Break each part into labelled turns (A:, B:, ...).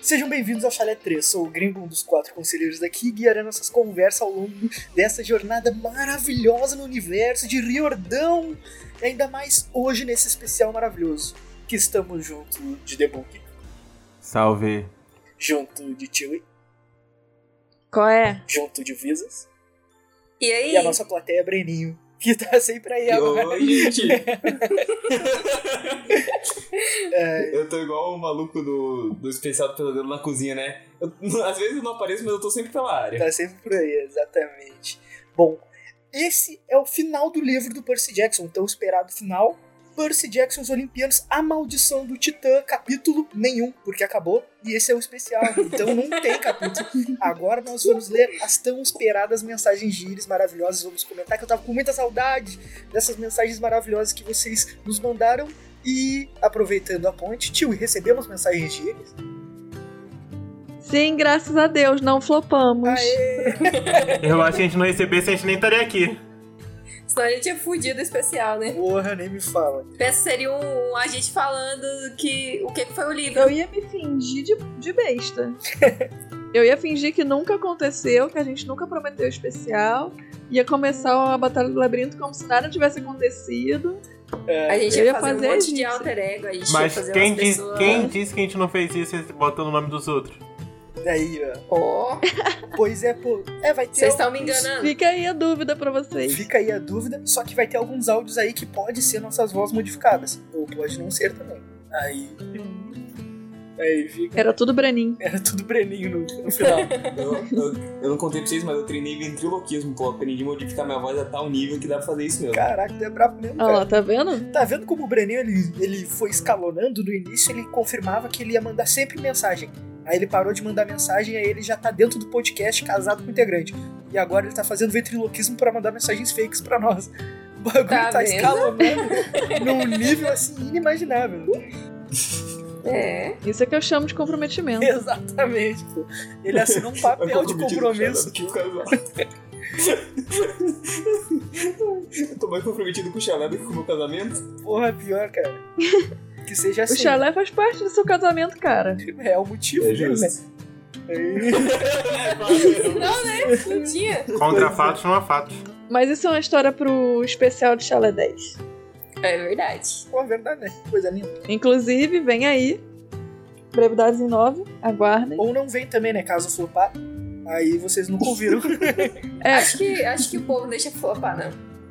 A: Sejam bem-vindos ao Chalé 3, sou o Gringo, um dos quatro conselheiros daqui, e guiarei nossas conversas ao longo dessa jornada maravilhosa no universo de Riordão, e ainda mais hoje nesse especial maravilhoso, que estamos junto de Debunk,
B: Salve.
A: junto de Chewie,
C: Qual é?
A: junto de Visas,
D: E aí?
A: e a nossa plateia Breninho, que tá sempre aí agora.
B: Oi, gente.
A: É,
B: Eu tô igual o maluco do, do especial do pesadelo na cozinha, né? Eu- às vezes eu não apareço, mas eu tô sempre pela área.
A: Tá sempre por aí, exatamente. Bom, esse é o final do livro do Percy Jackson, o tão esperado final. Percy Jackson e os Olimpianos, A Maldição do Titã, capítulo nenhum, porque acabou, e esse é o especial, então não tem capítulo. Agora nós vamos ler as tão esperadas mensagens de íris maravilhosas, vamos comentar que eu tava com muita saudade dessas mensagens maravilhosas que vocês nos mandaram, e aproveitando a ponte, tio, e recebemos mensagens de íris?
C: Sim, graças a Deus, não flopamos.
A: Aê!
E: Eu acho que a gente não recebesse, a gente nem estaria aqui.
D: Senão a gente é fudido especial, né?
A: Porra, nem me fala.
D: Peça seria um, um- a gente falando que, o que que foi o livro.
C: Eu ia me fingir de, de besta. Eu ia fingir que nunca aconteceu, que a gente nunca prometeu especial. Ia começar a Batalha do Labirinto como se nada tivesse acontecido.
D: A gente
C: Eu
D: ia
C: ia
D: fazer,
C: fazer
D: um monte de
C: isso.
D: alter ego, a gente ia
E: Mas
D: fazer
E: quem
D: umas
E: disse,
D: pessoas...
E: quem disse que a gente não fez isso botando o nome dos outros?
A: Aí, ó.
D: Ó,
A: Pois é, pô. É, vai ter.
D: vocês estão me
A: alguns-
D: enganando.
C: Fica aí a dúvida pra vocês.
A: Fica aí a dúvida, só que vai ter alguns áudios aí que pode ser nossas vozes modificadas. Ou pode não ser também. Aí. Aí fica.
C: Era tudo Brenin.
A: Era tudo Breninho no, no final.
B: Eu, eu, eu não contei pra vocês, mas eu treinei ventriloquismo, pô. Aprendi a modificar minha voz a tal nível que dá pra fazer isso mesmo.
A: Caraca, tu é brabo mesmo,
C: Olha lá,
A: cara.
C: tá vendo?
A: Tá vendo como o Breninho ele, ele foi escalonando no início? Ele confirmava que ele ia mandar sempre mensagem. Aí ele parou de mandar mensagem, aí ele já tá dentro do podcast casado com o integrante. E agora ele tá fazendo ventriloquismo pra mandar mensagens fakes pra nós. O bagulho tá,
D: Tá vendo?
A: escalonando num nível assim inimaginável.
D: É.
C: Isso é que eu chamo de comprometimento.
A: Exatamente, pô. Ele assinou um
B: Tá
A: papel de compromisso.
B: Eu tô mais comprometido com o chalé do que com o meu casamento.
A: Porra, é pior, cara. Que seja
C: O
A: assim.
C: chalé faz parte do seu casamento, cara.
A: É o motivo,
B: É
A: né, velho?
B: justo.
A: Aí-
D: Não, né? Um dia.
E: Contra
A: Pois é.
E: fatos, não há fatos.
C: Mas isso é uma história pro especial de Chalé 10.
D: É verdade.
A: Pô, é verdade, né? Que Coisa linda.
C: Inclusive, vem aí. Brevidades em 9, aguardem.
A: Ou não vem também, né? Caso flopar. Aí vocês nunca ouviram.
C: É.
D: Acho que, acho que o povo não deixa flopar, não.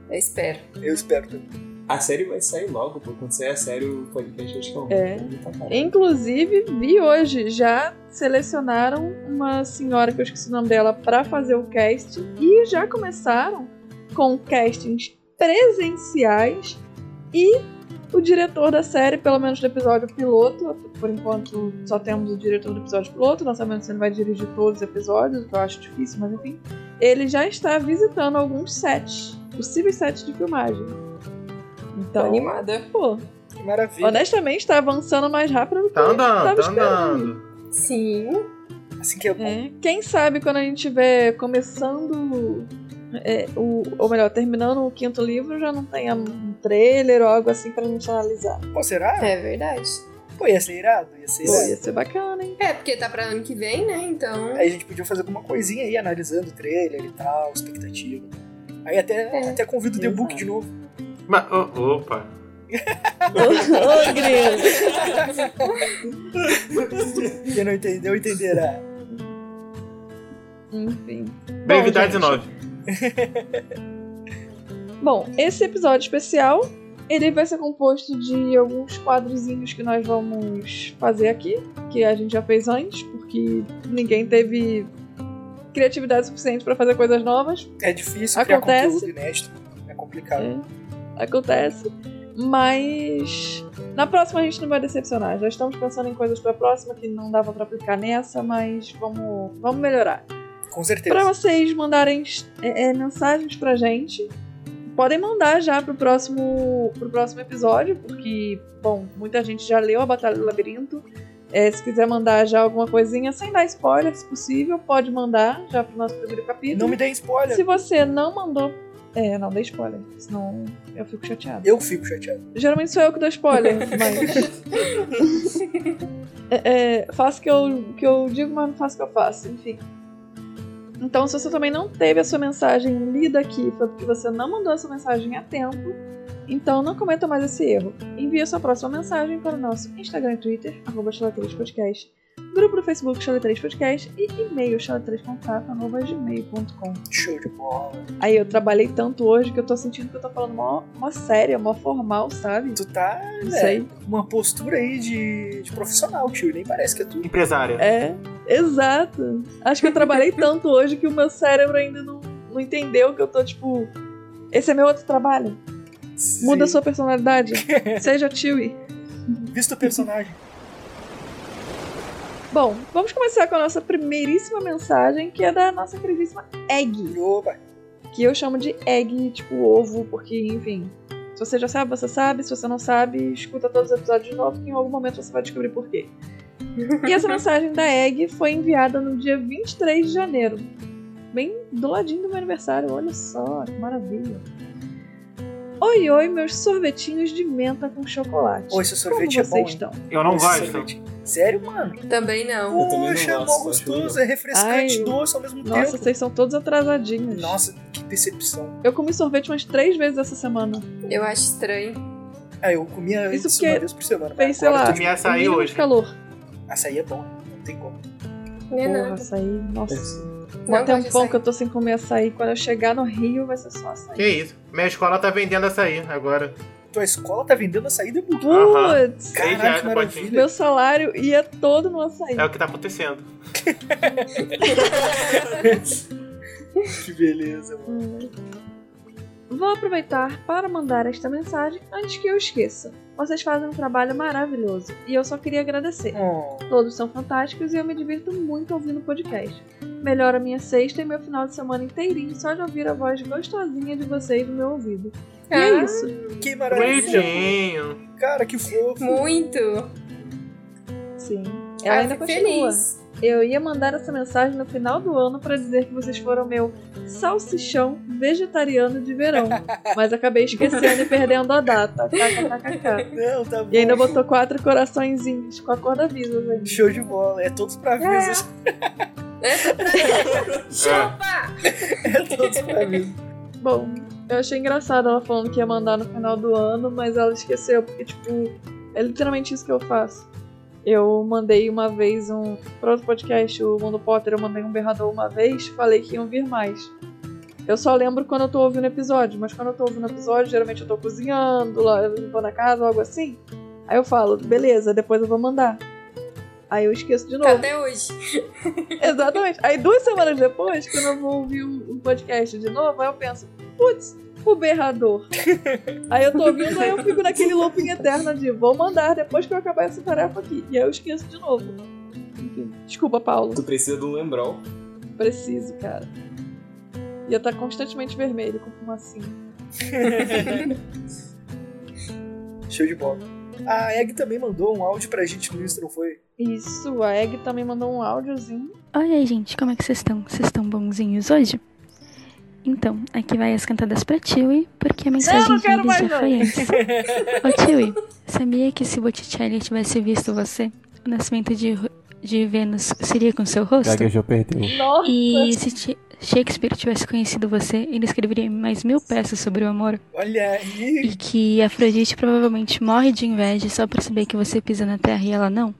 D: Eu espero.
A: Eu espero. também.
B: A série vai sair logo, pô. Quando sair a série, o podcast acho que um-
C: É.
B: Tá bom.
C: Inclusive, vi hoje, já selecionaram uma senhora que eu esqueci o nome dela pra fazer o cast e já começaram com castings presenciais e o diretor da série, pelo menos do episódio piloto, por enquanto só temos o diretor do episódio piloto, não sabemos se ele vai dirigir todos os episódios, o que eu acho difícil, mas enfim, ele já está visitando alguns sets, possíveis sets de filmagem.
D: Tô
C: Então,
D: animada.
C: pô,
A: Que maravilha.
C: Honestamente, tá avançando mais rápido do que
E: Tá andando,
C: tava
E: tá
C: esperando.
E: andando.
D: Sim.
A: Assim que é bom.
C: É, Quem sabe quando a gente tiver começando. é, o, ou melhor, terminando o quinto livro, já não tenha um trailer ou algo assim pra gente analisar.
A: Pô, será?
D: É verdade.
A: Pô, ia ser irado. Ia ser
C: Pô,
A: irado.
C: ia ser bacana, hein?
D: É, porque tá pra ano que vem, né? Então.
A: Aí a gente podia fazer alguma coisinha aí, analisando o trailer e tal, expectativa. Aí até,
D: É.
A: até convido o The Book
C: Exato.
A: de novo.
E: Mas, ô, opa.
C: Ô, Grilo!
A: Quem não entendeu, entenderá.
C: Enfim.
E: Brevidade
C: gente.
E: 9.
C: Bom, esse episódio especial ele vai ser composto de alguns quadrozinhos que nós vamos fazer aqui, que a gente já fez antes, porque ninguém teve criatividade suficiente pra fazer coisas novas.
A: É difícil criar
C: Acontece.
A: conteúdo inédito. É complicado.
C: É, acontece. Mas na próxima a gente não vai decepcionar. Já estamos pensando em coisas pra próxima que não dava pra aplicar nessa, mas vamos, vamos melhorar.
A: Com
C: Pra
A: certeza.
C: vocês mandarem é, é, mensagens pra gente, podem mandar já pro próximo, pro próximo episódio, porque, bom, muita gente já leu a Batalha do Labirinto. É, se quiser mandar já alguma coisinha, sem dar spoiler, né? se possível, pode mandar já pro nosso primeiro capítulo.
A: Não me deem spoiler.
C: Se você não mandou É, não dei spoiler, senão eu fico chateada.
A: Eu fico chateado.
C: Geralmente sou eu que dou spoiler, mas. É, é, faço o que eu, que eu digo, mas não faço o que eu faço, enfim. Então, se você também não teve a sua mensagem lida aqui, foi porque você não mandou essa mensagem a tempo, então não cometa mais esse erro. Envie a sua próxima mensagem para o nosso Instagram e Twitter, arroba Xalatriz Podcast, grupo do Facebook Xalatriz Podcast e e-mail xalatriz.contato.gmail.com.
A: Show de bola.
C: Aí eu trabalhei tanto hoje que eu tô sentindo que eu tô falando mó, mó séria, mó formal, sabe?
A: Tu tá,
C: Não
A: né,
C: sei.
A: uma postura aí de, de profissional, tio. Nem parece que é tu.
E: Empresária.
C: É, exato. Acho que eu trabalhei tanto hoje que o meu cérebro ainda não, não entendeu que eu tô tipo. Esse é meu outro trabalho. Muda a
A: Sim.
C: sua personalidade. Seja Chewie.
A: Vista o personagem.
C: Bom, vamos começar com a nossa primeiríssima mensagem, que é da nossa queridíssima Egg.
A: Opa.
C: Que eu chamo de Egg, tipo ovo, porque, enfim. Se você já sabe, você sabe. Se você não sabe, escuta todos os episódios de novo, que em algum momento você vai descobrir por quê. E essa mensagem da Egg foi enviada no dia 23 de janeiro. Bem do ladinho do meu aniversário, olha só, que maravilha. Oi, oi, meus sorvetinhos de menta com chocolate.
A: Ô, esse
C: Como
A: sorvete
C: vocês
A: é bom. hein?
C: estão?
E: Eu não
A: Esse
E: gosto.
A: sorvete. Sério, mano?
D: Também não.
B: Eu também não
A: Poxa, é mó
B: gosto, acho
A: gostoso,
B: legal.
A: é refrescante,
C: Ai,
A: doce ao mesmo
C: Nossa,
A: tempo.
C: vocês são todos atrasadinhos.
A: Nossa, que decepção.
C: Eu comi sorvete umas três vezes essa semana.
D: Eu acho estranho.
A: Ah, eu comia antes
C: Isso
A: Isso
C: porque
A: uma vez por semana.
C: fez,
A: mas
C: sei
A: agora
C: lá.
A: eu
E: Comi
C: O
E: açaí
C: mínimo de
E: hoje.
C: calor.
A: tô- Açaí é bom, não tem como.
D: Não é
C: Porra,
D: nada.
C: açaí. Nossa.
D: Não
C: Mó
D: gosto de
C: tempão
D: açaí.
C: que um eu tô sem comer açaí. Quando eu chegar no Rio, vai ser só açaí.
E: Que isso? Minha escola tá vendendo açaí agora.
A: Tua escola tá vendendo açaí de burro.
E: Aham.
C: Putz!
E: Seis
A: Caralho,
E: reais
A: que
E: no potinho.
A: maravilha.
C: Meu salário ia todo no açaí.
E: É o que tá acontecendo.
A: Que beleza, mano.
C: Hum. Vou aproveitar para mandar esta mensagem antes que eu esqueça. Vocês fazem um trabalho maravilhoso e eu só queria agradecer.
A: Oh,
C: Todos são fantásticos e eu me divirto muito ouvindo o podcast. Melhora minha sexta e meu final de semana inteirinho só de ouvir a voz gostosinha de vocês no meu ouvido. E é
D: Ah,
C: isso.
A: que maravilha.
E: Bonitinho.
A: Cara, que fofo.
D: Muito.
C: Sim.
D: Ah,
C: Ela
D: eu
C: ainda
D: fico
C: continua.
D: feliz.
C: Eu ia mandar essa mensagem no final do ano pra dizer que vocês foram meu salsichão vegetariano de verão, mas acabei esquecendo e perdendo a data. KKKKK.
A: Não, tá bom.
C: E ainda botou quatro coraçõezinhos com a cor da Visa. velho.
A: Show de bola. É todos pra Visa.
E: É.
D: Chupa!
A: É todos pra Visa.
C: Bom, eu achei engraçado ela falando que ia mandar no final do ano, mas ela esqueceu, porque, tipo, é literalmente isso que eu faço. Eu mandei uma vez um. Para outro podcast, o Mundo Potter, eu mandei um berrador uma vez, falei que iam vir mais. Eu só lembro quando eu tô ouvindo episódio, mas quando eu tô ouvindo episódio, geralmente eu tô cozinhando, lá- limpando a casa, ou algo assim. Aí eu falo, beleza, depois eu vou mandar. Aí eu esqueço de novo.
D: Até hoje.
C: Exatamente. Aí duas semanas depois, quando eu vou ouvir um um podcast de novo, aí eu penso, putz, o berrador. aí eu tô ouvindo, aí eu fico naquele looping eterno de vou mandar depois que eu acabar essa tarefa aqui. E aí eu esqueço de novo. Enfim, desculpa, Paulo.
B: Tu precisa de um lembral.
C: Preciso, cara. Ia estar constantemente vermelho, com fumacinho.
A: Show de bola. A Egg também mandou um áudio pra gente no Insta, não foi?
C: Isso, a Egg também mandou um áudiozinho.
F: Olha aí, gente, como é que vocês estão? Vocês estão bonzinhos hoje? Então, aqui vai as cantadas pra Tiwi, porque a mensagem
C: quero
F: deles
C: mais
F: já foi
C: não.
F: essa. Ô Tiwi, sabia que se Botticelli tivesse visto você, o nascimento de, Ru- de Vênus seria com seu rosto?
G: Gaguejou, perdeu.
C: Nossa!
F: E se Ti- Shakespeare tivesse conhecido você, ele escreveria mais mil peças sobre o amor?
A: Olha aí.
F: E que Afrodite provavelmente morre de inveja só por saber que você pisa na terra e ela não?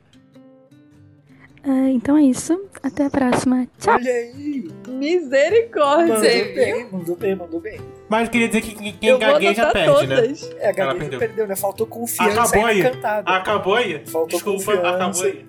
F: Ah, então é isso, até a próxima, tchau!
A: Olha aí.
C: Misericórdia!
A: Mandou
D: Você
A: bem, mandou bem, mandou bem.
E: Mas queria dizer que quem
C: eu vou
E: gagueja
C: anotar
E: perde, né?
C: todas.
A: É, a Gabi perdeu.
E: perdeu.
A: né? Faltou confiança
E: Acabou
A: aí
E: aí.
A: na cantada.
E: Acabou aí?
A: Faltou
E: Desculpa,
A: confiança.
E: acabou aí.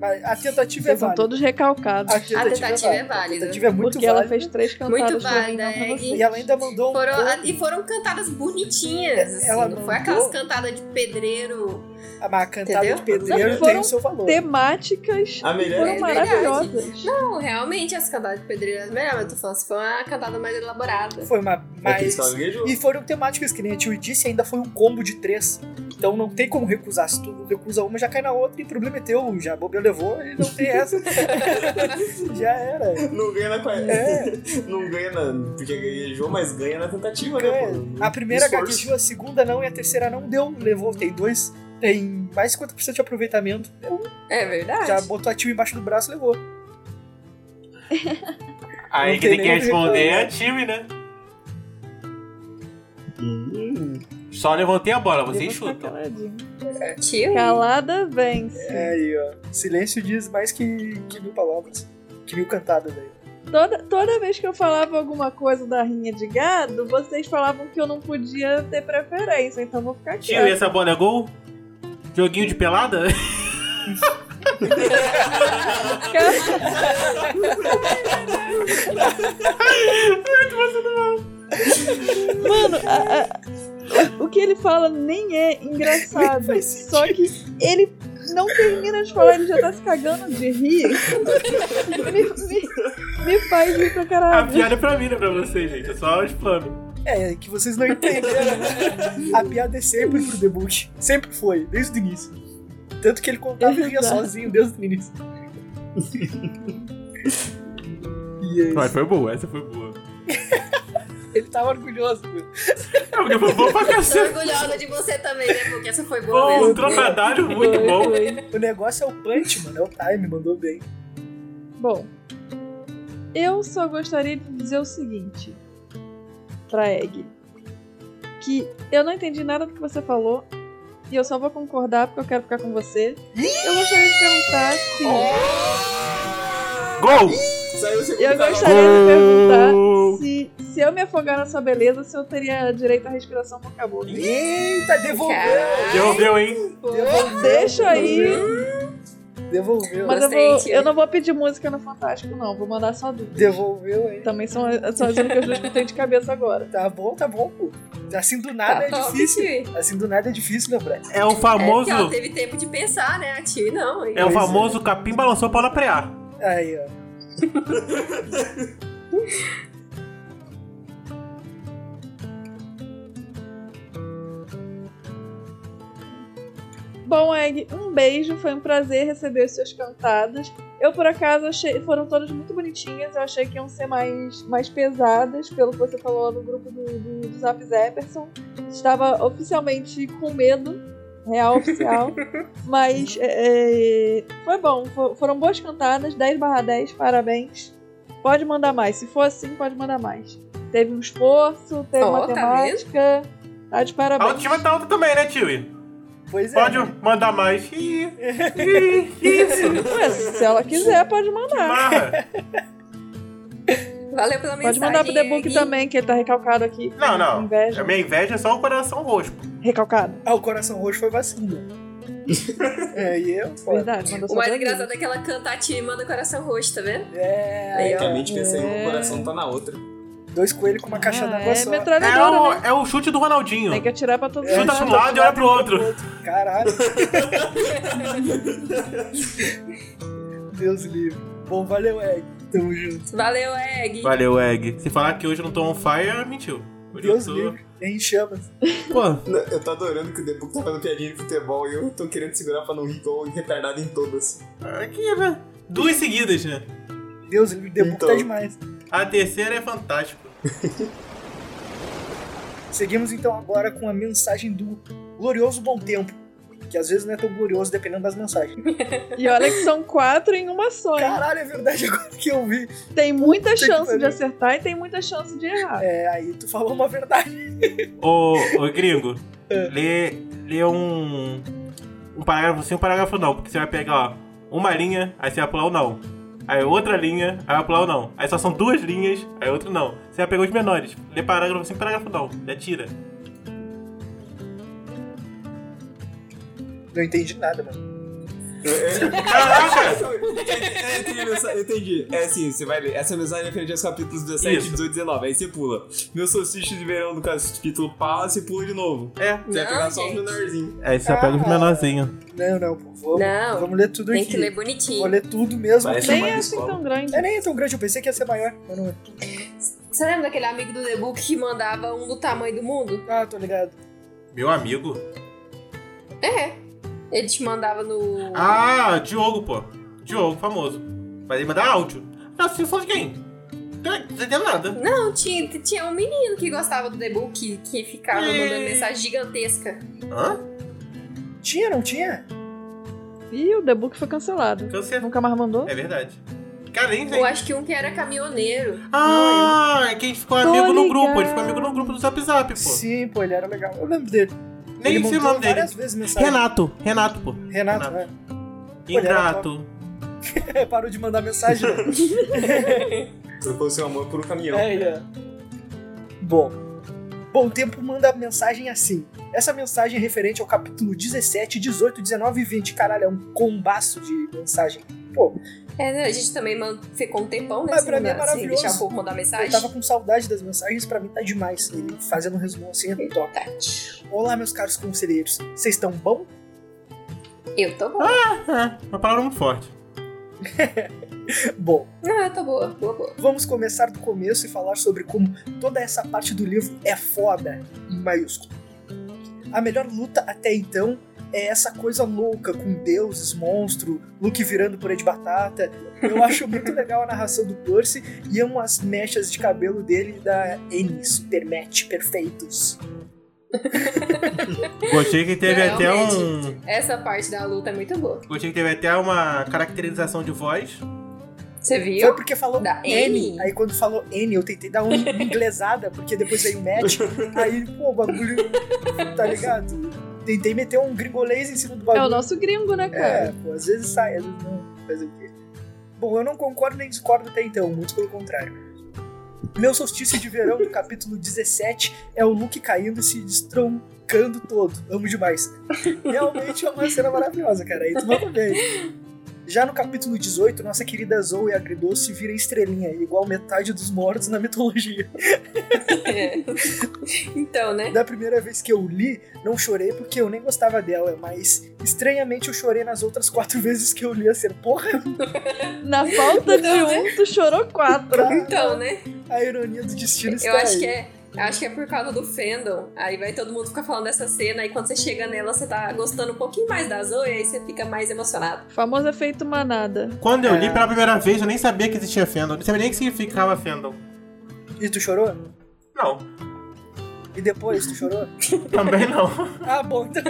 A: Mas A tentativa é
C: Vocês são
A: válida.
C: todos recalcados.
A: A tentativa,
D: A tentativa
A: é
D: é
A: válida. A
D: válida.
A: tentativa é muito
C: um porque
A: válida.
C: ela fez três cantadas
D: Muito
C: pra mim,
D: válida,
C: não pra
D: Egg.
C: vocês.
A: E ela ainda mandou um
D: Foram-
A: bolo.
D: e foram cantadas bonitinhas, assim.
A: Ela
D: não foi
A: mandou-
D: aquelas cantadas de pedreiro
A: A má cantada
D: Entendeu?
A: de pedreiro
C: Não,
A: tem
C: foram
A: o seu valor.
C: Temáticas
B: A
C: que
B: melhor-
C: foram
D: É verdade.
C: maravilhosas.
D: Não, realmente as cantadas de pedreiro eram melhores, mas eu tô falando assim, foi uma cantada mais elaborada.
A: Foi uma.
B: É que
A: Mais...
B: eles gaguejou.
A: E foram temáticas que nem a tio disse, ainda foi um combo de três. Então não tem como recusar. Se tu recusa uma, já cai na outra e o problema é teu. Já Bobeu levou e não tem essa. já era.
B: Não ganha na qual-
A: É.
B: Não ganha na. Porque gaguejou, mas ganha na tentativa,
A: É,
B: né, pô?
A: A primeira
B: Esforço.
A: gaguejou, a segunda não e a terceira não deu. Levou, tem dois. Tem mais 50% de aproveitamento.
D: É verdade.
A: Já botou a tio embaixo do braço e levou.
E: Aí
A: Não
E: que
A: tem nem
E: tem que
A: o que
E: responder
A: reclamar.
E: é time, né?
B: Hum.
E: Só levantei a bola,
C: Eu
E: vocês
C: vou ficar
E: chutam.
C: caladinha.
D: Tio.
C: Calada vence.
A: É aí, ó. Silêncio diz mais que, que mil palavras. Que mil cantadas né? aí.
C: Toda, toda vez que eu falava alguma coisa da rinha de gado, vocês falavam que eu não podia ter preferência, então vou ficar
E: Tio, e
C: quieta.
E: essa bola é gol? Joguinho de pelada?
C: Mano, a- a- o que ele fala nem é engraçado.
A: Nem faz
C: Só que ele não termina de falar, ele já tá se cagando de rir. me, me- me faz ir pra
E: A
C: caralho.
E: piada é pra mim, não é pra vocês, gente. É só explano.
A: É, que vocês não entenderam. a piada é sempre pro debut. Sempre foi, desde o início. Tanto que ele contava e ria
C: Exato.
A: sozinho desde o início. e aí,
E: Mas foi boa, essa foi boa.
A: ele tava orgulhoso. meu.
E: É porque foi boa pra
D: Tô
E: cacete.
D: orgulhosa de você também, né? Porque essa foi boa
E: Bom, um
D: mesmo.
E: trocadilho muito
C: Foi,
E: bom.
C: foi.
A: O negócio é o punch, mano. É o time, mandou bem.
C: Bom, eu só gostaria de dizer o seguinte pra Egg. Que eu não entendi nada do que você falou. E eu só vou concordar porque eu quero ficar com você. Eu gostaria de perguntar se.
E: Gol!
B: Saiu o segundo
C: Eu
B: tava-
C: gostaria de perguntar
E: Gol!
C: se, se eu me afogar na sua beleza, se eu teria direito à respiração boca a boca.
A: Eita, devolveu!
E: Devolveu, hein?
A: Devolveu,
C: Deixa aí.
A: Devolveu.
C: Mas eu,
D: Gostei,
C: vou,
D: tio.
C: eu não vou pedir música no Fantástico, não. Vou mandar só duas.
A: Devolveu, hein?
C: Também são, são as únicas duas que eu tenho de cabeça agora.
A: Tá bom, tá bom, pô. Assim do
D: Tá
A: nada é
D: top,
A: difícil.
D: tio.
A: Assim do nada é difícil, meu brother.
E: É o
D: É porque ela
E: famoso.
D: teve tempo de pensar, né? A tio não. hein?
E: É o
A: Pois é.
E: famoso capim balançou pra prear.
A: Aí, ó.
C: Bom, Egg, um beijo. Foi um prazer receber os seus cantados. Eu, por acaso, achei. Foram todas muito bonitinhas. Eu achei que iam ser mais, mais pesadas, pelo que você falou lá no grupo do, do, do Zap Zepperson. Estava oficialmente com medo, real oficial. Mas é, é, foi bom. fo- foram boas cantadas. 10 barra 10, parabéns. Pode mandar mais. Se for assim, pode mandar mais. Teve um esforço, teve
D: Ó, tá
C: matemática. Tá de
E: A
C: parabéns.
E: autoestima tá alta também, né, tio?
A: Pois é.
E: Pode um. mandar mais. Ih, ih, Isso,
C: Ué, se ela quiser, pode mandar.
E: marra.
D: Valeu pela
C: Pode
D: mensagem.
C: mandar pro The Book
D: Gui.
C: também, que ele tá recalcado aqui.
E: Não, não.
C: Inveja.
E: A minha inveja é só o coração roxo.
C: Recalcado.
A: Ah, o coração roxo foi vacina. é, e eu, pô.
C: Verdade. Mandou
D: O
C: só
D: mais
C: pra mim.
D: engraçado é que ela canta a tio e manda coração roxo, tá vendo?
A: É,
D: Aí,
A: aí,
D: ó.
B: A mente pensa em
C: É.
B: um, o coração tá na outra.
A: dois coelhos com uma caixa
C: Ah,
A: d'água
C: É
A: só.
E: É
C: metralhadora,
E: o,
C: né?
E: é o chute do Ronaldinho.
C: Tem que atirar pra todos os
E: É, Chuta
C: lados.
E: pro lado e olha pro outro.
A: Caralho. Deus livre. Bom, valeu, Egg. Tamo junto.
D: Valeu, Egg.
E: Valeu, Egg. Se falar que hoje eu não tô on fire, é mentiu. Hoje
A: Deus
E: eu tô...
A: livre. Em chamas.
E: Pô,
B: Não, Eu tô adorando que o Debug tá fazendo piadinha de futebol e eu tô querendo segurar pra não rir igual um retardado em todas.
E: aqui, velho. Duas seguidas, né?
A: Deus livre. Debuta
B: Então.
A: tá demais.
E: A terceira é fantástica.
A: Seguimos então agora com a mensagem do glorioso bom tempo. Que às vezes não é tão glorioso dependendo das mensagens.
C: E olha que são quatro em uma só, hein?
A: Caralho, é verdade agora que eu vi.
C: Tem muita
A: que
C: chance de
A: pariu.
C: acertar e tem muita chance de errar.
A: É, aí tu falou uma verdade.
E: Ô, ô gringo, lê, lê um. Um parágrafo sim, um parágrafo não, porque você vai pegar, ó, uma linha, aí você vai pular o não. Aí outra linha, aí vai pular o não. Aí só são duas linhas, aí outro não. Você vai pegar os menores. Lê parágrafo sim, parágrafo não. Já tira.
A: Não entendi nada, mano.
E: Caraca!
B: É, entendi, a mensa- entendi. É assim, você vai ler. Essa mensagem referente aos capítulos 17,
E: Isso.
B: 18 e 19. Aí você pula. Meu salsicha de verão do capítulo passa e pula de novo.
E: É.
B: Você vai
D: Não,
B: pegar só os
D: gente.
B: menorzinhos.
E: Aí você só pega os menorzinhos.
A: Não, não, pô, vamos,
D: Não,
A: vamos ler tudo
D: Tem
A: aqui.
D: que ler
A: Vou
D: bonitinho.
A: ler tudo mesmo.
B: Parece
A: Nem
B: uma
C: Nem é assim
B: escola.
C: tão grande.
A: é nem é tão grande, eu pensei que ia ser maior, mas não é.
D: Você lembra daquele amigo do The Book que mandava um do tamanho do mundo?
A: Ah, tô ligado.
E: Meu amigo.
D: É. Ele te mandava no.
E: Ah, Diogo, pô. Diogo, famoso. Mas ele manda áudio. Não, você falou de quem? Não entendeu nada.
D: Não, tinha, tinha um menino que gostava do The Book que ficava
A: É.
E: Ih.
D: mandando mensagem gigantesca.
E: Hã?
A: Tinha, não tinha?
C: E o The Book foi cancelado.
E: Cancela.
C: Nunca mais mandou?
E: É verdade. Cara, nem sei.
D: Eu acho que um que era caminhoneiro.
E: Ah, é que a gente ficou
C: Tô
E: amigo no
C: ligado.
E: grupo. A gente ficou amigo no grupo do Zap Zap, pô.
A: Sim, pô, ele era legal. Eu lembro dele.
E: Nem
A: ele
E: sei o
A: mandou
E: nome dele.
A: várias vezes mensagem.
E: Renato. Renato, pô.
A: Renato,
E: Renato.
A: né? ele era
E: Ingrato.
A: Parou de mandar mensagem. né?
B: Trocou seu amor por um caminhão.
A: É, ele é. Bom. Bom Tempo manda mensagem assim. Essa mensagem é referente ao capítulo 17, 18, 19 e 20. Caralho, é um combaço de mensagem. Pô,
D: É, né? A gente também man- ficou um tempão, né?
A: Mas
D: sem
A: pra mim é
D: mandar- sem
A: maravilhoso.
D: Deixar o povo mandar mensagem.
A: eu tava com saudade das mensagens, pra mim tá demais. Ele fazendo um resumo assim é top.
D: Tati.
A: Olá, meus caros conselheiros. Vocês estão bom?
D: Eu tô boa.
E: É, uma palavra muito forte.
A: Bom,
D: Não, eu tô boa, boa, boa.
A: vamos começar do começo e falar sobre como toda essa parte do livro é foda, em maiúsculo. A melhor luta até então é essa coisa louca com deuses, monstro, Luke virando purê de batata. Eu acho muito legal a narração do Percy e amo as mechas de cabelo dele da N, Supermatch, perfeitos.
E: Gostei que teve
C: É,
D: Não,
E: até
D: realmente.
E: um.
D: Essa parte da luta é muito boa.
E: Gostei que teve até uma caracterização de voz.
D: Você viu?
A: Foi porque falou
D: Da
A: N.
D: N?
A: Aí quando falou N, eu tentei dar uma inglesada, porque depois veio match. Aí, pô, o bagulho. Tá ligado? Tentei meter um gringolês em cima do
C: É o
A: bagulho.
C: nosso gringo, né, cara?
A: É, pô, às vezes sai, às vezes não. Fazer o quê? Bom, eu não concordo nem discordo até então, muito pelo contrário. Meu solstício de verão do capítulo 17 é o Luke caindo e se destroncando todo. Amo demais. Realmente é uma cena maravilhosa, cara. Aí tu manda bem. Já no capítulo 18, nossa querida Zoe agridoce vira estrelinha, igual metade dos mortos na mitologia.
D: É. então, né?
A: Da primeira vez que eu li, não chorei porque eu nem gostava dela, mas estranhamente eu chorei nas outras quatro vezes que eu li a ser porra.
C: Na falta de
E: né?
C: um, tu chorou quatro.
D: Então, né?
A: A ironia do destino está
D: Eu acho
A: aí.
D: que é. Acho que é por causa do fandom. Aí vai todo mundo ficar falando dessa cena. Aí quando você chega nela, você tá gostando um pouquinho mais da Zoe. Aí você fica mais emocionado.
C: Famoso efeito manada.
E: Quando eu li
A: É.
E: pela primeira vez, eu nem sabia que existia Fendel. Eu Não sabia nem o que significava Fendel.
A: E tu chorou?
E: Não,
A: E depois tu chorou?
E: também não.
A: ah, bom, então.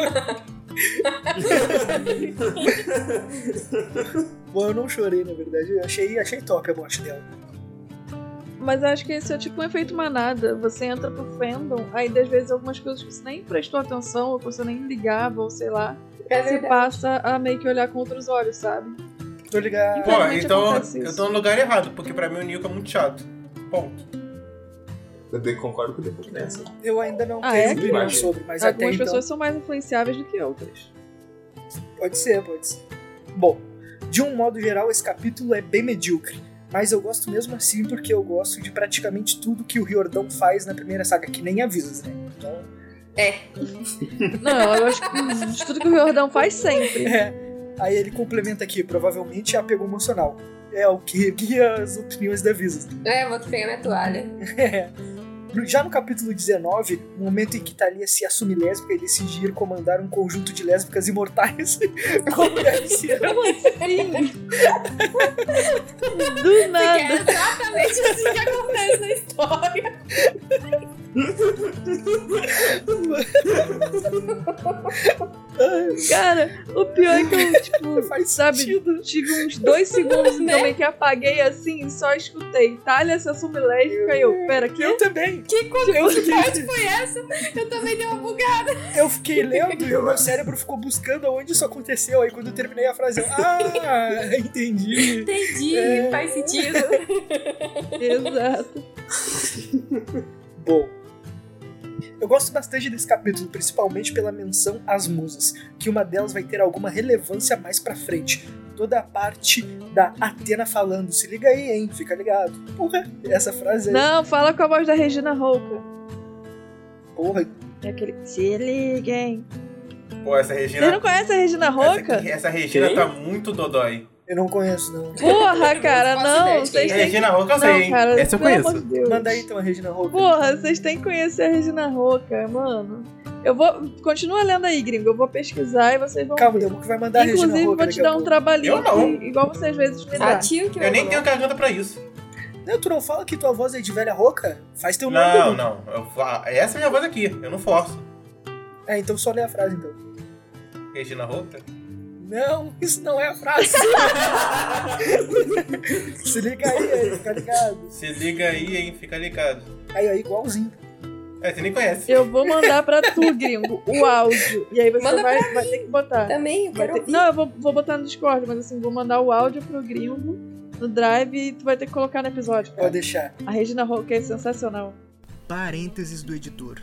A: bom, eu não chorei, na verdade. Eu achei, achei top a morte dela.
C: Mas acho que esse é tipo um efeito manada. Você entra pro fandom, aí às vezes algumas coisas que você nem prestou atenção, ou que você nem ligava, ou sei lá,
D: É
C: você passa a meio que olhar com outros olhos, sabe?
A: Tô ligado.
E: Pô,
C: Infelizmente
E: então
C: acontece isso.
E: eu tô no lugar errado, porque pra mim o Nico é muito chato. Ponto.
B: Eu te- concordo com o Depois nessa.
A: Eu ainda não
C: Ah,
A: tenho
C: é?
A: opinião sobre, mas até
C: algumas
A: então...
C: pessoas são mais influenciáveis do que outras.
A: Pode ser, pode ser. Bom, de um modo geral, esse capítulo é bem medíocre, mas eu gosto mesmo assim porque eu gosto de praticamente tudo que o Riordão faz na primeira saga, que nem avisa, né? Então,
C: Não, eu acho que de tudo que o Jordão faz sempre.
A: é. Aí ele complementa aqui, provavelmente é apego emocional. É o que guia as opiniões da Visas.
D: É, eu vou te pegar minha toalha.
A: Já no capítulo 19, no momento em que Thalia se assume lésbica e decide ir comandar um conjunto de lésbicas imortais, como deve ser.
C: Como assim? Do
D: Porque é
C: nada.
D: exatamente assim que acontece na história.
C: Cara, o pior é que eu, tipo,
A: Faz
C: sabe,
A: sentido.
C: tive uns dois segundos
D: Né?
C: também que apaguei assim e só escutei. tá? Talha se assume lésbica e eu, pera, Tipo, que?
A: Eu também.
D: Que
A: Eu fiquei,
D: foi essa? Eu também dei uma bugada.
A: Eu fiquei lendo e o meu cérebro ficou buscando onde isso aconteceu. Aí quando eu terminei a frase, eu, ah, entendi.
D: Entendi,
A: É.
D: faz sentido.
C: Exato.
A: Bom, Eu gosto bastante desse capítulo, principalmente pela menção às musas, que uma delas vai ter alguma relevância mais pra frente. Toda a parte da Atena falando, se liga aí, hein, fica ligado. Porra, essa frase é aí,
C: Não, fala com a voz da Regina Rouca.
A: porra,
C: É aquele. Se liguem.
E: Pô, essa
C: Vocês
E: Regina.
C: não conhecem a Regina Rouca?
E: Essa, essa Regina
B: Quem?
E: tá muito dodói.
A: eu não conheço não.
C: Porra, cara,
D: Eu não faço ideia
C: não.
D: de
C: Vocês
D: quem
C: têm
D: é.
C: que.
E: Regina Roca eu sei,
C: Não,
E: hein?
C: cara,
E: essa eu
C: pelo
E: conheço.
C: amor de Deus.
A: Manda aí então a Regina Rouca.
C: Porra, vocês têm que conhecer a Regina Roca, mano. Eu vou. Continua lendo aí, gringo. Eu vou pesquisar e vocês vão.
A: Calma,
C: ver.
A: Demo, que vai mandar a Regina
C: Inclusive,
A: Rouca
C: vou te
A: daqui a
C: dar um
A: pouco.
C: trabalhinho
E: Eu não.
C: que- igual vocês às vezes me
D: A
C: dá.
D: tia Ah, que
E: Eu nem
D: mandou.
E: tenho garganta pra isso.
A: Não, tu não fala que tua voz é de velha rouca? Faz teu nome.
E: Não,
A: Demo.
E: não. Eu falo- essa é a minha voz aqui. Eu não forço.
A: É, então só lê a frase então.
E: Regina Roca?
A: Não, isso não é a frase. Se liga aí, aí, fica ligado.
E: Se liga aí, hein? Fica ligado.
A: Aí, aí, igualzinho.
E: É, você nem conhece.
C: Eu vou mandar pra tu, gringo, o áudio. E aí você
D: Manda
C: vai, vai ter que botar.
D: Também, eu
C: Vai
D: quero um
C: ter-
D: ouvir.
C: Não, eu vou, vou botar no Discord, mas assim, vou mandar o áudio pro gringo no drive e tu vai ter que colocar no episódio. cara.
A: Pode deixar.
C: A Regina Roca é sensacional.
G: Parênteses do editor.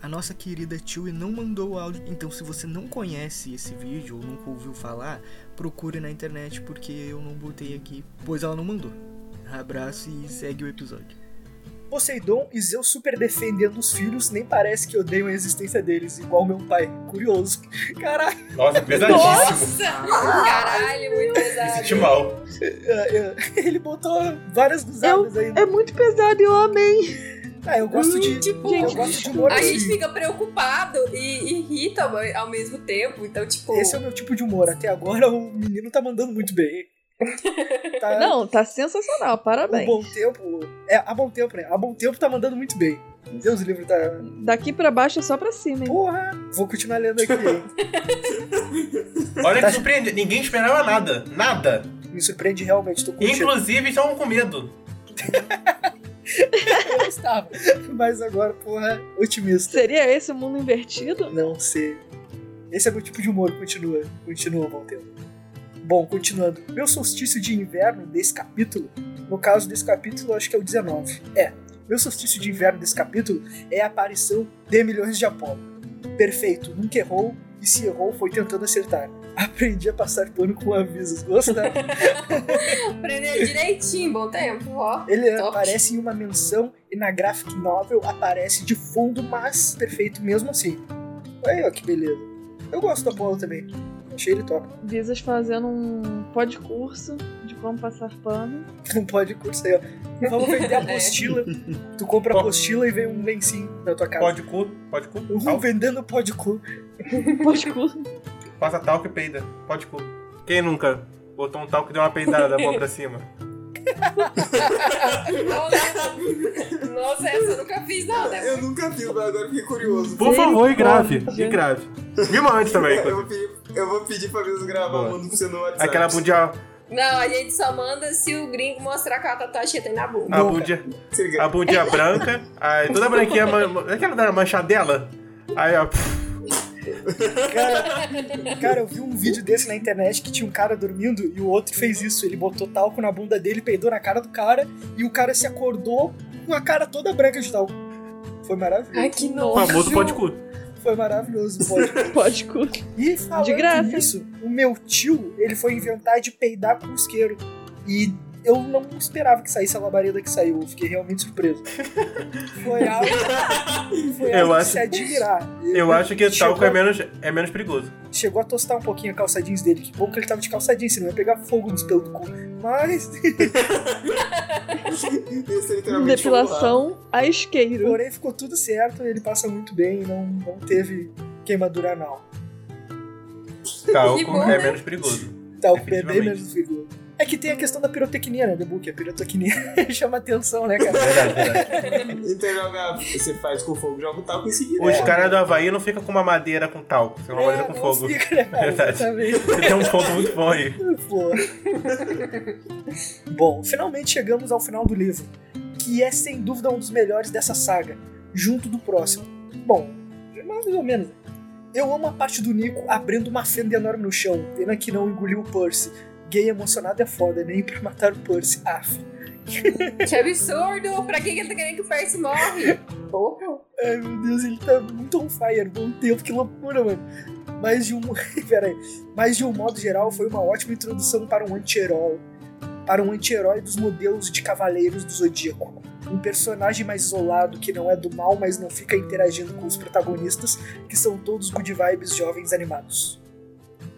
G: A nossa querida Tui não mandou o áudio, então se você não conhece esse vídeo ou nunca ouviu falar, procure na internet porque eu não botei aqui, pois ela não mandou. Abraço e segue o episódio.
A: Poseidon e Zeus super defendendo os filhos, nem parece que odeiam a existência deles, igual meu pai. Curioso. Caralho.
E: Nossa, é pesadíssimo.
D: Caralho, muito
E: Me
D: pesado.
E: senti mal.
A: é, é, Ele botou várias gusadas aí.
C: É muito pesado e eu amei.
A: Ah, eu gosto de.
D: Tipo,
A: eu
C: gente,
A: gosto de
E: é
A: humor
D: a
A: assim.
D: gente fica preocupado e irrita ao- ao mesmo tempo. Então, tipo,
A: Esse é o meu tipo de humor. Até agora o menino tá mandando muito bem.
E: É.
A: Tá-
C: Não, tá sensacional,
A: O
C: parabéns.
A: Bom Tempo. É, a Bom Tempo, né? A Bom Tempo tá mandando muito bem. Deus livre, tá.
C: Daqui pra baixo é só pra cima, hein?
A: Porra! Vou continuar lendo aqui. hein?
E: Olha
A: Tá-
E: que surpreende. Ninguém esperava nada. Nada.
A: Me surpreende realmente, tô curtindo.
E: Inclusive, estavam com medo.
A: Eu estava. Mas agora, porra, otimista.
C: Seria esse o mundo invertido?
A: Não sei. Esse é meu tipo de humor, continua. Continua, bom tempo. Bom, continuando. Meu solstício de inverno desse capítulo, no caso desse capítulo, eu acho que é o 19. É. Meu solstício de inverno desse capítulo é a aparição de milhões de Apolo. Perfeito, nunca errou, e se errou, foi tentando acertar. Aprendi a passar pano com avisos. Gostar.
D: aprender direitinho, bom tempo, ó.
A: Ele
D: Top.
A: aparece em uma menção e na graphic novel aparece de fundo, mas perfeito mesmo assim. Aí, ó, que beleza. Eu gosto da bola também. Achei ele top.
C: Visas fazendo um podcurso de como passar pano.
A: Não pode curso aí, ó. Vamos vender a apostila. Tu compra a apostila e vem um lencinho na tua casa.
E: Pode cu, pode cu.
A: Um
E: Talco.
A: vendendo pó de cu.
C: Podcurso.
E: Passa talco e peida. Pode cu. Quem nunca botou um talco e deu uma peidada da boca pra cima?
D: Olha, Nossa, essa eu nunca fiz, não, né?
B: Eu nunca vi, mas agora fiquei curioso.
E: Por favor, e grave.
C: Misericórdia.
E: E grave. Me mande também.
B: Eu vou pedir, eu vou pedir pra eles gravar,
E: Boa.
B: mando pra você no WhatsApp.
E: Aquela bundinha.
D: Não, a gente só manda se o gringo mostrar que a tatuagem que tem na bunda.
E: A
A: Não,
E: bundinha.
B: Se liga.
E: A bundinha branca, aí toda branquinha, man- man- é aquela da manchadela. Aí, ó, pff,
A: Cara, cara, eu vi um vídeo desse na internet que tinha um cara dormindo e o outro fez isso. Ele botou talco na bunda dele, peidou na cara do cara e o cara se acordou com a cara toda branca de talco. Foi maravilhoso.
D: Ai, que
E: o
D: nojo.
E: famoso pode cu.
A: Foi maravilhoso, pode.
C: Podcurso.
A: E falando
C: De graça.
A: nisso, o meu tio, ele foi inventar de peidar com isqueiro. E eu não esperava que saísse a labareda que saiu. Eu fiquei realmente surpreso. Foi algo, foi
E: Eu
A: algo de
E: acho-
A: se admirar.
E: Eu acho que
A: Chegou-
E: talco é menos, é menos perigoso.
A: Chegou a tostar um pouquinho a calça jeans dele. Que bom que ele tava de calça jeans, senão ia pegar fogo nos pelos do cu. Mas,
B: Esse é literalmente
C: Depilação a isqueiro.
A: porém, ficou tudo certo. Ele passa muito bem e não, não teve queimadura anal.
E: Talco
D: Que bom,
E: é
D: né?
E: menos perigoso.
A: Tá, o bebê
E: Definitivamente.
A: menos vigor. É que tem a questão da pirotecnia, né, The Book? A pirotecnia chama atenção, né, cara?
E: Verdade, verdade.
B: Então joga, você faz com fogo, joga o talco em seguida.
E: Os
A: é-
E: caras do Havaí não ficam com uma madeira com talco, ficam com É. uma madeira com
A: não
E: fogo.
A: Fica, né, cara?
E: Verdade.
A: Exatamente.
E: Você tem um ponto muito bom aí.
A: Pô. Bom, finalmente chegamos ao final do livro, que é sem dúvida um dos melhores dessa saga, junto do próximo. Bom, mais ou menos. Eu amo a parte do Nico abrindo uma fenda enorme no chão, pena que não engoliu o Percy. Gay emocionado é foda, nem pra matar o Percy. Ah, Af.
D: Que absurdo! Pra que que ele tá querendo que o Percy morre? Porra.
A: Ai, meu Deus, ele tá muito on fire. Bom tempo, que loucura, mano. Mas de um. Pera aí. Mas de um modo geral, foi uma ótima introdução para um anti-herói. Para um anti-herói dos modelos de Cavaleiros do Zodíaco. Um personagem mais isolado, que não é do mal, mas não fica interagindo com os protagonistas, que são todos good vibes jovens animados.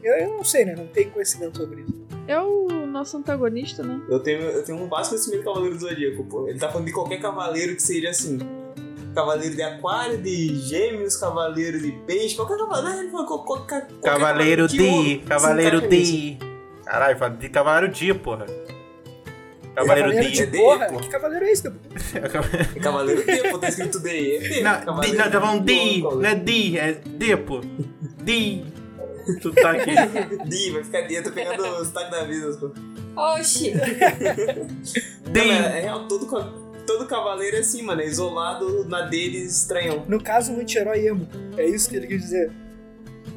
A: Eu, eu não sei, né? Não tenho conhecimento sobre isso.
C: É o nosso antagonista, né?
B: Eu tenho, eu tenho um básico conhecimento do Cavaleiro do Zodíaco, pô. Ele tá falando de qualquer cavaleiro que seria assim. Cavaleiro de aquário, de gêmeos, cavaleiro de peixe, qualquer cavaleiro. Ele falou qual- qual- qual- qualquer
E: Cavaleiro
B: que
E: de,
B: o-
E: Cavaleiro
B: se encaixa
E: de. Caralho, fala de Cavaleiro de, porra. Cavaleiro
A: de
E: de.
B: D,
A: porra?
B: pô.
A: Que cavaleiro é esse, Gabu?
B: nisso. É Cavaleiro de, pô, tá escrito D. É D.
E: Não, de,
B: Cavaleiro
E: não, tá falando de,
B: de,
E: não é de, é de, pô. De. Tu tá aqui.
B: D, vai ficar D. Eu tô pegando o sotaque da vida, pô.
D: Oxi.
B: Não, mas
E: De.
B: é real, todo, ca- todo cavaleiro é assim, mano. É isolado na deles, estranhão.
A: No caso, um anti-herói emo. É isso que ele quis dizer.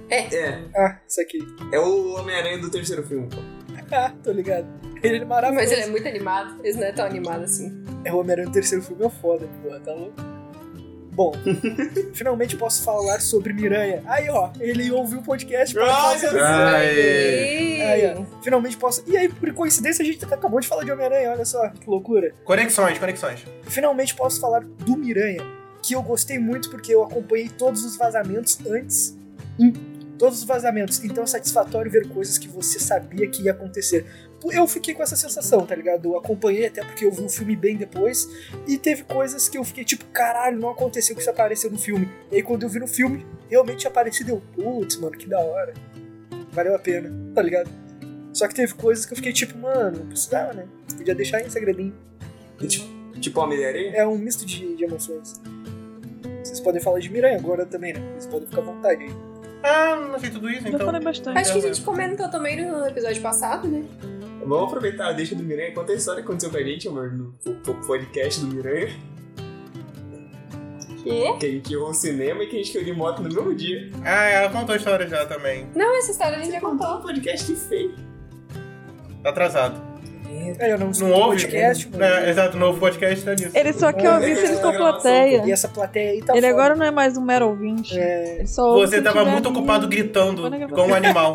B: É,
A: Ah, isso aqui.
B: é o Homem-Aranha do terceiro filme. pô.
A: Ah, tô ligado. Ele é maravilhoso.
D: Mas ele é muito animado. Ele não é tão animado assim.
A: É o Homem-Aranha no terceiro filme, é foda, porra, tá louco? Bom, finalmente posso falar sobre Miranha. Aí, ó, ele ouviu o podcast pra
B: Ai,
A: fazer-
B: meu
E: Ai.
A: Aí,
D: Ih.
A: ó, finalmente posso. E aí, por coincidência, a gente acabou de falar de Homem-Aranha, olha só, que loucura.
E: Conexões, conexões.
A: Finalmente posso falar do Miranha, que eu gostei muito porque eu acompanhei todos os vazamentos antes. Hum, todos os vazamentos. Então é satisfatório ver coisas que você sabia que ia acontecer. Pô, Eu fiquei com essa sensação, tá ligado? Eu acompanhei até porque eu vi o filme bem depois. E teve coisas que eu fiquei tipo, caralho, não aconteceu que isso apareceu no filme. E aí quando eu vi no filme, realmente tinha aparecido eu, putz, mano, que da hora. Valeu a pena, tá ligado? Só que teve coisas que eu fiquei tipo, mano, não precisava, né? Podia deixar em segredinho.
B: Tipo, tipo Homem-Aranha?
A: É um misto de, de emoções. Vocês podem falar de Miranha agora também, né? Vocês podem ficar à vontade aí.
E: Ah, não sei tudo isso,
C: Já
E: então.
C: falei bastante.
D: Acho que a gente comentou também no episódio passado, né?
B: Vamos aproveitar a deixa do Miranha. Conta a história que aconteceu com a gente, amor, no po- po- podcast do Miranha.
D: Quê?
B: Que a gente errou o cinema e que a gente caiu de moto no mesmo dia.
E: Ah, ela contou a história já também.
D: Não, essa história a gente já
B: Contar um
D: contou.
B: podcast que feio.
E: Tá atrasado.
A: É, eu não escuto
E: Não ouve?
A: podcast, mano.
E: É, exato, novo podcast tá nisso.
C: Ele só quer ouvir se ele for plateia.
A: E essa plateia aí tá
C: Ele
A: foda.
C: agora não é mais um mero ouvinte.
A: É,
C: Ele só ouve se
E: Você
C: ele
E: tava
C: tiver
E: muito
C: ali.
E: ocupado gritando
C: Quando gravou.
E: como um animal.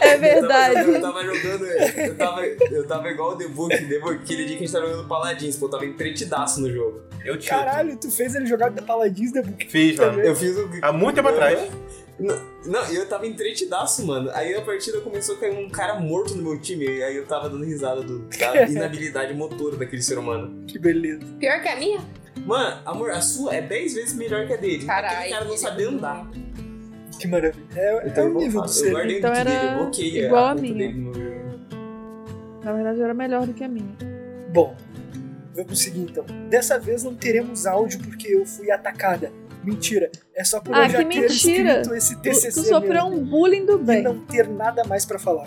C: É
B: Eu
C: verdade.
B: tava, eu tava jogando. Eu tava, eu tava igual o Debug, Debug, aquele dia que a gente tava jogando Paladins, pô. Eu tava entretidaço no jogo.
E: Eu te
A: Caralho, tu fez ele jogar da Paladins, né? Porque
E: Fiz, mano.
B: Eu fiz o.
E: Há muito tempo atrás.
B: Não, Não, eu tava entretidaço, mano. Aí a partida começou a cair um cara morto no meu time. Aí eu tava dando risada do- da inabilidade motora daquele ser humano.
A: que beleza.
D: Pior que a minha?
B: Mano, amor, a sua é 10 vezes melhor que a dele.
D: Caralho.
B: Aquele cara não
C: é
B: sabia andar.
A: Que maravilha. É, é
B: eu
A: o
B: vou-
A: nível do
B: Eu
A: ser.
B: guardei
C: Então
B: o vídeo
C: era
B: dele, eu bloqueei
C: igual a
B: conta
C: minha.
B: dele no meu-
C: Na verdade, era melhor do que a minha.
A: Bom, vamos seguir então. Dessa vez não teremos áudio porque eu fui atacada. Mentira. É só por eu
C: Ah,
A: já
C: que
A: ter
C: mentira.
A: escrito esse
C: Tu,
A: TCC
C: tu sofreu
A: mesmo.
C: um bullying do
A: e
C: bem.
A: não ter nada mais pra falar.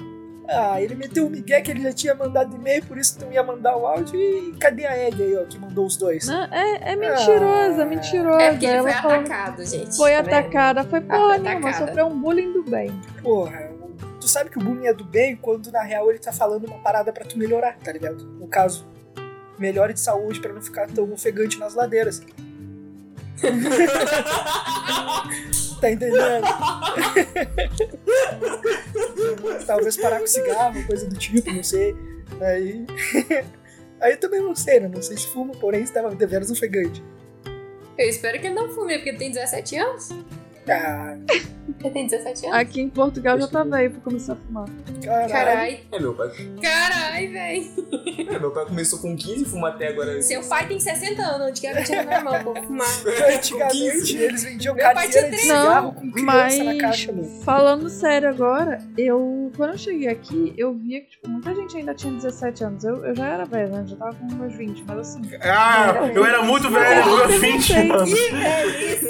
A: Ah, ele meteu o Miguel que ele já tinha mandado e-mail, por isso que não ia mandar o áudio. E cadê a Egg aí, ó, que mandou os dois?
C: Não, é, é mentirosa,
A: Ah.
C: mentirosa.
D: É porque ele foi
C: Ela falou-
D: atacado, gente.
C: foi
D: tá vendo?
C: atacada, foi porra nenhuma,
D: atacada.
C: sofreu um bullying do bem.
A: Porra, o- tu sabe que o bullying é do bem quando na real ele tá falando uma parada pra tu melhorar, tá ligado? No caso, melhore de saúde pra não ficar tão ofegante nas ladeiras. tá entendendo? Talvez parar com cigarro, coisa do tipo, não sei. Aí. Aí também não sei, né? Não sei se fuma, porém estava deveras ofegante.
D: Eu espero que ele não fume, porque ele tem 17 anos.
A: Ah,
D: Ele tem 17 anos.
C: Aqui em Portugal já tá velho pra começar a fumar.
A: caralho.
D: Carai.
B: É, meu pai.
D: Carai, véi.
B: É, meu pai começou com 15 e fuma até agora.
D: Seu pai tem 60 anos, antigamente era normal pra fumar.
B: Com
A: Antigamente
B: 15.
A: eles vendiam
D: Meu pai
A: carteira de
D: tinha
A: cigarro com criança na caixa, mano.
C: falando sério agora, eu quando eu cheguei aqui, eu via que tipo, muita gente ainda tinha 17 anos. Eu, eu já era velha, né? Já tava com meus 20, mas assim.
E: Ah, eu era muito velho, eu
C: Eu
E: era 20
C: sei.
E: um anos.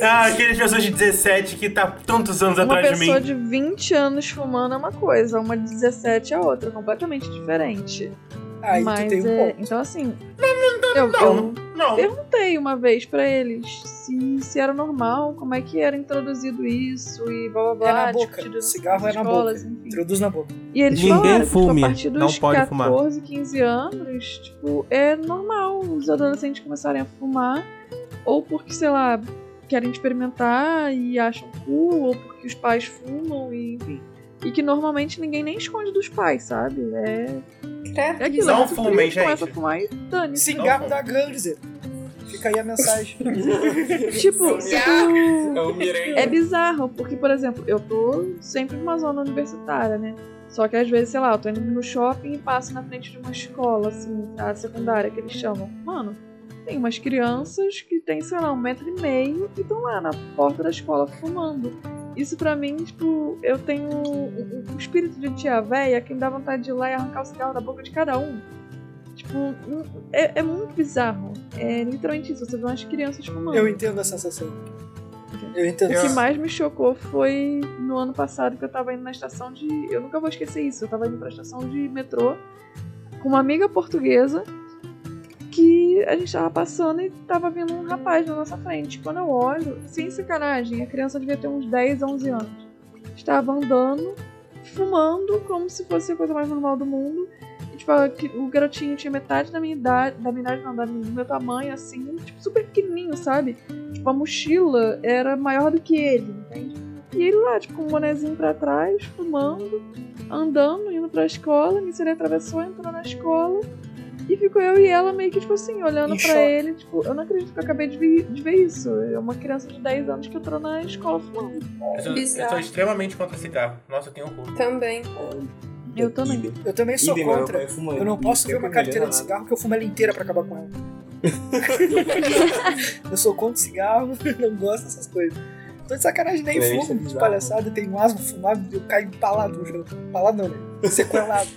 E: Ah, aqueles pessoas de 17 que tá tantos anos
C: Uma
E: atrás de
C: pessoa
E: mim.
C: de 20 anos fumando é uma coisa, uma de 17 é outra, completamente diferente.
A: Aí tu
C: Mas
A: tem um
C: é,
A: ponto.
C: então assim.
D: tá
C: eu- um. eu-
E: Não, não.
C: perguntei uma vez pra eles se, se era normal, como é que era introduzido isso e blá blá blá.
A: É na boca.
C: discutido
A: Cigarro
C: nas
A: é na
C: escolas,
A: boca.
C: enfim.
A: Introduz na boca.
C: E eles
E: Ninguém
C: falaram que, tipo,
E: fume,
C: a partir
E: não
C: dos
E: pode
C: 14,
E: fumar.
C: 15 anos, tipo, é normal os adolescentes começarem a fumar, ou porque, sei lá, querem experimentar e acham cool, ou porque os pais fumam, e, enfim. E que normalmente ninguém nem esconde dos pais, sabe? É, é aquilo.
E: Não
C: é muito
E: fumem,
C: frio, Começa a
E: gente.
C: fumar e dane-se.
A: Cigarro da Gangster. Fica aí a mensagem.
C: Tipo, se tu-
B: É o Miranha.
C: É bizarro, porque, por exemplo, eu tô sempre numa zona universitária, né? Só que às vezes, sei lá, eu tô indo no shopping e passo na frente de uma escola, assim, a secundária que eles chamam. Mano, tem umas crianças que tem, sei lá, um metro e meio e estão lá na porta da escola fumando. Isso pra mim, tipo, eu tenho um, um espírito de tia véia que me dá vontade de ir lá e arrancar o cigarro da boca de cada um. Tipo, um- é, é muito bizarro. É literalmente isso, você vê umas crianças fumando.
A: Eu entendo a sensação. Eu entendo.
C: O que
B: Eu-
C: mais me chocou foi no ano passado que eu tava indo na estação de. Eu nunca vou esquecer isso. Eu tava indo pra estação de metrô com uma amiga portuguesa que a gente tava passando e tava vindo um rapaz na nossa frente. Quando eu olho, sem sacanagem, a criança devia ter uns 10, 11 anos. Estava andando, fumando, como se fosse a coisa mais normal do mundo. E, tipo, a- que- o garotinho tinha metade da minha idade, da minha idade não, da minha- do meu tamanho, assim, tipo, super pequenininho, sabe? Tipo, a mochila era maior do que ele, entende? E ele lá, tipo, com um bonezinho pra trás, fumando, andando, indo pra escola, a ele atravessou, entrou na escola. E ficou eu e ela meio que, tipo assim, olhando
A: Em
C: pra
A: choque.
C: ele, tipo, eu não acredito que eu acabei de, vi- de ver isso. É uma criança de 10 anos que entrou na escola fumando.
E: Eu sou, eu
D: bizarro.
E: sou extremamente contra cigarro. Nossa, eu tenho horror.
D: Também.
C: Eu também.
B: Idem.
A: Eu também sou
B: Idem, mas meu
A: contra.
B: pai é um fuma.
A: Eu não posso ver
B: Tem
A: uma
B: comida,
A: carteira de
B: né?
A: cigarro que eu fumo ela inteira pra acabar com ela. eu sou contra cigarro, não gosto dessas coisas. Tô de sacanagem, nem
B: Eu
A: fumo,
B: acho
A: de
B: É, bizarro.
A: palhaçada, eu tenho asma, fumar, eu caio empalado no jogo. Empalado não, né? Sequelado.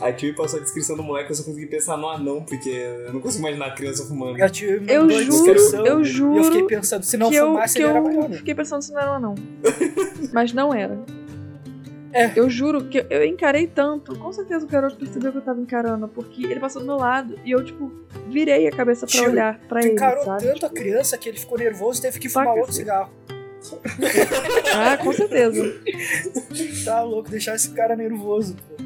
B: A Tio passou a descrição do moleque, eu só consegui pensar no anão, porque eu não consigo imaginar a criança fumando.
A: Eu, tive uma
C: Eu
A: dor de
B: juro,
A: descrição,
C: eu
A: E eu fiquei
C: juro
A: pensando, se não
C: que eu,
A: fumasse,
C: que
A: ele era
C: eu
A: maior, né?
C: fiquei pensando se não era um anão. Mas não era.
A: É.
C: Eu juro que eu, eu encarei tanto. Com certeza o garoto percebeu que eu tava encarando, porque ele passou do meu lado e eu, tipo, virei a cabeça pra
A: Tio,
C: olhar pra
A: Tu
C: ele,
A: encarou
C: sabe?
A: tanto a criança que ele ficou nervoso e teve que fumar
C: Saca,
A: outro
C: filho.
A: cigarro.
C: Ah, com certeza.
A: Tá louco, deixar esse cara nervoso, pô.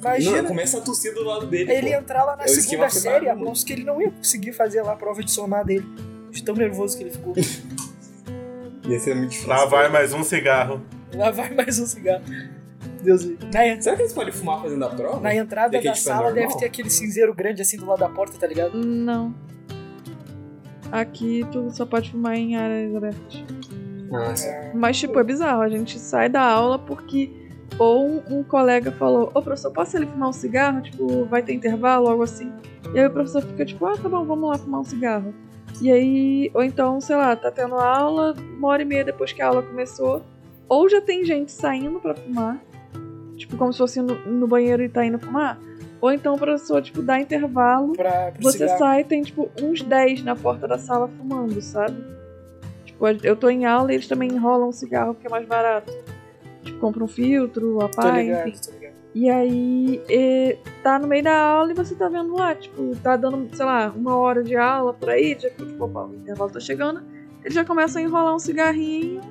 B: Não,
A: Imagina
B: começa a tossir do lado dele.
A: ele
B: pô.
A: entrar lá na
B: É o
A: segunda
B: esquema que eu
A: série,
B: tava
A: a aposto que ele não ia conseguir fazer lá a prova de somar dele. De tão nervoso que ele ficou. é-
B: Ia ser muito difícil.
E: Lá vai mais um cigarro.
A: lá vai mais um cigarro. Deus me... na, en-
B: Será que eles podem fumar fazendo a prova?
A: na entrada
B: Tem que
A: da
B: ir, tipo,
A: sala
B: normal?
A: deve ter aquele cinzeiro grande assim do lado da porta, tá ligado?
C: Não. Aqui tu só pode fumar em áreas abertas.
B: Nossa.
C: Mas, tipo, é bizarro. A gente sai da aula porque ou um, um colega falou, ô professor, posso ele fumar um cigarro? Tipo, vai ter intervalo, algo assim. E aí o professor fica tipo, ah, tá bom, vamos lá fumar um cigarro. E aí, ou então, sei lá, tá tendo aula, uma hora e meia depois que a aula começou, ou já tem gente saindo pra fumar, tipo, como se fosse no, no banheiro e tá indo fumar, ou então o professor, tipo, dá intervalo
A: Pra, pro
C: você
A: cigarro.
C: sai e tem, tipo, uns 10 na porta da sala fumando, sabe? Tipo, eu tô em aula e eles também enrolam um cigarro que é mais barato. Tipo, compra um filtro, a
A: Tô
C: pá, enfim.
A: ligado, tô ligado.
C: E aí, é, tá no meio da aula e você tá vendo lá, tipo, tá dando, sei lá, uma hora de aula por aí, já fica, tipo, opa, o intervalo tá chegando. Eles já começam a enrolar um cigarrinho.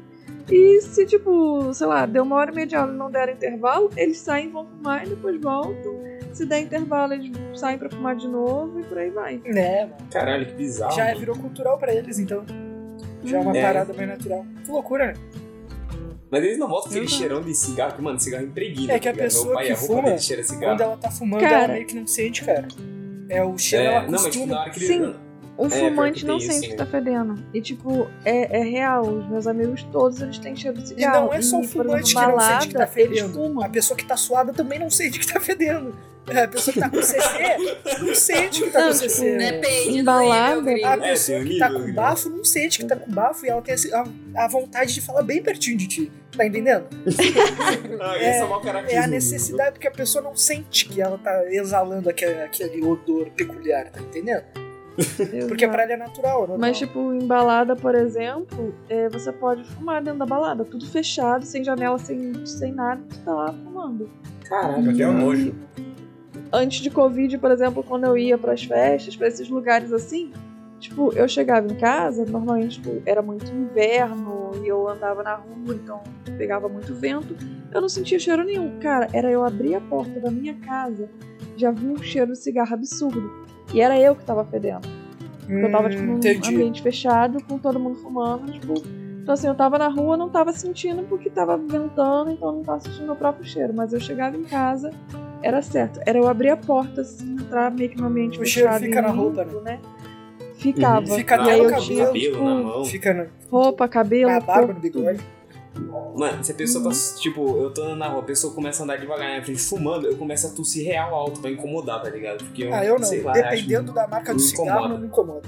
C: E se, tipo, sei lá, deu uma hora e meia de aula e não deram intervalo, eles saem, vão fumar e depois voltam. Se der intervalo, eles saem pra fumar de novo e por aí vai.
A: Né, mano.
B: Caralho, que bizarro.
A: Já é
B: mano.
A: virou cultural pra eles, então. Já é uma
B: É.
A: parada mais natural. Que loucura, né?
B: Mas eles não botam aquele
C: Exato.
B: cheirão de cigarro, que, mano, cigarro impregna.
A: É que a
B: tá ligado?
A: pessoa
B: Meu pai
A: que
B: a roupa
A: fuma,
B: dele cheira cigarro.
A: Quando ela tá fumando,
C: Cara.
A: ela meio que não sente, cara. É o cheiro,
B: É,
A: ela
B: não, mas tipo,
A: costuma.
B: na hora que ele.
C: Sim.
A: É,
C: O
B: pior
C: Um fumante
B: que
C: não
B: tem isso,
C: sente que
B: né?
C: tá fedendo. E, tipo, é, é real. Os meus amigos todos, eles têm cheiro de
A: E
C: cigarro.
A: não é só o
C: por exemplo,
A: fumante que não sente que tá
C: balada, eles
A: fedendo.
C: fumam.
A: A pessoa que tá suada também não sente que tá fedendo. É, A pessoa que tá com CC não sente que tá
C: Não,
A: com
C: tipo,
A: CC. né?
D: Depende
C: Embalada.
D: do nível,
A: A
D: gringo.
B: É,
A: pessoa
B: tem um
A: que tá
B: nível,
A: com
B: né?
A: bafo não sente que tá com bafo e ela tem esse- a, a vontade de falar bem pertinho de ti. Tá entendendo?
B: Ah,
A: É-
B: esse é o mau
A: É
B: caratismo.
A: a necessidade, porque a pessoa não sente que ela tá exalando aquele, aquele odor peculiar, tá entendendo? Porque
C: Exato.
A: pra ela é natural, é normal.
C: Uhum. Mas, tipo, em balada, por exemplo, é, você pode fumar dentro da balada. Tudo fechado, sem janela, sem, sem nada. Tu tá lá fumando.
B: Caraca,
E: Eu
B: que
E: tenho
B: nojo.
E: nojo.
C: antes de Covid, por exemplo, quando eu ia pras festas, pra esses lugares assim, tipo, eu chegava em casa, normalmente tipo, era muito inverno e eu andava na rua, então pegava muito vento, eu não sentia cheiro nenhum. Cara, era eu abrir a porta da minha casa, já vi um cheiro de cigarro absurdo. E era eu que tava fedendo. Porque eu tava, tipo, num
A: Hum, entendi.
C: ambiente fechado, com todo mundo fumando, tipo. Então, assim, eu tava na rua, não tava sentindo porque tava ventando, então não tava sentindo meu próprio cheiro. Mas eu chegava em casa, era certo. Era eu abrir a porta, assim, entrar meio que no ambiente
A: O cheiro
C: fechado.
A: fica
C: e
A: na roupa,
C: limpo, né? Ficava.
A: Fica
C: e
A: até
C: aí
A: no
C: eu
A: cabelo,
C: tinha,
B: cabelo na
C: tipo,
B: mão.
A: Fica na,
C: roupa, cabelo,
A: na barba, no
C: corpo, tudo.
A: bigode.
B: Mano, se a pessoa tá. Tipo, eu tô andando na rua, a pessoa começa a andar devagar na minha frente fumando, eu começo a tossir real alto pra incomodar, tá ligado? Porque eu,
A: Ah, eu não.
B: sei lá,
A: Dependendo da marca do
B: me
A: cigarro,
B: incomoda.
A: não me incomoda.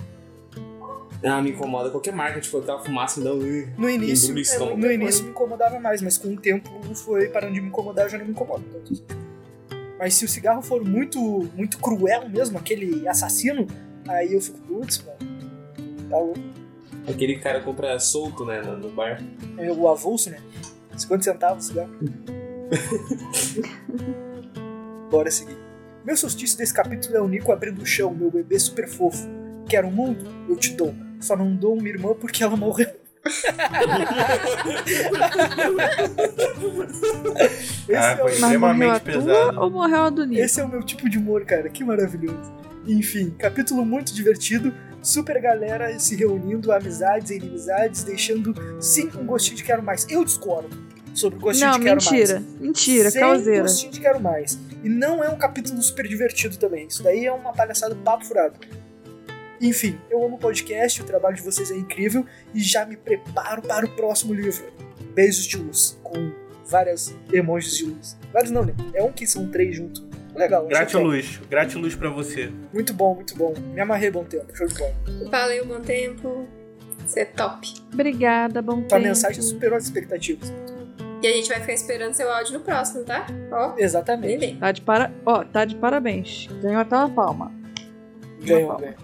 B: acho- Ah, me incomoda qualquer marca, tipo, aquela fumaça me dá um. "Ugh".
A: No início,
B: Engula o estômago.
A: no início me incomodava mais, mas com o tempo foi parando de me incomodar, eu já não me incomodo. tanto. Mas se o cigarro for muito, muito cruel mesmo, aquele assassino, aí eu fico, putz, mano. Tá louco.
B: Aquele cara compra solto, né, no, no bar.
A: É o avulso, né? 50 centavos né? o cigarro. Bora seguir. Meu solstício desse capítulo é o Nico abrindo o chão, meu bebê super fofo. Quero um mundo? Eu te dou. Só não dou uma irmã porque ela morreu. Esse
E: Ah,
A: é o
E: foi
C: Mas morreu a
E: extremamente pesado.
C: tua ou morreu a do Nico?
A: Esse é o meu tipo de humor, cara. Que maravilhoso. Enfim, capítulo muito divertido. Super galera se reunindo, amizades e inimizades, deixando sim um gostinho de quero mais. Eu discordo sobre o gostinho
C: Não,
A: de quero
C: mentira.
A: mais.
C: Mentira,
A: Sem
C: causeira.
A: gostinho de quero mais. E não é um capítulo super divertido também. Isso daí é uma palhaçada papo furado. Enfim, eu amo o podcast, o trabalho de vocês é incrível e já me preparo para o próximo livro. Beijos de luz, com várias emojis de luz. Vários não, né? É um que são três junto. Legal. achei top.
E: Gratiluz, gratiluz pra você.
A: Muito bom, muito bom. Me amarrei bom tempo, show de bola.
D: Valeu, bom tempo. Você é top.
C: Obrigada, bom
A: Tua
C: tempo.
A: mensagem superou as expectativas.
D: E a gente vai ficar esperando seu áudio no próximo, tá? Ó,
A: Exatamente.
D: bebê.
C: Tá de, para... Ó, tá de parabéns. Ganhou até uma palma.
A: Ganhou,
C: palma.
A: ganhou.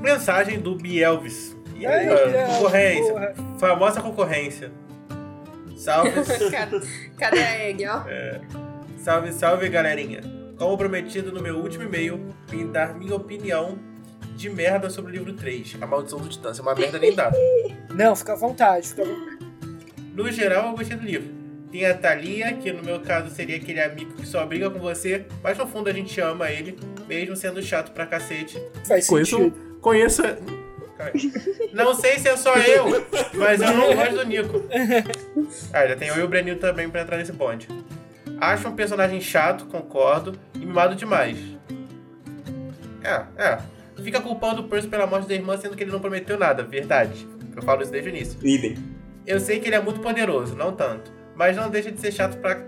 E: Mensagem do Bielvis. E
A: Ai,
E: aí, ó,
A: Bielvis,
E: concorrência.
A: porra.
E: Famosa concorrência. Salve,
D: Cadê- Cadê a egg, ó?
E: salve, salve, galerinha. Como prometido no meu último e-mail, vim dar minha opinião de merda sobre o livro 3, A Maldição do Titã. Se é uma merda nem dá.
A: Não, fica à vontade. Fica à vontade.
E: No geral, eu gostei do livro. Tem a Thalia, que no meu caso seria aquele amigo que só briga com você, mas no fundo a gente ama ele, mesmo sendo chato pra cacete.
A: Faz
E: Conheço-
A: sentido.
E: Conheça. Não sei se é só eu, mas eu não gosto do Nico. Ah, já tem eu e o Brenil também pra entrar nesse bonde. Acho um personagem chato, concordo, e mimado demais. É, é. Fica culpando o Percy pela morte da irmã, sendo que ele não prometeu nada, verdade. Eu falo isso desde o início.
B: Idem.
E: Eu sei que ele é muito poderoso, não tanto. Mas não deixa de ser chato pra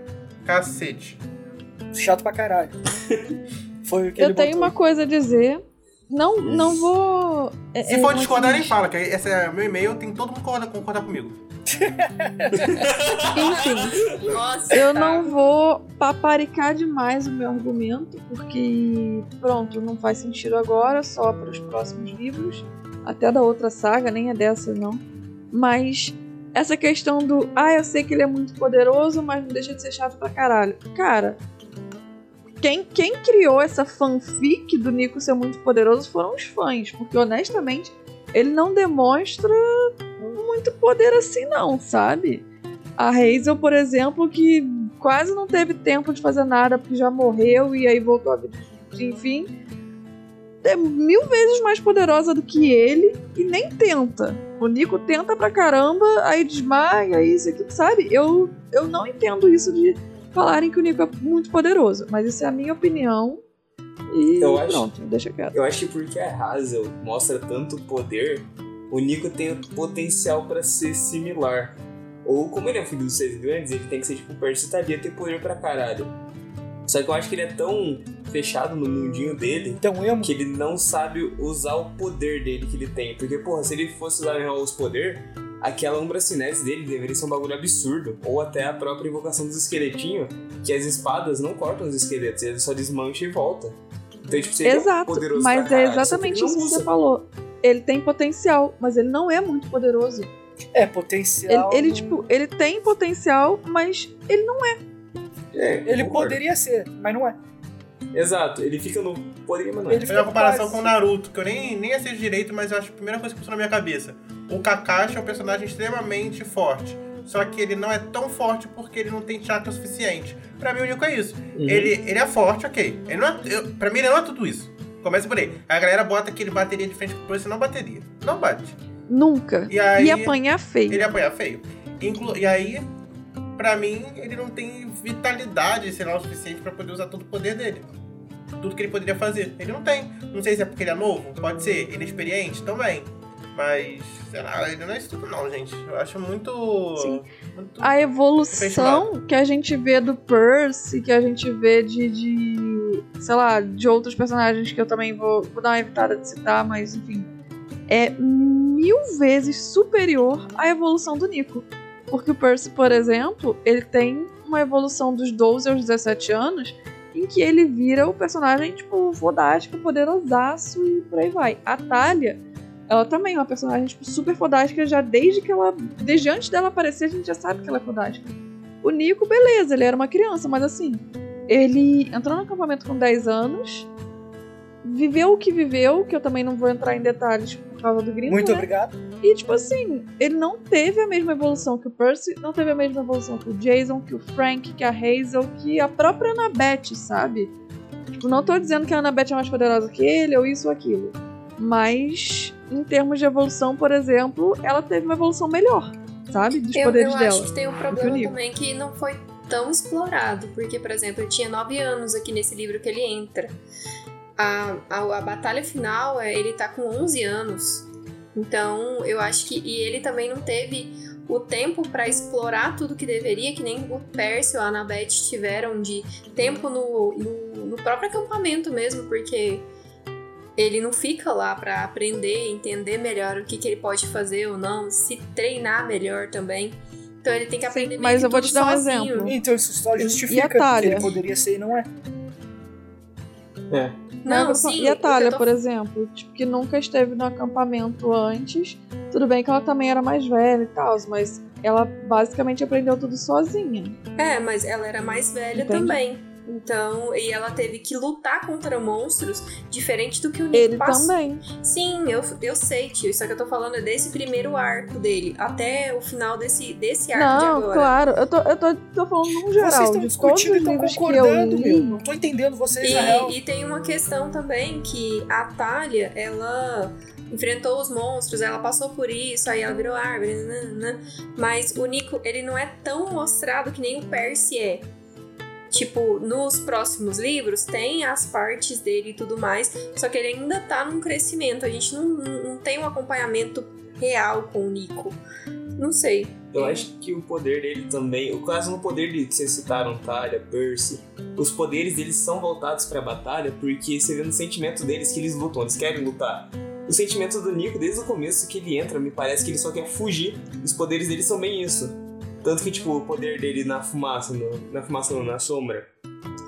E: cacete.
A: Chato pra caralho. Foi o que ele
C: Eu tenho
A: botou.
C: uma coisa a dizer. Não, não vou. é-
E: Se
C: é,
E: for
C: não-
E: discordarem, fala, que esse é meu e-mail, tem todo mundo concordar, concordar comigo.
C: Enfim,
D: Nossa,
C: eu
D: tá.
C: não vou paparicar demais o meu argumento, porque, pronto, não faz sentido agora, só para os próximos livros, até da outra saga, nem é dessa, não. Mas essa questão do, ah, eu sei que ele é muito poderoso, mas não deixa de ser chato pra caralho. Cara. Quem, quem criou essa fanfic do Nico ser muito poderoso foram os fãs, porque honestamente ele não demonstra muito poder assim, não, sabe? A Hazel, por exemplo, que quase não teve tempo de fazer nada porque já morreu e aí voltou a vida. Enfim, é mil vezes mais poderosa do que ele e nem tenta. O Nico tenta pra caramba, aí desmaia, isso e aquilo, sabe? Eu, eu não entendo isso de falarem que o Nico é muito poderoso, mas isso é a minha opinião. E
B: Eu acho-
C: pronto, deixa quieto.
B: Eu acho que porque a Hazel mostra tanto poder, o Nico tem o potencial pra ser similar. Ou como ele é filho dos seis grandes, ele tem que ser tipo o Percy Tadinha ter poder pra caralho. Só que eu acho que ele é tão fechado no mundinho dele
A: Então, emo.
B: que ele não sabe usar o poder dele que ele tem. Porque, porra, se ele fosse usar mesmo os poderes, aquela umbra sinestra dele deveria ser um bagulho absurdo. Ou até a própria invocação dos esqueletinhos, que as espadas não cortam os esqueletos, ele só desmancha e volta. Então, tipo, seria
C: Exato,
B: poderoso pra
C: mas é
B: caralho, só que
C: exatamente
B: ele não
C: isso que você
B: usa.
C: falou. Ele tem potencial, mas ele não é muito poderoso.
A: É,
C: Ele,
A: potencial.
C: ele,
A: não-
C: tipo, ele tem potencial, mas ele não é.
B: É,
A: Ele
B: concordo.
A: poderia ser, mas não é.
B: Exato, ele fica no. Poderia, mas não é.
A: Ele
E: Foi a
A: fica
E: comparação
A: quase-
E: com o Naruto, que eu nem, nem assisto direito, mas eu acho que a primeira coisa que passou na minha cabeça. O Kakashi é um personagem extremamente forte. Só que ele não é tão forte porque ele não tem chakra suficiente. Pra mim, o único é isso.
B: Uhum.
E: Ele, ele é forte, ok. Ele não é, eu- pra mim, ele não é tudo isso. Começa por aí. A galera bota que ele bateria de frente pro Bruce, não bateria. Não bate.
C: Nunca.
E: E aí,
C: e apanhar feio.
E: ele apanha feio. Inclu- e aí, pra mim, ele não tem vitalidade, sei lá, o suficiente pra poder usar todo o poder dele. Tudo que ele poderia fazer. Ele não tem. Não sei se é porque ele é novo, pode ser. Inexperiente também. Mas, sei lá, ele não é isso tudo não, gente. Eu acho muito...
C: Sim.
E: muito-
C: a
E: Festival.
C: evolução que a gente vê do Percy, que a gente vê de, de sei lá, de outros personagens que eu também vou, vou dar uma evitada de citar, mas enfim, é mil vezes superior à evolução do Nico. Porque o Percy, por exemplo, ele tem uma evolução dos 12 aos 17 anos em que ele vira o personagem, tipo, fodástico, poderosaço e por aí vai. A Talia, ela também é uma personagem, tipo, super fodástica já desde que ela desde antes dela aparecer, a gente já sabe que ela é fodástica. O Nico, beleza, ele era uma criança, mas assim, ele entrou no acampamento com 10 anos, viveu o que viveu, que eu também não vou entrar em detalhes por causa do gringo,
A: Muito
C: né?
A: obrigado.
C: E, tipo assim, ele não teve a mesma evolução que o Percy, não teve a mesma evolução que o Jason, que o Frank, que a Hazel, que a própria Annabeth, sabe? Tipo, não tô dizendo que a Annabeth é mais poderosa que ele, ou isso ou aquilo. Mas, em termos de evolução, por exemplo, ela teve uma evolução melhor, sabe? Dos
D: Eu,
C: poderes
D: eu
C: dela.
D: acho que tem um
C: Do
D: problema
C: que o
D: também que não foi tão explorado, porque, por exemplo, eu tinha nove anos aqui nesse livro que ele entra. A, a, a batalha final, é, ele tá com 11 anos. Então, eu acho que. E ele também não teve o tempo pra explorar tudo que deveria, que nem o Percy ou a Annabeth tiveram de tempo no, no, no próprio acampamento mesmo, porque ele não fica lá pra aprender, entender melhor o que, que ele pode fazer ou não, se treinar melhor também. Então ele tem que
C: Sim,
D: aprender meio
C: mas
D: que
C: eu vou
D: tudo
C: te dar um
D: sozinho.
C: exemplo.
A: Então isso só
C: E
A: justifica
C: a
A: que
C: Thalia?
A: ele poderia ser e não é.
C: Não,
D: Não,
C: eu falo-
D: sim,
C: e a
D: o que
C: Talia,
D: eu tô
C: por exemplo, tipo, que nunca esteve no acampamento antes. Tudo bem que ela também era mais velha e tal, mas ela basicamente aprendeu tudo sozinha.
D: É, mas ela era mais velha
C: Entendi.
D: também. Então, e ela teve que lutar contra monstros, diferente do que o Nick
C: Ele
D: passou.
C: também.
D: Sim, eu, eu sei, tio. Só que eu tô falando é desse primeiro arco dele, até o final desse, desse arco de
C: Não,
D: agora.
C: claro. Eu tô, eu tô, tô falando num geral.
A: vocês estão
C: de todos
A: discutindo
C: os
A: e estão
C: livros que eu
A: concordando, meu.
C: li,
A: Não tô entendendo vocês, na real.
D: E, e tem uma questão também que a Talia, ela enfrentou os monstros, ela passou por isso, aí ela virou árvore, nananã. mas o Nico, ele não é tão mostrado que nem o Percy é. Tipo, nos próximos livros tem as partes dele e tudo mais, só que ele ainda tá num crescimento, a gente não, não não tem um acompanhamento real com o Nico. Não sei.
B: Eu acho que o poder dele também, o caso no poder de que vocês citaram, Talia, Percy, os poderes deles são voltados pra batalha porque você vê no sentimento deles que eles lutam, eles querem lutar. O sentimento do Nico, desde o começo que ele entra, me parece que ele só quer fugir. Os poderes dele são bem isso. Tanto que, tipo, o poder dele na fumaça, no- na fumaça não, na sombra,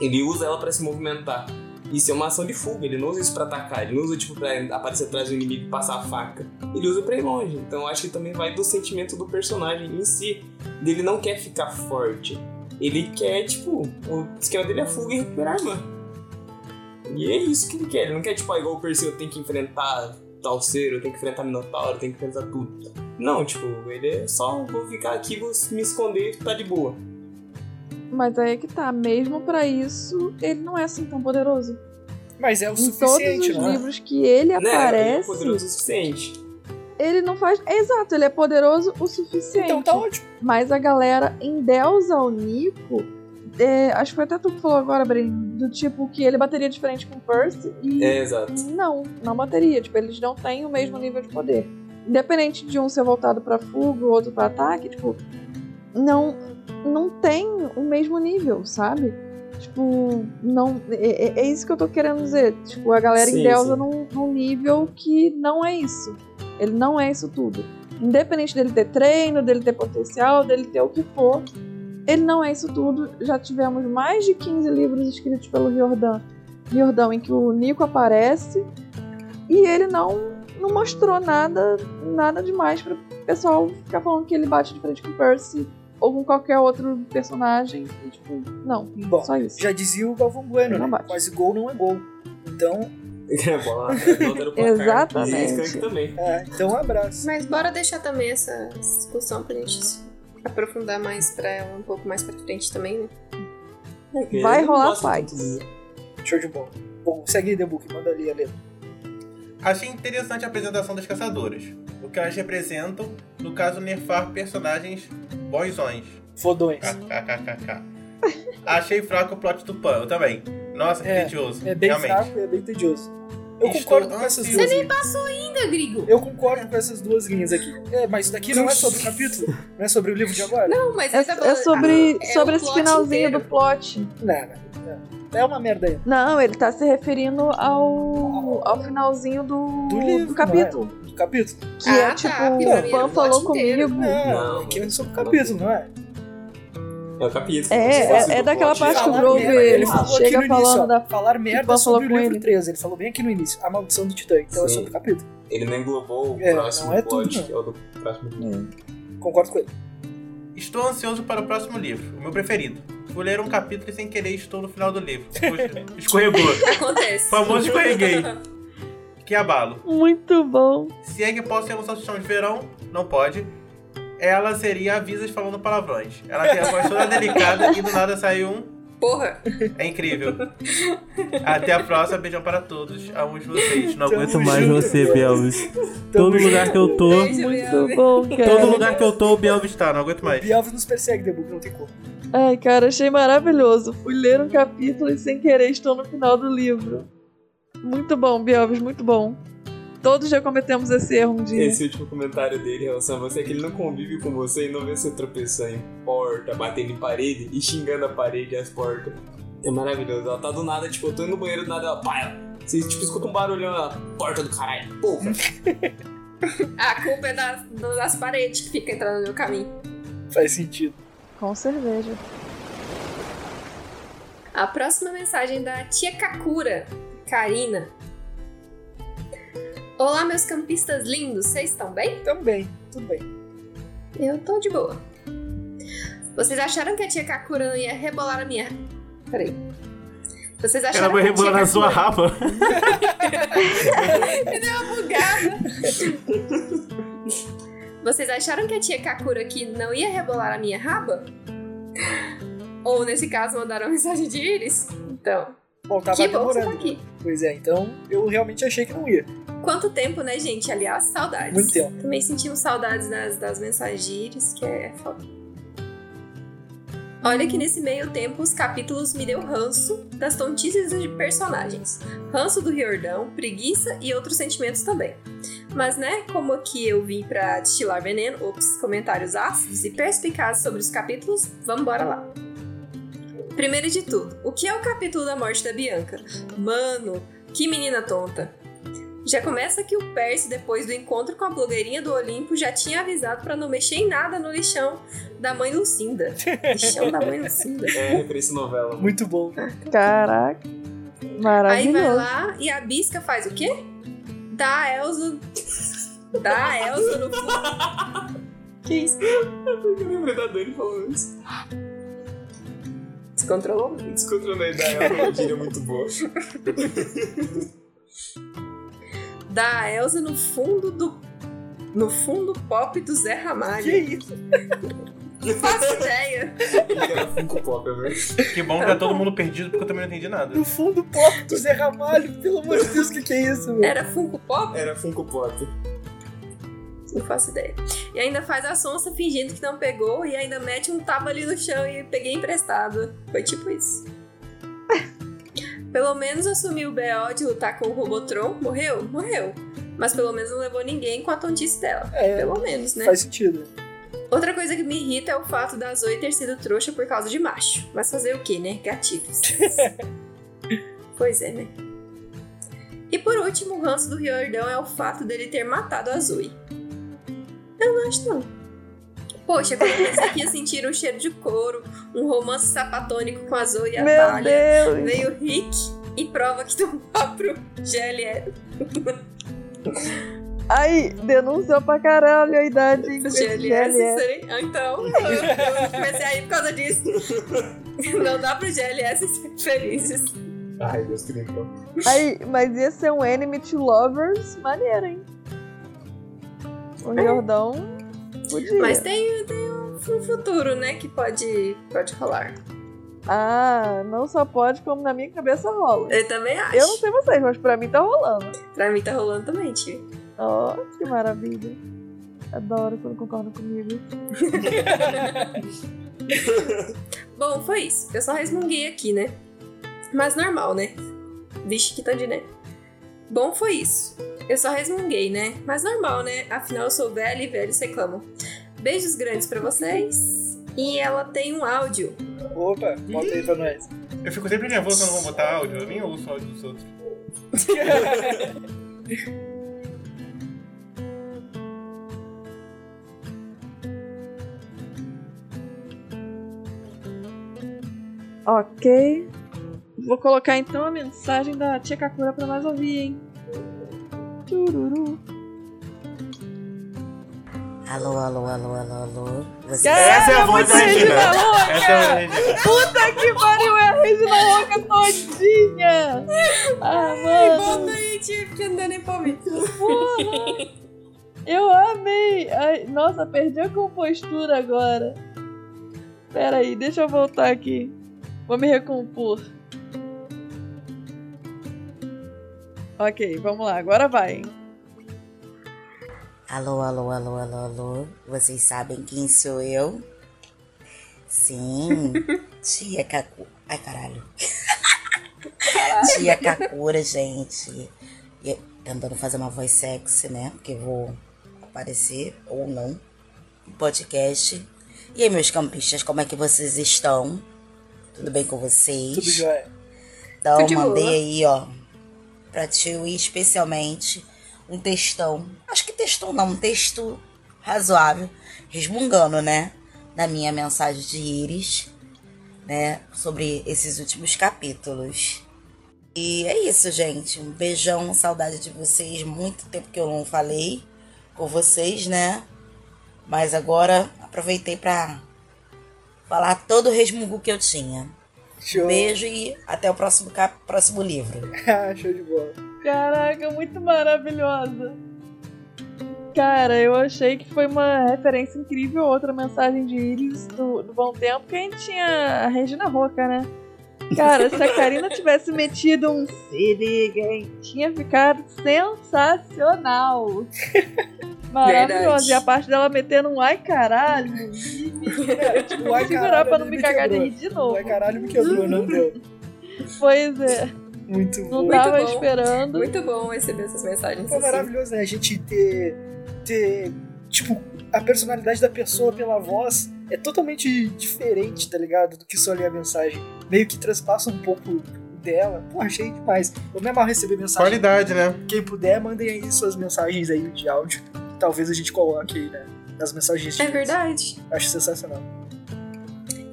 B: ele usa ela pra se movimentar. Isso é uma ação de fuga, ele não usa isso pra atacar, ele não usa, tipo, pra aparecer atrás do inimigo e passar a faca ele usa pra ir longe. Então eu acho que também vai do sentimento do personagem em si. Ele não quer ficar forte. Ele quer, tipo, o esquema dele é fuga e recuperar a arma. E é isso que ele quer. Ele não quer, tipo, ah, igual o Perseu, eu tenho que enfrentar Talceiro, eu tenho que enfrentar Minotauro, eu tenho que enfrentar tudo. Não, tipo, ele é só vou ficar aqui, vou me esconder, tá de boa.
C: Mas aí é que tá. Mesmo pra isso, ele não é assim tão poderoso.
A: Mas é o
C: Em todos
A: suficiente,
C: os
A: né?
C: livros que ele
B: Né? Ele é
C: aparece,
B: poderoso o suficiente.
C: ele não faz. Exato, ele é poderoso o suficiente.
A: Então tá ótimo.
C: Mas a galera endeusa o Nico. é, acho que foi até tu que falou agora, Brin, do tipo que ele bateria de frente com o Percy e
B: É, exato.
C: Não, não bateria. Tipo, eles não têm o mesmo nível de poder. Independente de um ser voltado pra fuga, o outro pra ataque, tipo, não, não tem o mesmo nível, sabe? Tipo, não. É, é- é isso que eu tô querendo dizer. Tipo, a galera
B: Sim,
C: endeusa
B: sim.
C: num, num nível que não é isso. Ele não é isso tudo. Independente dele ter treino, dele ter potencial, dele ter o que for, ele não é isso tudo. Já tivemos mais de 15 livros escritos pelo Jordan, Jordão em que o Nico aparece e ele não, não mostrou nada nada demais pra, o pessoal fica falando que ele bate de frente com o Percy ou com qualquer outro personagem. E, tipo, não,
A: Bom,
C: só isso.
A: já dizia o Galvão Bueno,
C: Não
A: né?
C: bate.
A: Quase gol não é gol. Então,
B: A bola redonda era o placar.
C: Exatamente.
B: E esse cara também.
A: é, então um abraço.
D: Mas bora deixar também essa essa discussão pra gente se aprofundar mais pra ela um pouco mais pra frente também, né?
C: Vai
B: Eu não
C: rolar
B: gosto
C: fight.
B: tanto
A: Show de bola. Bom, segue aí, The Book, manda ali a letra.
E: Achei interessante a apresentação das caçadoras, o que elas representam, no caso, nerfar personagens bonzões.
A: Fodões.
E: KKKKK. Achei fraco o plot do Pan, eu também. Nossa, que
A: É,
E: tedioso.
A: É bem
E: realmente.
A: fraco e é bem tedioso. Eu
E: Estou
A: concordo com essas
E: ansioso.
A: duas.
E: Você
A: linhas.
D: Ainda, Grigo!
A: Eu concordo com essas duas linhas aqui. É, mas isso daqui não é sobre o capítulo? Não é sobre o livro de agora?
D: Não, mas
C: É,
D: ele tá falando-
C: é sobre,
D: Ah, é
C: sobre
D: o
C: esse
D: plot
C: finalzinho
D: inteiro.
C: do plot.
A: Não, não, não. É uma merda aí.
C: Não, ele tá se referindo ao, ao finalzinho do,
A: Do livro, não é?
C: capítulo.
A: Do capítulo?
C: Que
D: Ah,
C: é
D: tá,
C: tipo,
D: que
A: pra
C: o
D: mim era
C: Pan
D: o
C: falou
D: plot inteiro.
C: comigo.
A: Não,
B: Não,
A: aqui é sobre o
B: não.
A: capítulo, não é?
B: É o capítulo.
C: É,
B: Se fosse
C: é- é
B: do
C: daquela
B: plot,
C: parte que o
B: falar
C: Grove-
B: merda, ele
C: ele
B: fala.
C: chega falando
A: ó,
C: da-
A: Falar
C: que o
A: merda
C: Pan falou
A: sobre o
C: com
A: livro
C: ele.
A: 13. Ele falou bem aqui no início. A maldição do Titã. Então é
B: Sim.
A: sobre o capítulo.
B: Ele não englobou o
A: É,
B: próximo
A: não é tudo,
B: plot,
A: não.
B: que é o do próximo.
A: Concordo com ele.
E: Estou ansioso para o próximo livro, o meu preferido. Vou ler um capítulo e sem querer estou no final do livro. Poxa, Escorregou.
D: Acontece.
E: Famoso escorreguei. Que abalo.
C: Muito bom.
E: Se é que posso ter um salsichão de verão, não pode. Ela seria avisas falando palavrões. Ela tem a voz toda delicada e do nada sai um.
D: Porra,
E: É incrível. Até a próxima, beijão para todos. Amo vocês. Não
A: Tamo
E: aguento
A: junto.
E: mais.
A: mais você,
H: Belvis.
A: Tamo junto.
H: que eu tô,
D: beijo, Biel.
C: Muito bom,
E: Todo
C: cara.
E: lugar que eu tô, o Belvis tá. Não aguento mais.
A: Bielvis nos persegue, The Book, não tem como.
C: Ai, cara, achei maravilhoso. Fui ler um capítulo e sem querer estou no final do livro. Muito bom, Bielvis, muito bom. Todos já cometemos esse erro um dia.
B: Esse último comentário dele em relação a você é que ele não convive com você e não vê você tropeçando em porta, batendo em parede e xingando a parede e as portas. É maravilhoso. Ela tá do nada, tipo, eu tô indo no banheiro do nada, ela pá, ela- Você tipo, escuta um barulhão ela, porta do caralho. Porra!
D: a culpa é das, das paredes que fica entrando no meu caminho.
A: Faz sentido.
C: Com cerveja.
D: A próxima mensagem é da tia Kakura, Karina. Olá, meus campistas lindos, vocês estão bem?
A: Também, tudo bem.
D: Eu tô de boa. Vocês acharam que a tia Kakura não ia rebolar a minha. Peraí. Vocês acharam
E: Ela vai
D: que a tia
E: rebolar na sua
D: Kakura-
E: raba.
D: bugada. Vocês acharam que a tia Kakura aqui não ia rebolar a minha raba? Ou nesse caso mandaram mensagem de Iris? Então,
A: Bom, tava
D: que bom que você tá
A: demorando.
D: aqui.
A: Pois é, então eu realmente achei que não ia.
D: Quanto tempo, né, gente? Aliás, saudades.
A: Muito tempo.
D: Também sentimos saudades das, das mensagens de Iris, que é foda. Olha que nesse meio tempo os capítulos me deu ranço das tontices de personagens. Ranço do Riordão, preguiça e outros sentimentos também. Mas né, como aqui eu vim pra destilar veneno, ops, comentários ácidos e perspicazes sobre os capítulos, vambora lá. Primeiro de tudo, o que é o capítulo da morte da Bianca? Mano, que menina tonta. Já começa que o Percy, depois do encontro com a blogueirinha do Olimpo, já tinha avisado pra não mexer em nada no lixão da mãe Lucinda. Lixão da mãe Lucinda.
B: É referência à novela.
A: Muito bom.
C: Caraca. Tá
D: Aí vai
C: Maravilhoso.
D: lá e a Bisca faz o quê? Dá a Elsa. Dá a Elsa no cu. Que isso?
B: Eu lembrei da Dani falando isso.
D: Descontrolou?
B: Descontrolei da ela, uma gíria muito boa.
D: Dá a Elsa no fundo do. No fundo pop do Zé
A: Que
D: Ramalho.
A: isso?
D: Não faço ideia.
B: Que era Funko Pop, né?
E: Que bom que tá todo mundo perdido porque eu também não entendi nada.
A: No fundo, pop do Zé Ramalho. Pelo amor de Deus, o que, que é isso, meu?
D: Era Funko Pop?
B: Era Funko Pop.
D: Não faço ideia. E ainda faz a sonsa fingindo que não pegou e ainda mete um tapa ali no chão e peguei emprestado. Foi tipo isso. pelo menos assumiu o BO de lutar com o Robotron. Morreu? Morreu. Mas pelo menos não levou ninguém com a tontice dela.
A: É,
D: Pelo menos, né?
A: faz sentido.
D: Outra coisa que me irrita é o fato da Zoe ter sido trouxa por causa de macho. Mas fazer o quê, né? Gatilhos. pois é, né? E por último, o ranço do Riordão é o fato dele ter matado a Zoe. Eu não acho, não. Poxa, quando eu pensei que ia sentir um cheiro de couro, um romance sapatônico com a Zoe e a
C: Meu
D: Thalia,
C: Deus.
D: veio tá Rick e prova que do próprio GLL.
C: Aí, denunciou pra caralho a idade em que
D: Os
C: esse
D: GLS
C: GLS.
D: serem. Ah, Então, eu, eu comecei a ir por causa disso. Não dá pro GLS ser felizes.
B: Ai, Deus que lembrou.
C: Aí, mas ia ser um Enemy to Lovers maneiro, hein? O Jordão podia.
D: É. Mas tem, tem um futuro, né? Que pode, pode rolar.
C: Ah, não só pode, como na minha cabeça rola.
D: Eu também acho.
C: Eu não sei vocês, mas pra mim tá rolando.
D: Pra mim tá rolando também, tio.
C: Ó, que maravilha. Adoro quando concordam comigo.
D: Bom, foi isso. Eu só resmunguei aqui, né? Mas normal, né? Vixe, que tanto de né? Bom, foi isso. Eu só resmunguei, né? Mas normal, né? Afinal, eu sou velha e velhos reclamam. Beijos grandes pra vocês. E ela tem um áudio.
A: Opa, bota aí pra nós.
E: Eu fico sempre nervoso quando vão botar áudio, eu nem ouço áudio dos outros.
C: Ok. Vou colocar então a mensagem da Tia Kakura pra nós ouvir, hein? Tururu.
H: Alô, alô, alô, alô, alô. Você
E: Essa é a voz da
C: Muito
E: Regina.
C: Regina Roca!
E: Essa é a Regina.
C: Puta que pariu, é a Regina Roca todinha! Ah, mano,
D: aí, tio, porque não deu nem pra ouvir.
C: porra! Eu amei! Ai, nossa, perdi a compostura agora. Pera aí, deixa eu voltar aqui. Vou me recompor. Ok, vamos lá, agora vai. hein?
H: Alô, alô, alô, alô, alô. Vocês sabem quem sou eu? Sim, tia Kakura. Ai, caralho. tia Kakura, gente. E eu tentando fazer uma voz sexy, né? Porque eu vou aparecer ou não no podcast. E aí, meus campistas, como é que vocês estão? Tudo bem com vocês?
A: Tudo jóia.
H: Então,
D: Tudo de
H: mandei
D: boa.
H: aí, ó, pra tio e especialmente um textão. Acho que textão não, um texto razoável, resmungando, né? Da minha mensagem de íris, né? Sobre esses últimos capítulos. E é isso, gente. Um beijão, saudade de vocês. Muito tempo que eu não falei com vocês, né? Mas agora aproveitei pra falar todo o resmungo que eu tinha.
A: Show.
H: Beijo e até o próximo, cap... próximo livro.
A: Ah, Show de bola.
C: Caraca, muito maravilhosa. Cara, eu achei que foi uma referência incrível a outra mensagem de Iris do, do Bom Tempo, que a gente tinha a Regina Roca, né? Cara, se a Karina tivesse metido um se liga, hein? Tinha ficado sensacional. Maravilhosa.
D: Verdade.
C: E a parte dela metendo um ai caralho.
A: O tipo, Um ai,
C: Segurar pra
A: caralho,
C: não me
A: me
C: cagar de
A: quebrou.
C: rir de
A: O
C: novo.
A: ai, caralho me quebrou, não deu.
C: Pois é,
A: Muito
C: não
A: bom.
C: tava
D: bom.
C: esperando.
D: Muito bom receber essas mensagens.
A: Foi
D: Assim.
A: maravilhoso, né? A gente ter, ter. Tipo, a personalidade da pessoa pela voz é totalmente diferente, tá ligado? Do que só ler a mensagem. Meio que transpassa um pouco dela. Pô, achei demais. Eu me amarro a receber mensagem.
E: Qualidade, né?
A: Quem puder, mandem aí suas mensagens aí de áudio. Talvez a gente coloque aí, né? Nas mensagens.
D: É verdade.
A: Acho sensacional.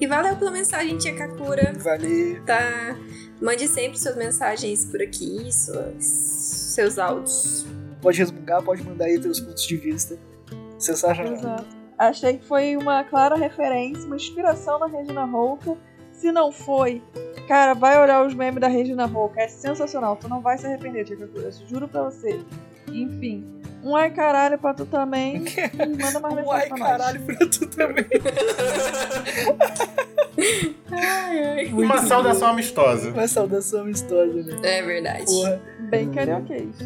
D: E valeu pela mensagem, tia Kakura.
A: Valeu.
D: Tá. Mande sempre suas mensagens por aqui, suas- seus áudios.
A: Pode resmungar, pode mandar aí teus pontos de vista. Sensacional.
C: Exato. Achei que foi uma clara referência, uma inspiração na Regina Rouca. Se não foi, cara, vai olhar os memes da Regina Rouca. É sensacional. Tu não vai se arrepender, Tia Kakura. Eu juro pra você. Enfim. Um ai caralho pra tu também. E manda mais
A: Um
C: mensagem
A: ai,
C: pra nós.
A: caralho, pra tu também.
E: Uma saudação amistosa.
A: Uma saudação amistosa, né?
D: É verdade.
A: Porra.
C: Bem carioquês.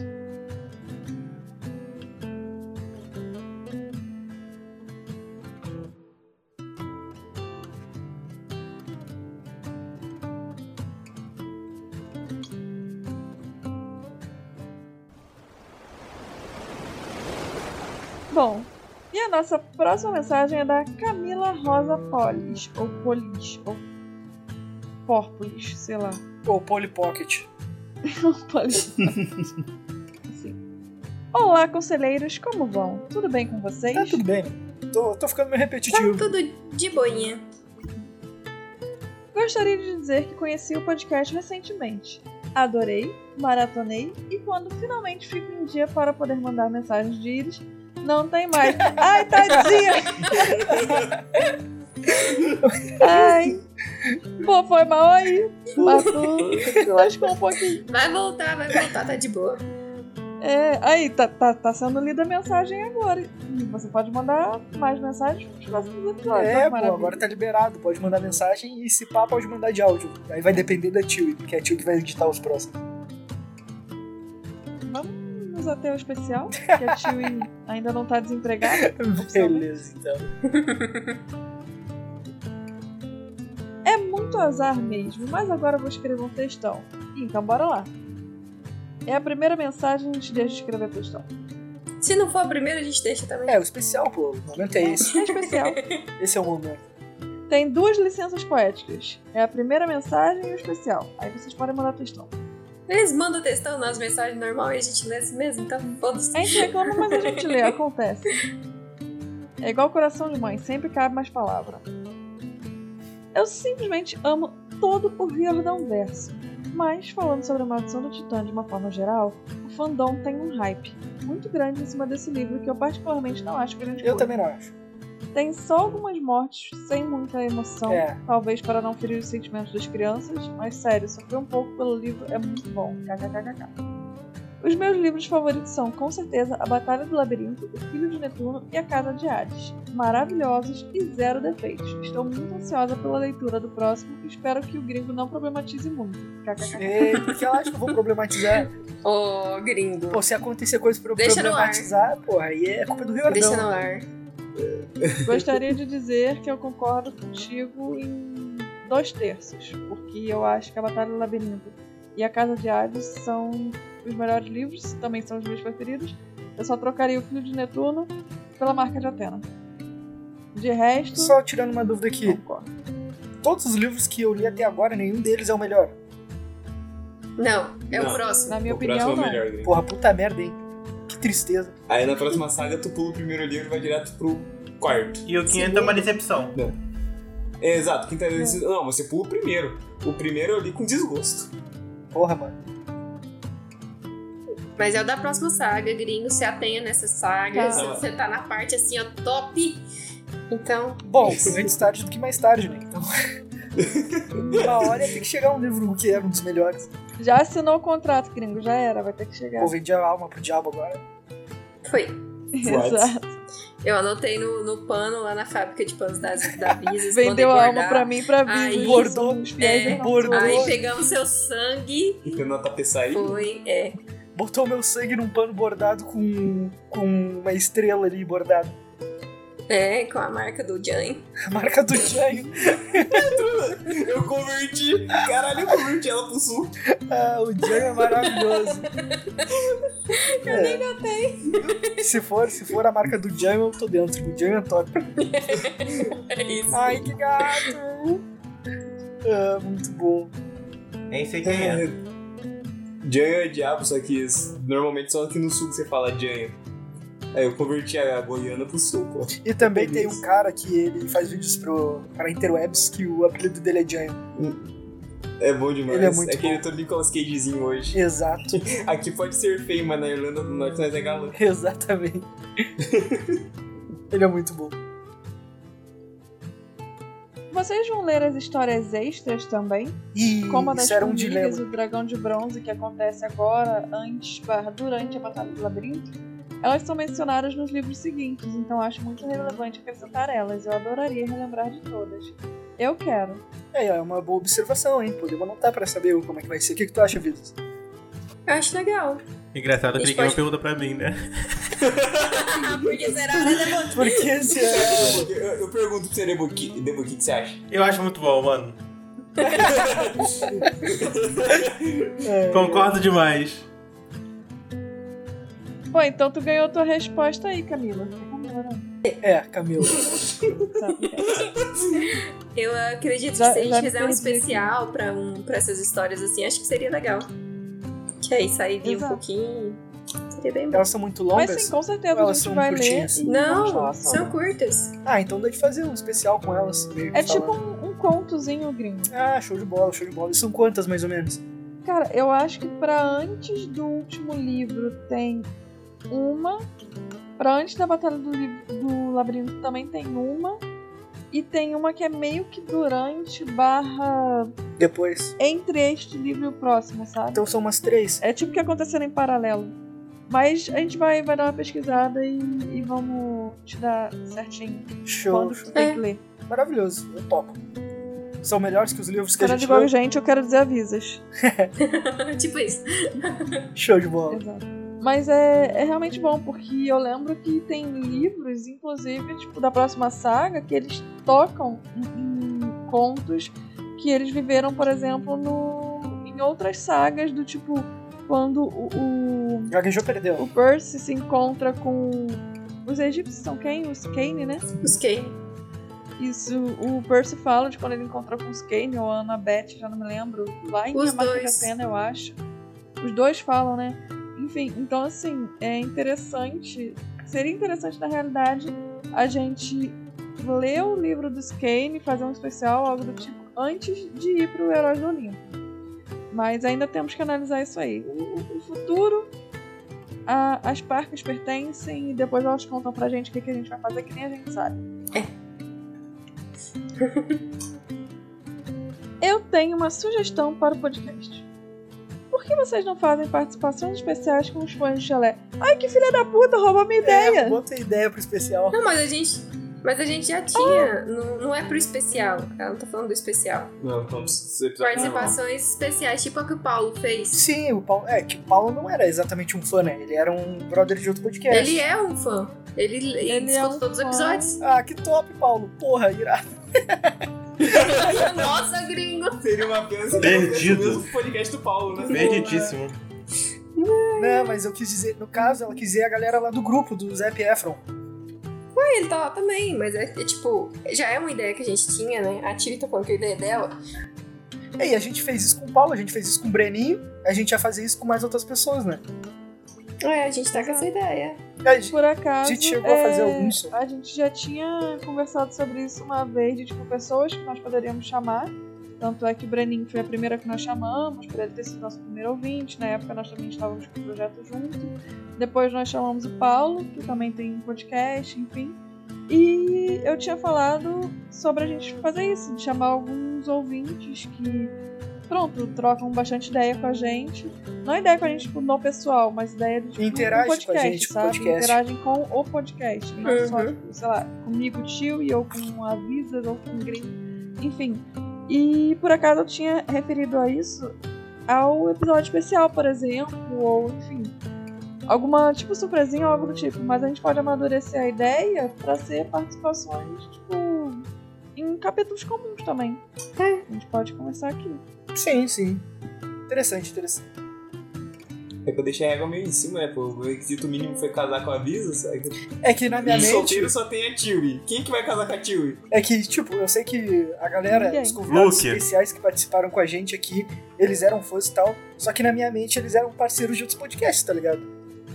C: Bom, e a nossa próxima mensagem é da Camila Rosa Polis, ou Polis, ou Porpolis, sei lá.
A: Pô, Polly Pocket.
C: Polis. Sim. Olá, conselheiros, como vão? Tudo bem com vocês?
A: Tá tudo bem. Tô, tô ficando meio
D: Tá
A: repetitivo.
D: tudo de boinha.
C: Gostaria de dizer que conheci o podcast recentemente. adorei, maratonei e quando finalmente fico em dia para poder mandar mensagens de íris, não tem mais. Ai, tadinha! Ai. Pô, foi mal aí. Matou. Lascou um pouquinho.
D: Vai voltar, vai voltar, tá de boa.
C: É, aí, tá, tá, tá sendo lida a mensagem agora. E Você pode mandar mais mensagens nos próximos episódios.
A: É,
C: Olha que
A: pô,
C: maravilha.
A: agora tá liberado. Pode mandar mensagem e se pá, pode mandar de áudio. Aí vai depender da tio, porque é a tio que vai editar os próximos.
C: Vamos até o especial, que a Chewie ainda não tá desempregada. oficialmente.
A: Beleza, então.
C: É muito azar mesmo, mas agora eu vou escrever um textão. Então bora lá. É a primeira mensagem antes de a gente escrever textão.
D: Se não for a primeira, a gente deixa também.
A: É, o especial, pô. O momento é esse.
C: É especial.
A: Esse é o momento.
C: Tem duas licenças poéticas. É a primeira mensagem e o especial. Aí vocês podem mandar textão.
D: Eles mandam textão nas mensagens normal e a gente lê assim mesmo, então foda-se.
C: A gente reclama, mas a gente lê, acontece. É igual coração de mãe, sempre cabe mais palavra. Eu simplesmente amo todo o Violidão Verso. Mas, falando sobre a Maldição do Titã de uma forma geral, o fandom tem um hype muito grande em cima desse livro que eu particularmente não acho grande
A: Eu
C: coisa.
A: também não acho.
C: Tem só algumas mortes sem muita emoção,
A: É.
C: talvez para não ferir os sentimentos das crianças, mas sério, sofrer um pouco pelo livro é muito bom. KKKKK. Os meus livros favoritos são, com certeza, A Batalha do Labirinto, O Filho de Netuno e A Casa de Hades. Maravilhosos e zero defeitos. Estou muito ansiosa pela leitura do próximo e espero que o gringo não problematize muito. KKKK.
A: Ei, É, porque eu acho que eu vou problematizar.
D: Ô, gringo.
A: Pô, se acontecer coisa pra eu
D: Deixa no ar.
A: problematizar, pô, aí é culpa do Riordão.
D: Deixa no ar.
C: Gostaria de dizer que eu concordo contigo em dois terços, porque eu acho que a Batalha do Labirinto e a Casa de Hades são os melhores livros, também são os meus preferidos. Eu só trocaria o Filho de Netuno pela marca de Atena. De resto,
A: Só tirando uma dúvida aqui.
C: concordo.
A: Todos os livros que eu li até agora, nenhum deles é o melhor.
D: Não, é o
B: Não.
D: próximo.
C: Na minha
B: o
C: opinião,
B: próximo é o
C: não.
B: melhor, gringo.
A: Porra, puta merda, hein? Que tristeza.
B: Aí na próxima saga tu pula o primeiro livro e vai direto pro quarto.
E: E o quinto é uma decepção.
B: É, exato, quinta vez. Não, você pula o primeiro. O primeiro eu li com desgosto.
A: Porra, mano.
D: Mas é o da próxima saga, gringo. Se atenha nessa saga.
C: Tá.
D: Se Você tá na parte assim, ó, top. Então,
A: Bom, antes tarde do que mais tarde, né? Então. uma hora tem que chegar um livro que era um dos melhores.
C: Já assinou o contrato, gringo, já era, vai ter que chegar.
A: Vou vender a alma pro diabo agora.
D: foi.
C: Exato.
D: Eu anotei no, no pano lá na fábrica de panos da, da Visas.
C: Vendeu a alma pra mim e pra
D: Aí,
C: mim.
A: bordou,
D: é,
A: bordou.
D: Aí pegamos seu sangue.
B: E tá tendo a tapeçaria.
D: Foi, é.
A: Botou meu sangue num pano bordado com, com uma estrela ali bordada.
D: É, com a marca do Jan.
A: A marca do Jânio.
B: Eu converti. Caralho, eu converti ela pro sul.
A: Ah, o Jânio é maravilhoso. Eu nem notei. Se for, se for a marca do Jânio, eu tô dentro. O Jânio é top.
D: É isso.
A: Ai, que gato! Ah, muito bom.
E: Nem sei quem é.
B: Janho é diabo, só que isso- normalmente só aqui no sul que você fala Janho. Aí eu converti a Goiânia pro sul, pô.
A: E também tem um cara que ele faz vídeos pro, pra interwebs que o apelido dele é Jânio.
B: É bom demais.
A: Ele é muito
B: que ele todo Nicolas Cagezinho hoje.
A: Exato,
B: Aqui pode ser feio, mas na Irlanda do Norte nós é galã.
A: exatamente. ele é muito bom.
C: Vocês vão ler as histórias extras também?
A: E
C: Como a das
A: isso era um
C: formigas,
A: dilema.
C: o dragão de bronze que acontece agora, antes, barra, durante a Batalha do Labirinto, elas são mencionadas nos livros seguintes, então acho muito relevante acrescentar elas. Eu adoraria relembrar de todas. Eu quero.
A: É, é uma boa observação, hein? Podemos anotar pra saber como é que vai ser. O que, que tu acha, Vitor?
D: Eu acho legal.
E: Engraçado que
D: Isso
E: ninguém
D: pode-
E: pergunta pra mim, né?
D: Porque será hora da vontade.
A: Porque esse é...
B: Eu, eu pergunto pro Cerebo, que- Debo, o que que você acha?
E: Eu acho muito bom, mano.
A: é,
E: Concordo demais.
C: Pô, então tu ganhou tua resposta aí, Camila. É Camila, né?
A: É, Camila.
D: Eu acredito
C: Já-
D: que se
C: já
D: a gente
C: me
D: fizer um
C: perdi aqui.
D: especial pra, um, pra essas histórias assim, acho que seria legal. Que aí sairia um
C: Exato.
D: pouquinho. Seria bem bom.
A: Elas são muito
C: Mas
A: longas.
C: sim, com certeza a
A: Elas
C: gente
A: são
C: vai
A: curtinhas.
C: ler. e vamos
D: Não,
C: falar
D: são
C: sobre.
D: curtas.
A: Ah, então dá de fazer um especial com elas. meio que
C: É tipo
A: falando.
C: um, um contozinho gringo.
A: Ah, show de bola, show de bola. E são quantas, mais ou menos?
C: Cara, eu acho que pra antes do último livro tem uma. Pra antes da Batalha do, Li- do Labirinto também tem uma. E tem uma que é meio que durante barra
A: Depois.
C: entre este livro e o próximo, sabe?
A: Então são umas três.
C: É tipo que aconteceram em paralelo. Mas a gente vai, vai dar uma pesquisada e, e vamos te dar certinho
A: Show.
C: quando tu tem que ler.
A: Maravilhoso. Eu topo. São melhores que os livros que a
C: Cara
A: gente
C: de igual
A: leu.
C: gente, eu quero dizer avisas.
D: tipo isso.
A: Show de bola.
C: Exato. Mas é, é realmente bom, porque eu lembro que tem livros, inclusive, tipo, da próxima saga, que eles tocam em em contos que eles viveram, por exemplo, no, em outras sagas, do tipo, quando o- o
A: Gaguejou, perdeu.
C: O Percy se encontra com. Os egípcios são quem? Os Kane, né?
D: Os Kane.
C: Isso, o Percy fala de quando ele encontrou com os Kane, ou a Annabeth, já não me lembro. Lá em
D: Os
C: Marca da
D: dois.
C: Pena, eu acho. Os dois falam, né? Enfim, então assim, é interessante. Seria interessante, na realidade, a gente ler o livro dos Kane, fazer um especial, algo do tipo, antes de ir pro Heróis do Olimpo. Mas ainda temos que analisar isso aí. O, o futuro, a- as parques pertencem e depois elas contam pra gente o que, que a gente vai fazer, que nem a gente sabe. Eu tenho uma sugestão para o podcast. Por que vocês não fazem participações especiais com os fãs de Chalé? Ai, que filha da puta, roubou minha
A: É,
C: ideia!
A: bota ideia pro especial.
D: Não, mas a gente. Mas a gente já tinha. Não, não é pro especial. Ela não tá falando do especial.
B: Não, então precisa precisa-
D: Participações especiais, tipo a que o Paulo fez.
A: Sim, o Paulo. É, que o Paulo não era exatamente um fã, né? Ele era um brother de outro podcast.
D: Ele é um fã. Ele, ele,
C: Ele é
D: escuta
C: um
D: todos
C: fã.
D: os episódios.
A: Ah, que top, Paulo. Porra, irado.
D: Nossa, gringo!
B: Seria uma pena se
E: Perdido.
B: fosse o mesmo podcast do Paulo, né?
E: Perditíssimo.
A: Não, mas eu quis dizer, no caso, ela quis dizer a galera lá do grupo, do Zé Efron.
D: Ah, ele tá lá também, mas é, é tipo, já é uma ideia que a gente tinha, né? A Tilly tá falando que a ideia é dela.
A: É, E a gente fez isso com o Paulo, a gente fez isso com o Breninho, a gente ia fazer isso com mais outras pessoas, né?
D: É, a gente tá com essa ideia.
A: A gente-
C: Por acaso. é,
A: A gente chegou a fazer alguns.
C: A gente já tinha conversado sobre isso uma vez, de tipo, pessoas que nós poderíamos chamar. Tanto é que o Breninho foi a primeira que nós chamamos, por ele ter sido nosso primeiro ouvinte. Na época nós também estávamos com o projeto junto. Depois nós chamamos o Paulo, que também tem um podcast, enfim. E eu tinha falado sobre a gente fazer isso, de chamar alguns ouvintes que, pronto, trocam bastante ideia com a gente. Não ideia com a gente, tipo, no pessoal, mas ideia de tipo,
A: Interage
C: um podcast,
A: com a gente, com o
C: sabe?
A: podcast.
C: Interagem com o podcast. Não
D: Uhum.
C: só, tipo, sei lá, comigo, tio, e eu com a Visa, ou com o Green. Enfim. E por acaso eu tinha referido a isso ao episódio especial, por exemplo, ou enfim. Alguma, tipo, surpresinha ou algo do tipo. Mas a gente pode amadurecer a ideia pra ser participações, tipo, em capítulos comuns também. É. A gente pode começar aqui.
A: Sim, sim. Interessante, interessante.
B: É que eu deixei a régua meio em cima, né? Pô, o requisito mínimo foi casar com a Visa. sabe?
A: É que na minha
B: E solteiro
A: mente.
B: só tem a Tilly. Quem que vai casar com a Tilly?
A: É que, tipo, eu sei que a galera,
C: Ninguém.
A: os convidados
E: Luke.
A: especiais que participaram com a gente aqui, eles eram fãs e tal. Só que na minha mente eles eram parceiros de outros podcasts, tá ligado?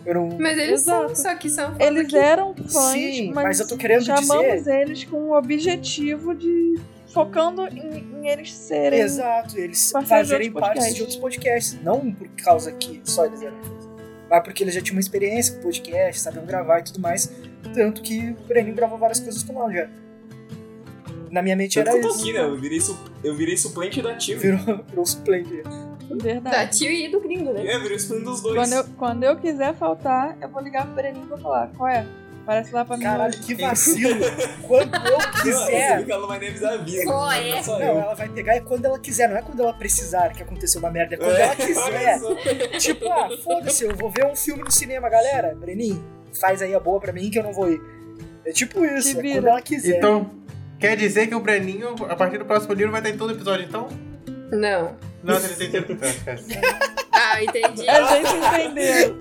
A: Eu não.
D: Mas eles
C: Exato.
D: são, só que são fãs
C: Eles
D: aqui.
C: eram fãs,
A: Sim,
C: mas,
A: mas eu tô querendo
C: chamamos
A: dizer-
C: eles com o objetivo de. focando em, em eles serem.
A: Exato, eles
C: Parceiros de
A: fazerem
C: outros
A: parte
C: podcasts.
A: de outros podcasts. Não por causa que só eles eram fãs, mas porque eles já tinham uma experiência com podcast, sabiam gravar e tudo mais. Tanto que o Breninho gravou várias coisas com nós já. Na minha mente
B: Tanto
A: era
B: que eu tô
A: isso.
B: aqui, né? Eu virei, su- eu virei suplente da Tilly.
A: Virou, virou suplente.
D: Da
C: Verdade.
D: Tilly e do gringo, né?
B: É, virei suplente dos dois.
C: Quando eu, quando eu quiser faltar, eu vou ligar pro Pereninho e vou falar. Qual é? Parece lá pra mim.
A: Caralho,
C: hoje."
A: que vacilo! quando eu
B: Não,
C: é.
B: eu sei
A: quiser.
B: que ela não vai nem avisar a Visa.
D: Qual
B: vai
D: é?
B: ficar Só
A: Não,
B: eu.
A: ela vai pegar é quando ela quiser, não é quando ela precisar que aconteceu uma merda, é quando
B: É,
A: ela
B: olha
A: quiser.
B: só.
A: Tipo, ah, foda-se, eu vou ver um filme no cinema, galera. Breninho, faz aí a boa pra mim que eu não vou ir. É tipo
C: Se
A: isso, é quando
C: vira.
A: ela quiser.
E: Então, quer dizer que o Breninho, a partir do próximo livro, vai estar em todo episódio, então?
D: Não.
E: Não, ele tem tempo cara.
D: Ah, entendi.
C: A gente entendeu.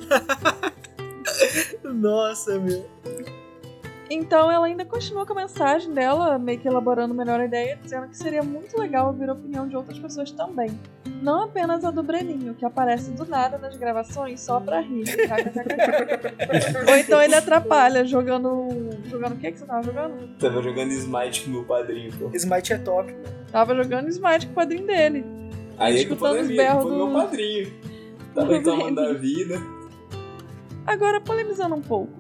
A: Nossa, meu.
C: Então ela ainda continua com a mensagem dela, meio que elaborando melhor a ideia, dizendo que seria muito legal ouvir a opinião de outras pessoas também. Não apenas a do Breninho, que aparece do nada nas gravações só pra rir. KKKK. Ou então ele atrapalha jogando. Jogando o que que você tava jogando?
B: Tava jogando Smite com meu padrinho, pô.
A: Smite é top.
C: Tava jogando Smite com o padrinho dele.
B: Aí é culpa da
C: Escutando os
B: minha,
C: berros
B: culpa do meu
C: do-
B: padrinho. Tá
C: do
B: reclamando
C: Breno.
B: da vida.
C: Agora, polemizando um pouco,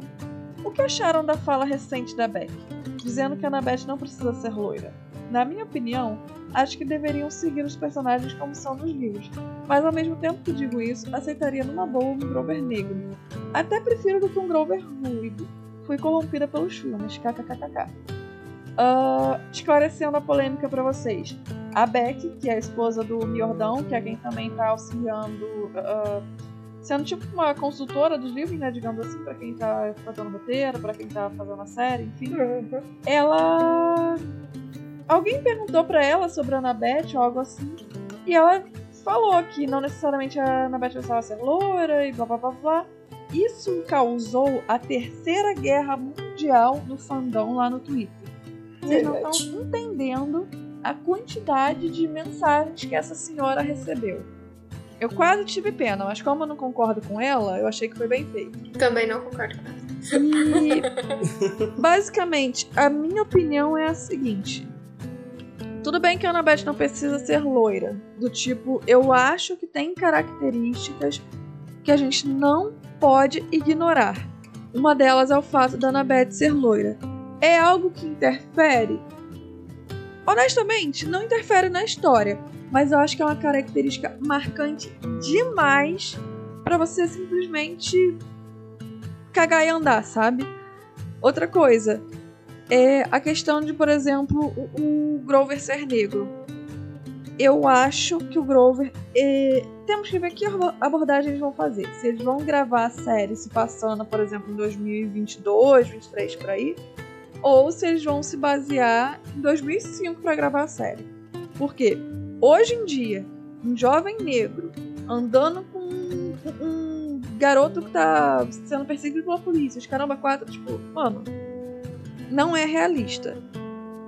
C: o que acharam da fala recente da Beck, dizendo que a Annabeth não precisa ser loira? Na minha opinião, acho que deveriam seguir os personagens como são nos livros, mas ao mesmo tempo que digo isso, aceitaria numa boa um Grover negro. Até prefiro do que um Grover ruivo. Fui corrompida pelos filmes, kkkk. Ah, esclarecendo a polêmica pra vocês. A Beck, que é a esposa do Riordão, que é quem também tá auxiliando ah, sendo tipo uma consultora dos livros, né, digamos assim, pra quem tá fazendo roteiro, pra quem tá fazendo a série, enfim. Ela alguém perguntou pra ela sobre a Anabeth ou algo assim, e ela falou que não necessariamente a Anabeth precisava ser loura e blá blá blá blá. Isso causou a terceira guerra mundial do fandom lá no Twitter. Vocês não estão entendendo a quantidade de mensagens que essa senhora recebeu. Eu quase tive pena, mas como eu não concordo com ela, eu achei que foi bem feito.
D: Também não concordo com ela.
C: E basicamente, a minha opinião é a seguinte. Tudo bem que a Annabeth não precisa ser loira. Do tipo, eu acho que tem características que a gente não pode ignorar. Uma delas é o fato da Annabeth ser loira. É algo que interfere? Honestamente, não interfere na história. Mas eu acho que é uma característica marcante demais pra você simplesmente cagar e andar, sabe? Outra coisa é a questão de, por exemplo, o, o Grover ser negro. Eu acho que o Grover. eh, temos que ver que abo- abordagem eles vão fazer. Se eles vão gravar a série se passando, por exemplo, em 2022, 2023 por aí, ou se eles vão se basear em 2005 para gravar a série. Porque hoje em dia, um jovem negro andando com um, um garoto que tá sendo perseguido pela polícia, os caramba, quatro, tipo, mano, não é realista.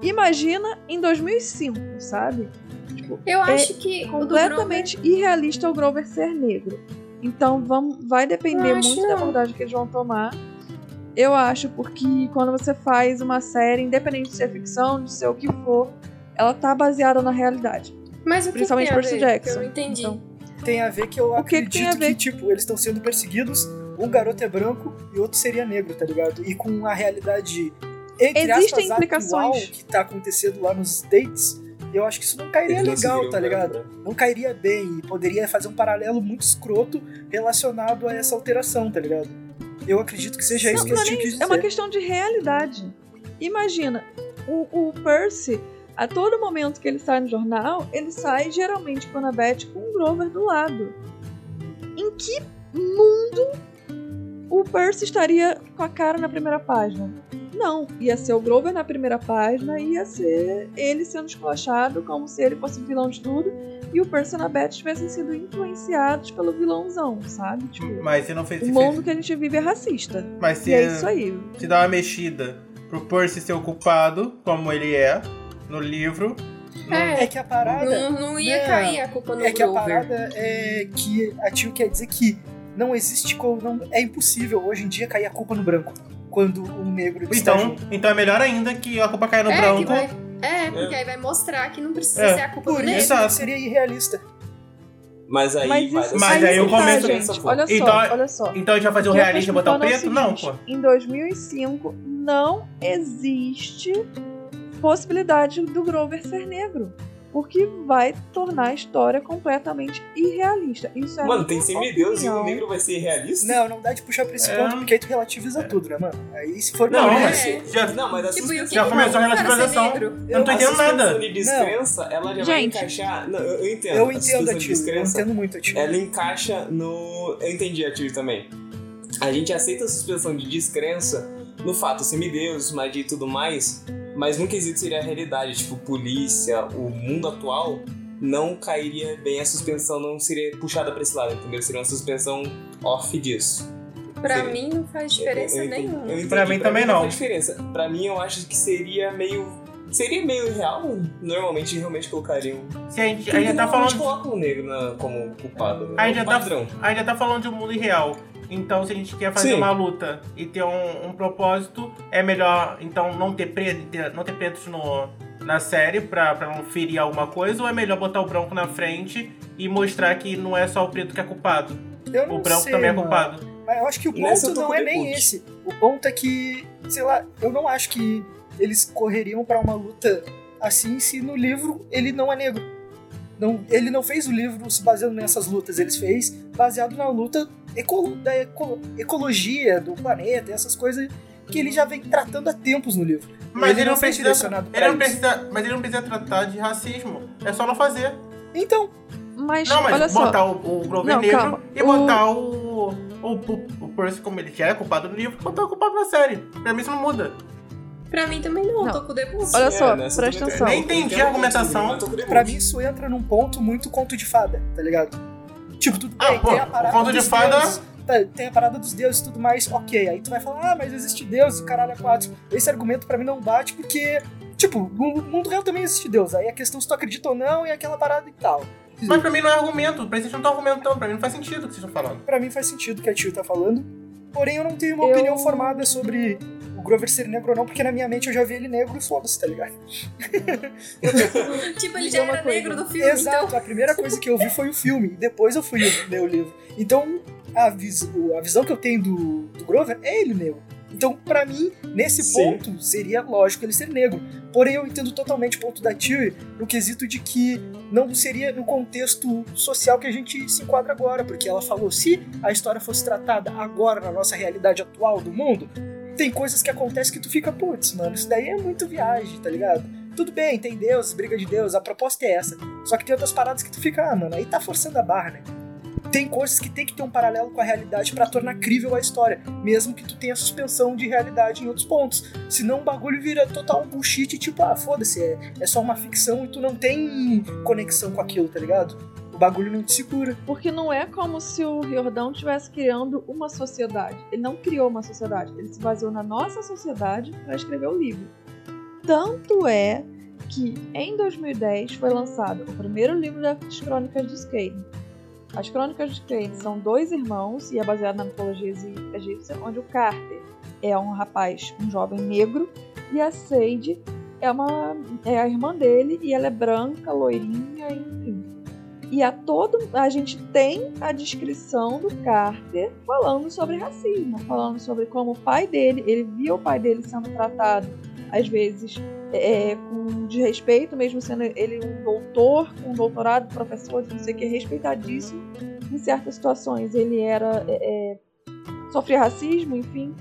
C: Imagina em 2005, sabe? Tipo,
D: Eu
C: É
D: acho que o do
C: completamente irrealista o Grover ser negro. Então vamos, vai depender
D: Não acho
C: muito da
D: não.
C: abordagem que eles vão tomar. Eu acho, porque quando você faz uma série, independente de ser ficção, de ser o que for, ela tá baseada na realidade.
D: Grover- Mas o que
C: principalmente
D: tem a
C: Percy
D: ver? Que
C: Jackson.
D: Eu não entendi.
C: Então,
A: Tem a ver que eu
C: O que que
A: acredito
C: tem a
A: que,
C: ver?
A: tipo, eles estão sendo perseguidos, um garoto é branco e outro seria negro, tá ligado? E com a realidade, entre
C: Existem
A: aspas, atual
C: implicações.
A: que tá acontecendo lá nos States, eu acho que isso não cairia
B: Eles não
A: legal,
B: seguiram
A: tá
B: o
A: ligado?
B: branco, né?
A: Não cairia bem e poderia fazer um paralelo muito escroto relacionado a essa alteração, tá ligado? Eu acredito que seja isso
C: Não,
A: que
C: não
A: eu
C: é,
A: tinha que
C: nem,
A: dizer.
C: é uma questão de realidade. Imagina, o, o Percy, a todo momento que ele sai no jornal, ele sai geralmente com a Annabeth com o Grover do lado. Em que mundo o Percy estaria com a cara na primeira página? Não, ia ser o Grover na primeira página, ia ser ele sendo esculachado como se ele fosse o vilão de tudo, e o Percy e a Annabeth tivessem sido influenciados pelo vilãozão, sabe? Tipo,
E: Mas se não fez.
C: o
E: Se,
C: mundo que a gente vive é racista.
E: mas se,
C: E é isso aí.
E: se dá uma mexida pro Percy ser o culpado, como ele é, no livro.
A: É
D: É,
A: que a parada.
D: não, não ia
A: Não.
D: cair a culpa no
A: é que a
D: Grover.
A: parada é que a tio quer dizer que não existe como não é impossível hoje em dia cair a culpa no branco quando um negro está
E: Então,
A: junto.
E: então é melhor ainda que a culpa caia no
D: é, que
E: branco.
D: vai, é, porque aí vai mostrar que não precisa
E: É.
D: ser a culpa
A: por
D: do
A: isso ah,
D: negro.
E: Exato.
A: que seria irrealista.
B: Mas aí
C: Mas
B: vai
C: isso,
B: dar
E: Mas
C: mas
B: certo.
E: aí
C: isso
E: eu começo-
C: tá, gente. Olha só,
E: Então-
C: olha só.
E: Então a gente vai fazer o
C: E eu tô
E: realista e botar o
C: explicando
E: preto?
C: é o
E: Não, pô.
C: seguinte, Em 2005 não existe possibilidade do Grover ser negro. O que vai tornar a história completamente irrealista. Isso é
B: Mano, tem
C: minha
B: semideus e o
C: opinião.
B: negro vai ser realista?
A: Não, não dá de puxar pra esse
E: É.
A: ponto, porque aí tu relativiza tudo, né, mano? Aí se for
E: Não,
A: pra-
D: é.
E: mas já,
B: assim, Não, mas a
D: Tipo, e o
A: é
D: que
E: Já
D: que
E: começou a
D: manda o cara ser
E: relativização.
D: negro?
E: eu não tô
B: a
E: entendendo
B: suspensão
E: nada.
B: de descrença, ela já vai
C: Gente.
B: encaixar. Não, eu, eu entendo.
A: eu
B: a
A: entendo
B: suspensão
A: a
B: de
A: tio, eu
B: descrença,
A: entendo muito a
E: É
A: tio.
B: ela encaixa no. Eu entendi a tio também. A gente aceita a suspensão de descrença no fato assim, semideus, magia e é tudo mais, mas num quesito seria a realidade, tipo polícia, o mundo atual, não cairia bem a suspensão, não seria puxada pra esse lado, entendeu? Seria uma suspensão off disso.
D: Pra
B: Sim.
D: mim não faz diferença
B: Eu entendi- eu
D: nenhuma.
B: entendi.
E: Pra mim também não.
B: faz diferença. Pra mim eu acho que seria meio. Seria meio real. Normalmente realmente colocariam.
E: se a gente, a gente tá
B: Normalmente
E: falando.
B: colocam o negro na- como culpado. né?
E: A
B: É
E: gente já
B: o
E: tá-
B: padrão.
E: A gente já tá falando de um mundo irreal. Então, se a gente quer fazer
B: Sim.
E: uma luta e ter um, um propósito, é melhor então não ter, preto, ter- não ter pretos no, na série pra, pra não ferir alguma coisa, ou é melhor botar o branco na frente e mostrar que não é só o preto que é culpado.
A: Eu não
E: O branco
A: sei,
E: também é
A: mano.
E: culpado.
A: Mas eu acho que o
B: Nessa
A: ponto
B: eu tô
A: não
B: com
A: é
B: o
A: nem
B: Deadpool.
A: esse. O ponto é que, sei lá, eu não acho que eles correriam pra uma luta assim se no livro ele não é negro. Não, ele não fez o livro se baseando nessas lutas, ele fez baseado na luta eco- da eco- ecologia do planeta, essas coisas que ele já vem tratando há tempos no livro.
E: Mas ele,
A: Ele
E: não
A: não foi
E: precisa.
A: direcionado pra
C: É
E: Ele não
A: isso.
E: precisa. Mas ele não precisa tratar de racismo. É só não fazer.
A: Então,
C: Mas,
E: Não, mas
C: olha só.
E: botar o, o Grover
C: Não,
E: negro
C: calma.
E: e
C: O-
E: botar o. O, o, o Percy, como ele já é culpado no livro, botar o culpado na série. Pra mim isso não muda.
D: Pra mim também não,
C: Não.
D: tô com o Deadpool.
C: Olha só,
B: nessa
C: presta
B: É, né, também-
C: atenção.
E: Nem entendi a argumentação.
B: Eu tô com o
A: pra
B: Deadpool.
A: mim isso entra num ponto muito conto de fada, tá ligado? Tipo, tudo
E: Ah,
A: bem,
E: pô,
A: tem a
E: o
A: parada
E: conto de
A: dos
E: fada-
A: deuses, tá, tem a parada dos deuses e tudo mais, ok. Aí tu vai falar, ah, mas existe Deus e o caralho é quatro. Esse argumento pra mim não bate porque, tipo, no mundo real também existe Deus. Aí a questão se tu acredita ou não e aquela parada e tal.
E: Mas pra mim não é argumento. Pra vocês não estão argumentando. Pra mim não faz sentido o que vocês estão falando.
A: Pra mim faz sentido o que a Tio tá falando. Porém, eu não tenho uma
C: Eu-
A: opinião formada sobre o Grover ser negro ou não, porque na minha mente eu já vi ele negro e foda-se, tá ligado?
D: Tipo, ele
A: Isso
D: já
A: é uma
D: era
A: coisa.
D: negro do filme, então,
A: Exato, a primeira coisa que eu vi foi o filme, e depois eu fui ler o livro. Então, a, vis- o- a visão que eu tenho do, do Grover é ele negro. Então, pra mim, nesse
B: Sim.
A: ponto, seria lógico ele ser negro. Porém, eu entendo totalmente o ponto da Tilly no quesito de que não seria no contexto social que a gente se enquadra agora, porque ela falou: se a história fosse tratada agora na nossa realidade atual do mundo, tem coisas que acontecem que tu fica, putz, mano, isso daí é muito viagem, tá ligado? Tudo bem, tem Deus, briga de Deus, a proposta é essa. Só que tem outras paradas que tu fica, ah, mano, aí tá forçando a barra, né? Tem coisas que tem que ter um paralelo com a realidade pra tornar crível a história, mesmo que tu tenha suspensão de realidade em outros pontos. Senão o bagulho vira total bullshit, tipo, ah, foda-se, é, é só uma ficção e tu não tem conexão com aquilo, tá ligado? O bagulho não te segura.
C: Porque não é como se o Riordão estivesse criando uma sociedade. Ele não criou uma sociedade. Ele se baseou na nossa sociedade para escrever o livro. Tanto é que em 2010 foi lançado o primeiro livro das Crônicas de Skane. As Crônicas de Skane são dois irmãos e é baseado na mitologia exí- egípcia, onde o Carter é um rapaz, um jovem negro, e a Sage é, uma, é a irmã dele e ela é branca, loirinha, enfim. E a todo a gente tem a descrição do Carter falando sobre racismo, falando sobre como o pai dele, ele via o pai dele sendo tratado às vezes é, com desrespeito, mesmo sendo ele um doutor, com doutorado, professor, não sei o que, respeitadíssimo. Em certas situações ele era é, é, sofria racismo, enfim.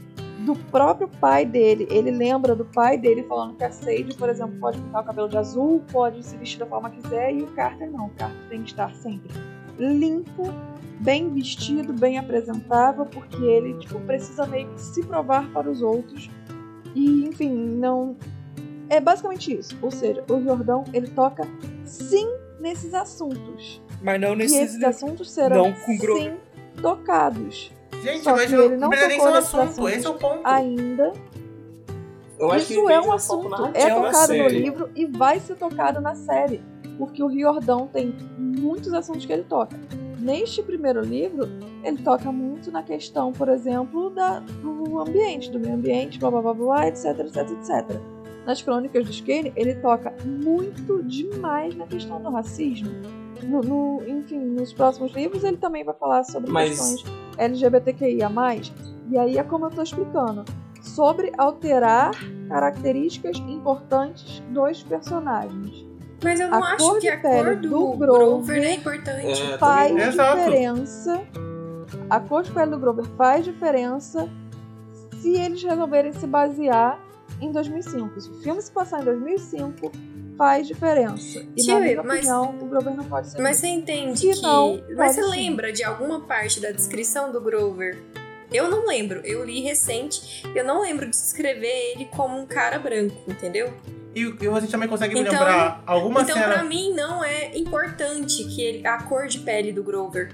C: Do próprio pai dele, ele lembra do pai dele falando que a Sage, por exemplo, pode pintar o cabelo de azul, pode se vestir da forma que quiser, e o Carter não. O Carter tem que estar sempre limpo, bem vestido, bem apresentável, porque ele tipo, precisa meio que se provar para os outros. E, enfim, não. É basicamente isso. Ou seja, o Jordão ele toca sim nesses assuntos.
A: Mas não
C: e
A: nesse
C: esses assuntos serão
A: não com gro-
C: sim tocados.
E: Gente,
C: Só
E: mas
C: que
E: eu
C: ele não
E: não precisa nem ser
C: tocou
E: um
C: nesse
E: assunto.
C: assunto.
E: Esse é o ponto.
C: Ainda
B: Eu acho que
C: Isso
B: ele
C: é
B: tem
C: um
B: um foco
C: assunto,
B: narrativo
C: é
B: na
C: tocado no
B: série.
C: livro e vai ser tocado na série, porque o Riordão tem muitos assuntos que ele toca. Neste primeiro livro, ele toca muito na questão, por exemplo, da- do ambiente, do meio ambiente, blá blá blá blá, etc, etc, etc. Nas crônicas do Skane, ele toca muito demais na questão do racismo. No, no- enfim, nos próximos livros ele também vai falar sobre
B: Mas-
C: questões LGBTQIA. E aí é como eu tô explicando. Sobre alterar características importantes dos personagens.
D: Mas eu não
C: A
D: acho
C: cor
D: que
C: de
D: a
C: pele
D: cor do,
C: do Grover
D: Grover é importante.
B: É,
C: Faz
E: não. Exato.
C: diferença. A cor de pele do Grover faz diferença se eles resolverem se basear em 2005. Se o filme se passar em 2005, faz diferença. E
D: Tio,
C: na minha
D: mas-
C: opinião, o Grover não pode ser negro.
D: Mas você entende
C: Que
D: que.
C: não, assim. pode
D: mas você
C: sim.
D: lembra de alguma parte da descrição do Grover? Eu não lembro. Eu li recente. Eu não lembro de descrever ele como um cara branco, entendeu?
E: E, e vocês também conseguem
D: Então-
E: lembrar alguma
D: então,
E: cena.
D: pra mim, não é importante que ele, a cor de pele do Grover.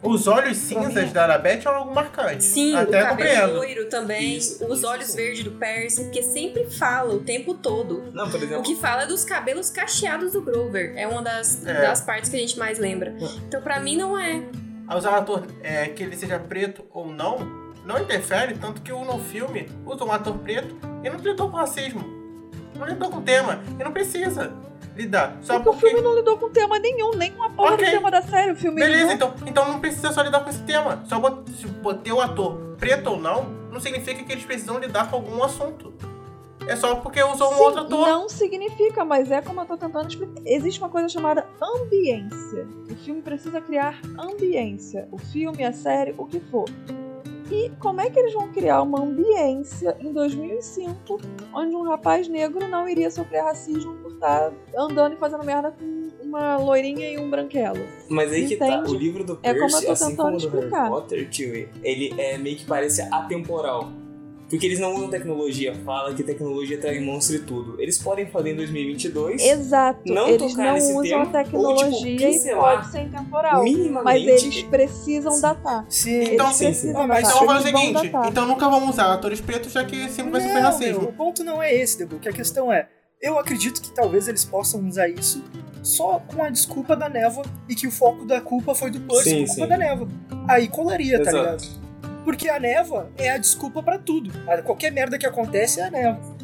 E: Os olhos cinzas da Arabeth é algo marcante.
D: Sim,
E: Até
D: o cabelo
E: compreendo.
D: loiro também,
B: Isso,
D: os
B: isso,
D: olhos
B: sim.
D: verdes do Percy, porque sempre fala o tempo todo.
B: Não, por exemplo,
D: O que fala é dos cabelos cacheados do Grover. É uma das,
E: É.
D: das partes que a gente mais lembra. Então, pra mim, não é.
E: Ao usar um ator é, que ele seja preto ou não, não interfere, tanto que o no filme usa um ator preto e não tratou com racismo. Não tratou com o tema. E não precisa. lidar. Só
C: Porque o
E: porque.
C: filme não lidou com tema nenhum, nem uma porra
E: Ok.
C: do tema da série. O filme
E: Beleza,
C: lidou-
E: então, então não precisa só lidar com esse tema. Só bot- se botar o ator preto ou não, não significa que eles precisam lidar com algum assunto. É só porque usou um
C: Sim,
E: outro ator.
C: Não significa, mas é como eu tô tentando explicar. Existe uma coisa chamada ambiência. O filme precisa criar ambiência. O filme, a série, o que for. E como é que eles vão criar uma ambiência em 2005 onde um rapaz negro não iria sofrer racismo por estar andando e fazendo merda com uma loirinha e um branquelo?
B: Mas aí que tá,
C: Entende?
B: o livro do
C: É como eu
B: Percy,
C: tô
B: assim como o do
C: tentando
B: Harry
C: explicar.
B: Potter, tio, ele é meio que parece atemporal. Porque eles não usam tecnologia, fala que tecnologia trai monstro e tudo. Eles podem fazer em 2022,
C: Exato.
B: Não
C: eles
B: tocar
C: não
B: nesse
C: usam
B: tema,
C: a
B: ou, tipo,
C: tecnologia e
B: pincelar.
C: pode ser intemporal. Mas
B: minimamente. é
C: eles precisam datar.
A: Sim.
C: Eles
E: Então,
C: precisam
A: Ah,
C: datar.
A: mas
E: Então eu vou fazer o
C: Eles vão
E: seguinte,
C: datar.
E: então nunca vamos usar atores pretos, já que sempre vai ser por
A: Não, meu,
E: racismo.
A: o ponto não é esse, Debu, que a questão é, eu acredito que talvez eles possam usar isso só com a desculpa da névoa e que o foco da culpa foi do Percy
B: Sim,
A: por culpa
B: sim.
A: da névoa. Aí colaria, tá
B: Exato.
A: ligado? Porque a névoa é a desculpa pra tudo. A- Qualquer merda que acontece é a névoa.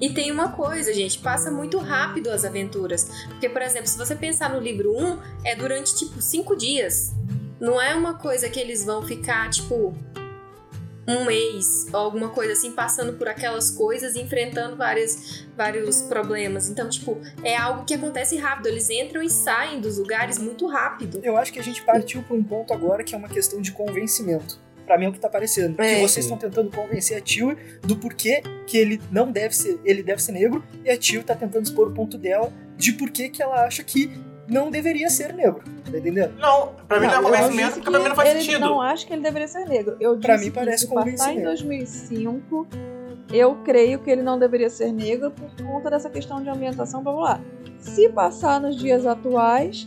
D: E tem uma coisa, gente, passa muito rápido as aventuras. Porque, por exemplo, se você pensar no livro 1, é durante tipo cinco dias. Não é uma coisa que eles vão ficar, tipo, um mês ou alguma coisa assim, passando por aquelas coisas, e enfrentando várias, vários problemas. Então, tipo, é algo que acontece rápido. Eles entram e saem dos lugares muito rápido.
A: Eu acho que a gente partiu pra um ponto agora que é uma questão de convencimento. Pra mim é o que tá parecendo.
D: É.
A: que vocês estão tentando convencer a Tio do porquê que ele não deve ser, ele deve ser negro, e a Tio tá tentando expor o ponto dela de porquê que ela acha que não deveria ser negro. Tá entendendo?
E: Não, pra mim não, é
C: eu
E: convencimento,
C: disse
E: porque pra mim não faz
C: ele,
E: sentido.
C: Não acho que ele deveria ser negro. Eu disse
A: Pra mim
C: que
A: parece
C: se passar em
A: convencimento.
C: 2005, eu creio que ele não deveria ser negro por conta dessa questão de ambientação, blá blá blá. Se passar nos dias atuais,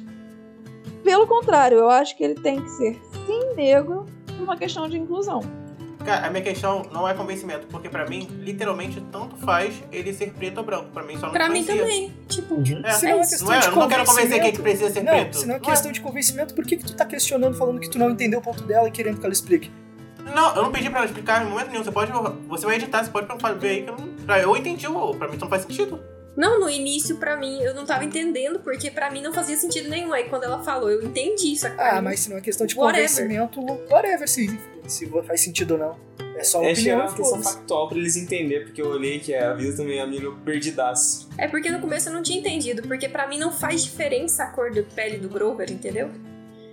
C: pelo contrário, eu acho que ele tem que ser sim negro por uma questão de inclusão.
E: Cara, a minha questão não é convencimento, porque pra mim, literalmente, tanto faz ele ser preto ou branco. Pra mim só não
D: Pra mim
E: influencia.
D: também. Tipo,
E: É.
A: Se não é
D: É
A: uma
D: isso.
A: questão
E: Não é?
A: de
E: Eu não quero convencer
A: convencimento.
E: quem que precisa ser
A: não,
E: preto.
A: se não é
E: Não é?
A: questão de convencimento, por que, que tu tá questionando, falando que tu não entendeu o ponto dela e querendo que ela explique?
E: Não, eu não pedi pra ela explicar em momento nenhum. Você pode. Você vai editar, você pode ver aí que eu não. Pra, eu entendi, ou pra mim isso não faz sentido.
D: Não, no início, pra mim, eu não tava entendendo, porque pra mim não fazia sentido nenhum. Aí quando ela falou, eu entendi isso.
A: Ah, mas se não é questão de
D: Uhum. Whatever.
A: convencimento, whatever se, se faz sentido ou não. É só
B: é
A: opinião
B: chegar
A: e
B: uma questão
A: foda-se.
B: factual pra eles entenderem, porque eu olhei que a vida também é meio perdidaço.
D: É porque no começo eu não tinha entendido, porque pra mim não faz diferença a cor de pele do Grover, entendeu?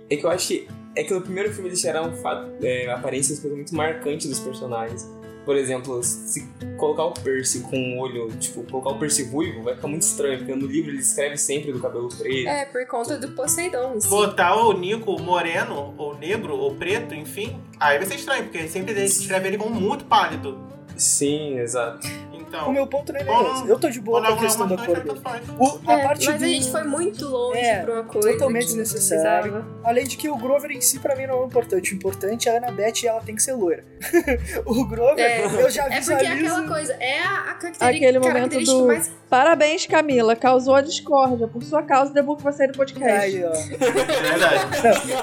B: É que eu acho que. É que no primeiro filme eles tiraram fato, é, aparências coisa muito marcante dos personagens. Por exemplo, se colocar o Percy com um olho, tipo, colocar o Percy ruivo, vai ficar muito estranho, porque no livro ele escreve sempre do cabelo preto.
D: É, por conta do Poseidon. em si.
E: Botar o Nico moreno, ou negro, ou preto, enfim. Aí vai ser estranho, porque sempre ele escreve ele como muito pálido.
B: Sim, exato.
E: Então.
A: O meu ponto não é
E: Bom,
A: negócio. Eu tô de boa
E: quando
A: com a
E: alguma
A: questão da
E: coisa,
A: cor
E: tanto
A: dele.
E: faz.
A: O- a
D: É,
A: parte
D: mas
A: do-
D: a gente foi muito longe
A: É,
D: pra uma coisa.
A: totalmente
D: que não
A: desnecessário.
D: precisava.
A: Além de que o Grover em si, pra mim, não é importante. O importante é a Annabeth e ela tem que ser loira. o Grover,
D: É.
A: eu já
D: É porque é
A: visualizo...
D: aquela coisa, é a, a caracteri-
C: Aquele momento
D: característica
C: do-
D: mais.
C: Parabéns, Camila. Causou a discórdia. Por sua causa, devo que você do podcast.
A: É, Aí, ó.
E: É verdade.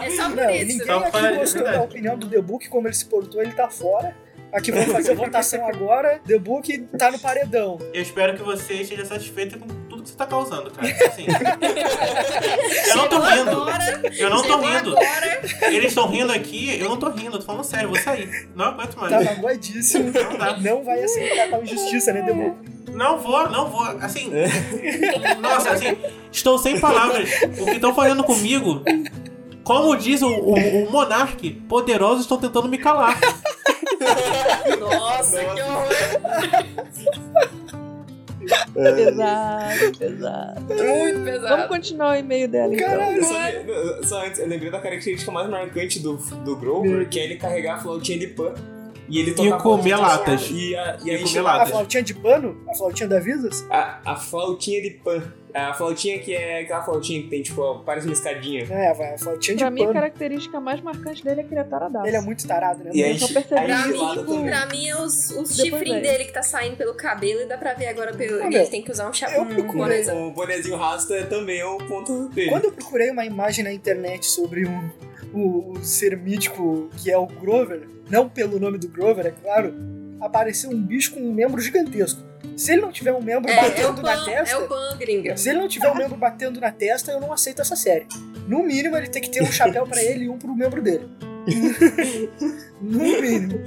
D: É só por
A: Não,
D: isso.
A: ninguém
E: Então fala
A: aqui
E: de
A: gostou da
E: verdade.
A: opinião do The Book, como ele se portou, ele tá fora. Aqui vamos fazer a votação agora. The Book tá no paredão.
E: Eu espero que você esteja satisfeito com tudo que você tá causando, cara. Assim, eu não tô
D: Chegou
E: rindo.
D: Agora,
E: Eu não
D: chegou
E: tô rindo.
D: Agora.
E: Eles estão rindo aqui, eu não tô rindo, eu tô falando sério, eu vou sair. Não aguento mais.
A: Tá magoadíssimo.
E: Não dá.
A: Não vai aceitar tal injustiça, né, The Book?
E: Não vou, não vou. Assim. nossa, assim, estou sem palavras. O que estão fazendo comigo? Como diz o, o, o monarque, poderosos estão tentando me calar.
D: Nossa, que horror.
C: É Pesado, pesado.
D: Muito
C: é Vamos
D: pesado.
C: continuar o e-mail dela, então.
A: Caralho.
B: Eu só, eu- só antes, eu lembrei da característica mais marcante do, do Grover, que é ele carregar a flautinha de pan. E ele tocar
E: comer latas.
B: E, a, e,
E: E
B: aí
E: comer
B: chama-
A: A
E: latas.
A: flautinha de pano? A flautinha da Visas?
B: A, a flautinha de pan. A flautinha que é aquela flautinha que tem, tipo, parece uma escadinha.
A: É, vai, a flautinha de
C: Pra mim, a
A: pano.
C: característica mais marcante dele é que ele é taradaço.
A: Ele é muito tarado, né?
B: E aí,
C: Eu só
B: aí
C: percebi.
D: Pra mim,
B: gelada também.
D: pra mim é os, os
C: Depois vem.
D: chifrinhos dele que tá saindo pelo cabelo e dá pra ver agora pelo.
A: Ah,
D: ele
A: meu,
D: tem que usar um
A: eu
D: chapéu. Um
A: procurei
D: bonézão.
B: O bonezinho rasta é também o ponto dele.
A: Quando eu procurei uma imagem na internet sobre um, o, o ser mítico que é o Grover, não pelo nome do Grover, é claro, apareceu um bicho com um membro gigantesco. Se ele não tiver um membro
D: É, é o
A: batendo na
D: pan,
A: testa.
D: é o pan, gringa.
A: Se ele não tiver um membro batendo na testa, eu não aceito essa série. No mínimo, ele tem que ter um chapéu pra ele e um pro membro dele. no mínimo.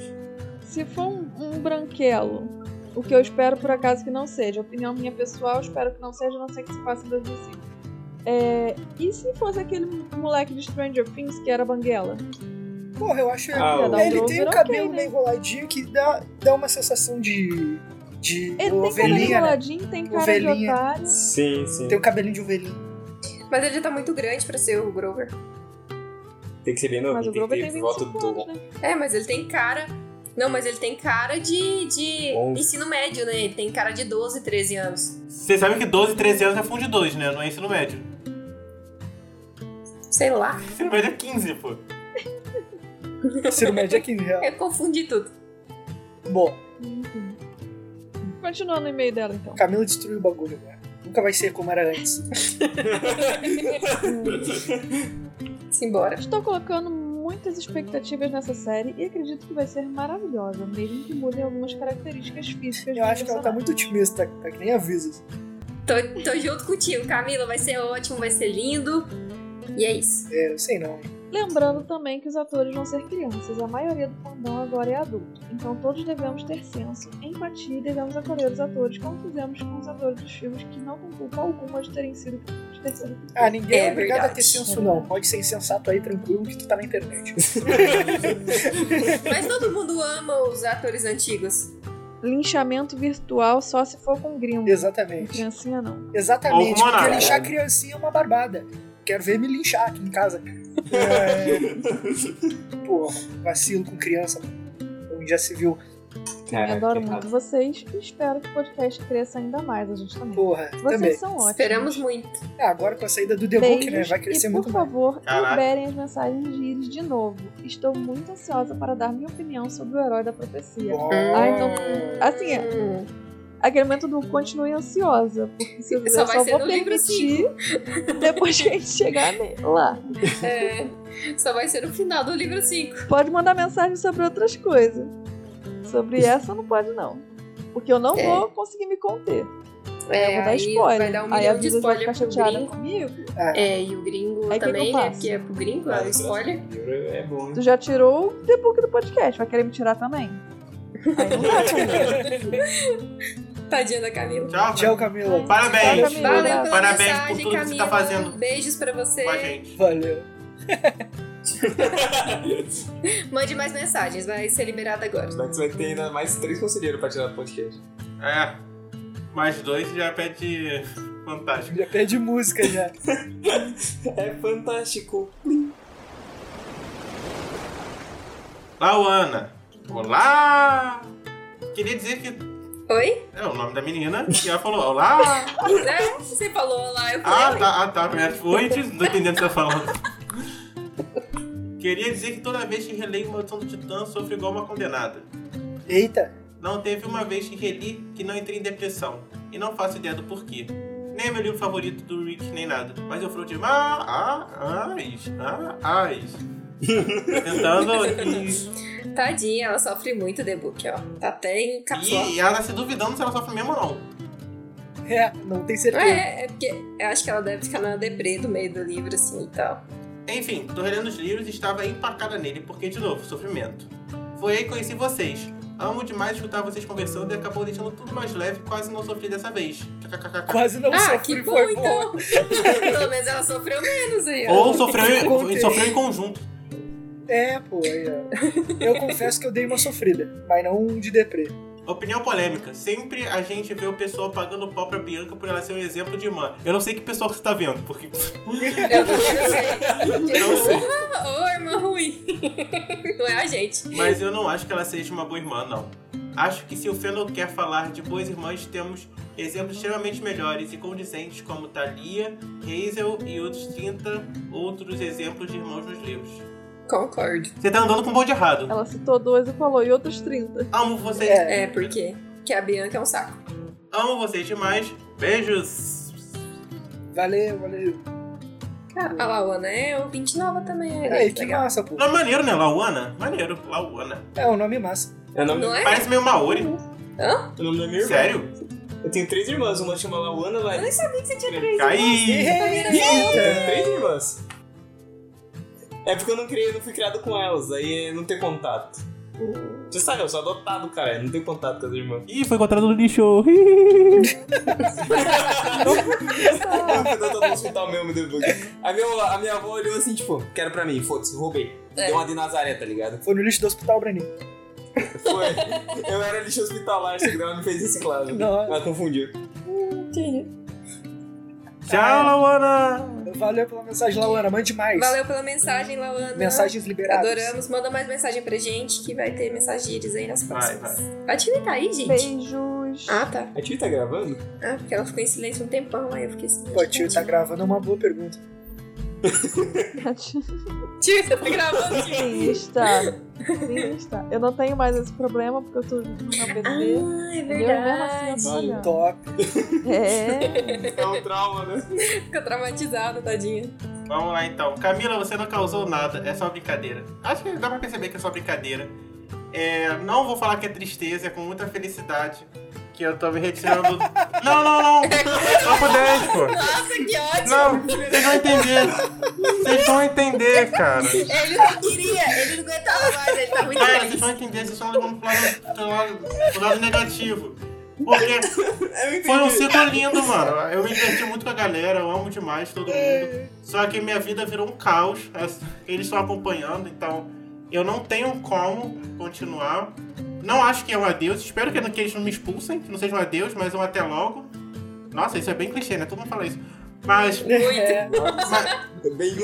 C: Se for um, um branquelo, o que eu espero por acaso que não seja, opinião minha pessoal, eu espero que não seja, a não ser que se faça em 2005. É, e se fosse aquele moleque de Stranger Things que era banguela?
A: Porra, eu acho.
B: Ah, o-
A: ele tem
C: Dover,
A: um
C: ok,
A: cabelo
C: né?
A: meio enroladinho que dá, dá uma sensação de. de
C: Ele tem cara de
A: ovelhinha, né?
C: enroladinho, tem cara de
A: Ovelhinha.
C: otário.
B: Sim, sim.
A: Tem o cabelinho de ovelhinha.
D: Mas ele já tá muito grande pra ser o Grover.
B: Tem que ser bem
C: um Mas
B: novinho,
C: o
B: tem que
C: Grover
B: ter
C: tem
B: voto
C: 25
B: do
C: anos, né?
D: É, mas ele tem cara. Não, mas ele tem cara de, de
B: Onze.
D: ensino médio, né? Ele tem cara de 12, 13 anos.
E: Vocês sabem que 12, 13 anos é fundo de 2, né? Não é ensino médio.
D: Sei lá.
E: Ensino médio é 15, pô.
A: Ser médio é 15 reais.
D: Eu confundi tudo.
A: Bom,
C: Uhum. Continuando o e-mail dela, então.
A: Camila destruiu o bagulho agora. Nunca vai ser como era antes.
D: Simbora.
C: Estou colocando muitas expectativas nessa série e acredito que vai ser maravilhosa, mesmo que mudem algumas características físicas.
A: Eu
C: dos
A: acho que ela tá muito otimista, tá que nem avisos.
D: Tô, tô junto contigo, Camila. Vai ser ótimo, vai ser lindo. E é isso.
A: É, eu sei não.
C: Lembrando também que os atores vão ser crianças, a maioria do fandom agora é adulto, então todos devemos ter senso, empatia e devemos acolher os atores, como fizemos com os atores dos filmes que não têm culpa alguma de terem sido. De ter sido
A: Ah, ninguém é,
D: É
A: obrigado a
D: verdade.
A: ter senso, não. Pode ser insensato aí, tranquilo, que tu tá na internet.
D: Mas todo mundo ama os atores antigos.
C: Linchamento virtual só se for com gringo. Com
A: Exatamente.
C: criancinha não.
A: Exatamente.
E: Alguma
A: Porque
E: nada.
A: linchar a criancinha é uma barbada. Quero ver me linchar aqui em casa. É... Porra, vacilo com criança. Um dia se viu.
B: Caraca,
C: Adoro
B: É, errado.
C: muito vocês e espero que o podcast cresça ainda mais, a gente também.
A: Porra,
C: Vocês
A: também.
C: são ótimos.
D: Esperamos muito.
A: Ah, agora com a saída do The Book,
C: Beijos,
A: né? Vai crescer
C: e
A: muito
C: por
A: mais.
C: favor,
E: Caraca.
C: liberem as mensagens de Iris de novo. Estou muito ansiosa para dar minha opinião sobre o herói da profecia. Ah,
D: É.
C: então, assim, é.
D: Hum.
C: Aquele momento do continue ansiosa, porque se eu,
D: Só
C: eu
D: vai
C: só
D: ser
C: vou
D: no livro
C: permitir depois que a gente chegar ne- lá.
D: É. Só vai ser no final do livro 5.
C: Pode mandar mensagem sobre outras coisas. Sobre essa não pode não. Porque eu não
D: É.
C: vou conseguir me conter. eu vou dar
D: aí
C: spoiler.
D: vai dar um
C: aí a
D: milhão de
C: Visa vai
D: spoiler
C: ficar
D: pro
C: chateada
D: gringo.
C: comigo.
D: É, e o gringo
C: Aí o que que
D: também,
C: eu
D: né?
C: faço?
D: Porque é pro gringo,
B: Ah,
D: é
B: o
D: um spoiler.
B: livro É bom, hein?
C: Tu já tirou o The Book do podcast, vai querer me tirar também? Aí não dá, Camila.
D: Tadinha da Camila.
E: Tchau,
A: Tchau, Camila.
E: Parabéns.
C: Tchau, Camila.
D: Valeu pela
E: Parabéns por
D: então, mensagem,
E: tudo que você
D: Camila.
E: tá fazendo.
D: Beijos pra você.
E: com a gente.
A: Valeu.
D: Mande mais mensagens, vai ser liberado agora.
B: Mas é você vai ter ainda mais três conselheiros pra tirar do podcast.
E: É. Mais dois já pede fantástico.
A: Já pede música já.
B: É fantástico.
E: Lauana. Olá! Queria dizer que.
D: Oi?
E: É o nome da menina. E ela falou: Olá!
D: Né? Você falou lá, eu
E: Ah,
D: falei.
E: tá, ah, tá. Primeiro, tipo, oi, tio, não tô entendendo o que você tá falando. Queria dizer que toda vez que releio Maldição do Titã, sofro igual uma condenada.
A: Eita.
E: Não teve uma vez que reli que não entrei em depressão. E não faço ideia do porquê. Nem é meu livro favorito do Rick, nem nada. Mas eu falo de ah, ah, ais, ah, ais. Tentando.
D: Tadinha, ela sofre muito The Book, ó. Tá até em
E: E,
D: capsule.
E: e ela tá se duvidando se ela sofre mesmo ou não.
A: É, não tem certeza.
D: É, é porque eu acho que ela deve ficar na deprê do meio do livro, assim, e tal.
E: Enfim, tô relendo os livros e estava empacada nele, porque, de novo, sofrimento. Foi aí que conheci vocês. Amo demais escutar vocês conversando e acabou deixando tudo mais leve, quase não sofri dessa vez. KKKK.
A: Quase não
D: ah,
A: sofri,
D: que bom,
A: foi bom.
D: então. Pelo menos ela sofreu menos aí, ó.
E: Ou sofreu, em- sofreu em conjunto.
A: É, pô. aí, ó. Eu confesso que eu dei uma sofrida, mas não um de deprê.
E: Opinião polêmica. Sempre a gente vê o pessoal pagando pau pra Bianca por ela ser um exemplo de irmã. Eu não sei que pessoal que você tá vendo, porque.
D: Eu não
E: Não
D: sei.
E: sei.
D: Ô, irmã ruim. Não é a gente.
E: Mas eu não acho que ela seja uma boa irmã, não. Acho que se o Fennel quer falar de boas irmãs, temos exemplos extremamente melhores e condizentes como Thalia, Hazel e outros 30 outros exemplos de irmãos nos livros.
D: Concordo.
E: Você tá andando com um bonde errado.
C: Ela citou dois e falou, e outros 30.
E: Amo vocês.
A: É.
D: É, porque que a Bianca é um saco.
E: Amo vocês demais. Beijos.
A: Valeu, valeu.
D: A Laona é um 20 nova também, olha
A: Aí,
D: que
A: que
D: É, legal.
A: massa, pô.
E: Não, maneiro, né? Lauana? Maneiro. Lauana.
A: É um nome massa.
B: É o nome,
D: Não é?
E: Parece meio Maori.
B: o nome da minha irmã.
E: Sério?
B: Eu tenho três irmãs, uma chama Lauana,
I: Eu nem
B: Larissa.
I: sabia que você tinha três.
E: Caí!
D: Tá
B: Eu tenho três irmãs. É porque eu não criei, eu não fui criado com elas, aí é não ter contato. Você sabe, eu sou adotado, cara, eu não tenho contato com as irmãs.
E: Ih, foi encontrado no lixo!
B: Eu fui adotado no hospital mesmo, deu bug. A minha, a minha avó olhou assim, tipo, quero pra mim, foda-se, roubei.
I: É.
B: Deu uma de Nazaré, tá ligado?
A: Foi no lixo do hospital, Breninho.
B: Foi. Eu era lixo hospitalar, chega que ela me fez reciclagem.
A: Não.
B: Ela confundiu.
I: Entendi.
E: Tchau, Lauana!
A: Valeu pela mensagem, Lauana. Mande mais.
D: Valeu pela mensagem, Lauana.
A: Mensagens liberadas.
D: Adoramos. Manda mais mensagem pra gente que vai ter mensagens aí nas
E: Vai,
D: próximas. Ativa tá aí, gente.
C: Beijos.
D: Ah, tá.
B: A Tio tá gravando?
D: Ah, porque ela ficou em silêncio um tempão, aí eu fiquei assim.
A: Pô, tio, tá gravando é uma boa pergunta.
D: Tio, você tá gravando, tio?
C: Sim, está. Sim, está. Eu não tenho mais esse problema porque eu tô junto com meu bebê.
D: Ah, é
C: Entendeu? Mesmo assim, eu
D: verdade.
C: tô olhando.
A: Top.
D: Ah.
C: É.
B: É um trauma, né?
D: Fica traumatizada, tadinha.
E: Vamos lá então. Camila, você não causou nada, é só brincadeira. Acho que dá pra perceber que é só brincadeira. É, não vou falar que é tristeza, é com muita felicidade que eu tô me retirando. não, não, não! Papo 10, pô!
D: Nossa, que ótimo!
E: Não, vocês vão entender! Vocês vão entender, cara!
D: Ele não queria, ele não aguentava mais, ele tá muito
E: Cara,
D: feliz.
E: É, vocês vão entender, vocês estão levando pro lado, pro lado, pro lado negativo. Porque
D: É
B: Eu entendi.
E: foi um ciclo lindo, mano. Eu me diverti muito com a galera, eu amo demais todo mundo. Só que minha vida virou um caos. as- Eles estão acompanhando, então eu não tenho como continuar. Não acho que é um adeus. Espero que não- que eles não me expulsem, que não seja um adeus, mas um até logo. Nossa, isso é bem clichê, né? Todo mundo fala isso. Mas
B: Bem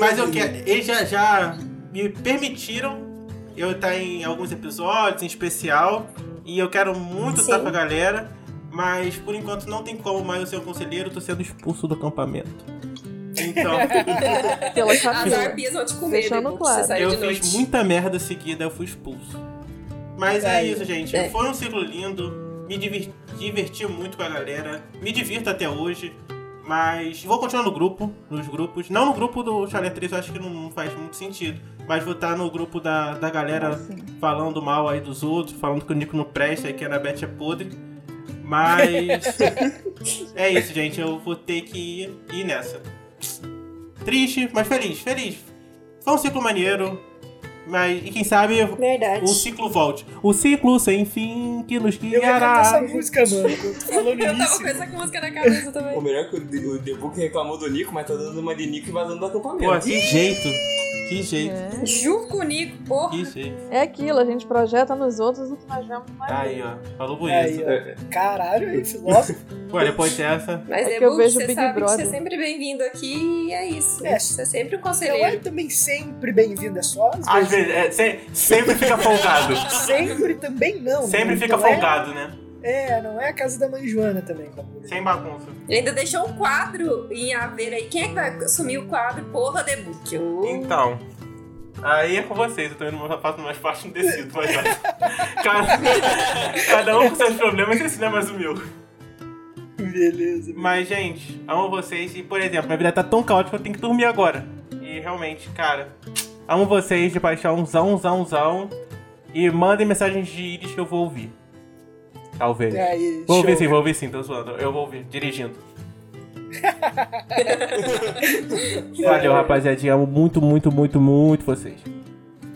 E: mas é? eu quero. Eles já, já me permitiram eu estar em alguns episódios, em especial. E eu quero muito estar com a galera. Mas por enquanto não tem como mais eu ser um conselheiro, eu tô sendo expulso do acampamento. Então,
C: É, Pela
D: As
C: capela.
D: arpias vão te comer,
C: Deixando
D: depois que
C: claro.
D: você sair
E: eu
D: de
E: fiz
D: noite.
E: muita merda seguida, eu fui expulso. Mas é
A: Aí,
E: isso, gente.
I: é.
E: Foi um ciclo lindo. Me divir- diverti muito com a galera. Me divirto até hoje. Mas vou continuar no grupo, nos grupos. Não no grupo do Chalé 3, eu acho que não faz muito sentido. Mas vou estar no grupo da, da galera
C: Assim.
E: falando mal aí dos outros, falando que o Nico não presta e que a Anabete é podre. Mas. é isso, gente. Eu vou ter que ir, ir nessa. Triste, mas feliz, feliz. Foi um ciclo maneiro. Mas, e quem sabe
D: Verdade.
E: o ciclo volte. O ciclo sem fim que nos
A: Eu ia cantar essa
E: guiará.
A: música, mano. que Eu tô falando
D: Eu tava
A: início.
D: com essa música na cabeça
B: O
D: também.
B: melhor é que o The- o The Book reclamou do Nico, mas tá dando uma de Nico e vazando do
E: Pô, assim,
B: acampamento.
E: que jeito. Que jeito.
C: É.
D: Junto com o Nico, porra.
E: Que jeito.
C: É aquilo, a gente projeta nos outros o que nós vemos na
E: Aí, ó. Falou
A: Aí,
E: bonito.
A: ó. Caralho, aí, filósofo.
E: Pô, depois dessa.
D: Mas
C: É
D: é
C: que eu
D: bom
C: vejo
D: você
C: Big
D: sabe
C: Brother.
D: que você é sempre bem-vindo aqui e é isso.
A: É.
D: Você é sempre um
A: Não é
D: conselheiro.
A: também sempre bem-vindo, é só às
E: Às
A: vezes.
E: vezes, é, se- sempre fica folgado.
A: Sempre também não.
E: Sempre
A: né?
E: fica
A: Não é-
E: folgado, né?
A: É, não é a casa da mãe Joana também. bagulho.
E: Sem bagunça.
D: Ele ainda deixou um quadro em haver aí. Quem é que vai assumir o quadro? Porra, The Book. Ô,
E: Então. Aí é com vocês, eu tô indo no meu sapato, mas faço não decido, mas vai. cada, cada um com seus problemas, esse não é mais o meu.
A: Beleza.
E: Mas, gente, amo vocês. E, por exemplo, minha vida tá tão caótica que eu tenho que dormir agora. E, realmente, cara, amo vocês de paixão, zão, zão, zão. E mandem mensagens de íris que eu vou ouvir. Talvez.
A: E aí,
E: vou ouvir
A: É, show.
E: sim, vou ouvir sim, tô zoando. Eu vou ouvir, dirigindo. Valeu, rapaziadinha. Amo muito, muito, muito, muito vocês.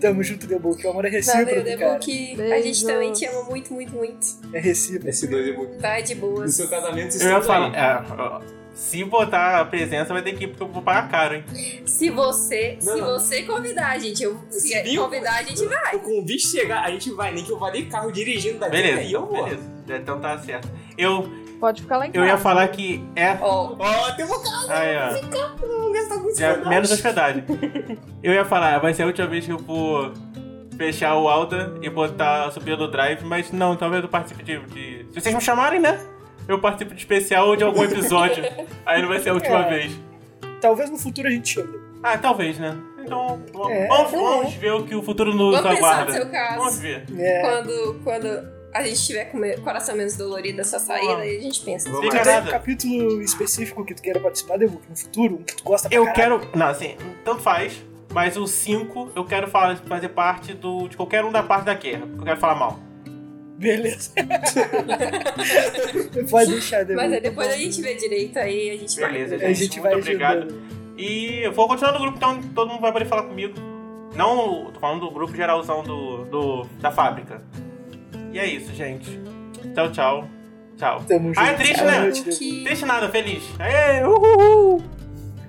A: Tamo junto, The Book. O amor é
D: Valeu,
A: recíproco,
D: The
A: cara.
D: Book. A
C: Beijos.
D: gente também te ama muito, muito, muito.
A: É recíproco.
B: Esse dois The Book.
D: Vai de
B: No
D: boas.
B: seu casamento, vocês
E: Eu ia
B: estão
E: falar.
B: aí.
E: é, ó, se botar a presença, vai ter que ir porque eu vou pagar caro, hein?
D: Se você,
B: Não,
D: se
B: não.
D: você convidar a gente, eu, se
B: Viu?
D: convidar a gente vai.
B: O convite chegar, a gente vai, nem que eu vá de carro dirigindo daqui
E: Beleza.
B: aí É eu vou.
E: beleza. Então tá certo. Eu,
C: Pode ficar lá em casa.
E: eu ia falar que é
D: Ó,
B: Ó, tem uma casa,
E: Aí, ó.
B: vamos gastar muito
E: Já- é
B: saudade.
E: menos hospedagem. Eu ia falar, vai ser a última vez que eu vou fechar o Alda e botar a subida do Drive, mas não, talvez eu participe de, de- Se vocês me chamarem, né? Eu participo de especial ou de algum episódio. Aí não vai ser a última
A: É.
E: vez.
A: Talvez no futuro a gente chame.
E: Ah, talvez, né? Então, vamos,
A: É,
E: vamos-
A: é.
E: vamos ver o que o futuro nos
D: vamos pensar no
E: aguarda.
D: seu
E: Vamos
D: caso.
E: ver.
A: É.
D: Quando, quando a gente tiver com o coração menos dolorido é da sua saída, aí a gente pensa.
B: Vamos
E: Fica
A: Tu tem um
E: nada.
A: capítulo específico que tu queira participar, The Book, no futuro, um que tu gosta pra
E: Eu
A: caralho.
E: quero. Não, assim, tanto faz. Mas o 5 eu quero fa- fazer parte do, de qualquer um da parte da guerra. porque Eu quero falar mal.
A: Beleza. Pode deixar, Débora.
D: Mas é aí depois a gente vê direito aí, a gente vai.
E: Beleza,
A: É, A
E: gente.
A: gente
E: Muito
A: vai
E: obrigado.
A: ajudando.
E: E eu vou continuar no grupo, então todo mundo vai poder falar comigo. Não, tô falando do grupo geralzão do, do- da fábrica. E é isso, gente. Tchau, tchau. Tchau.
A: Tamo
E: Ah, é
A: junto.
E: triste,
A: Boa
E: né?
A: noite, Débora.
D: Que...
E: Deixa nada, feliz. Aê, uhul.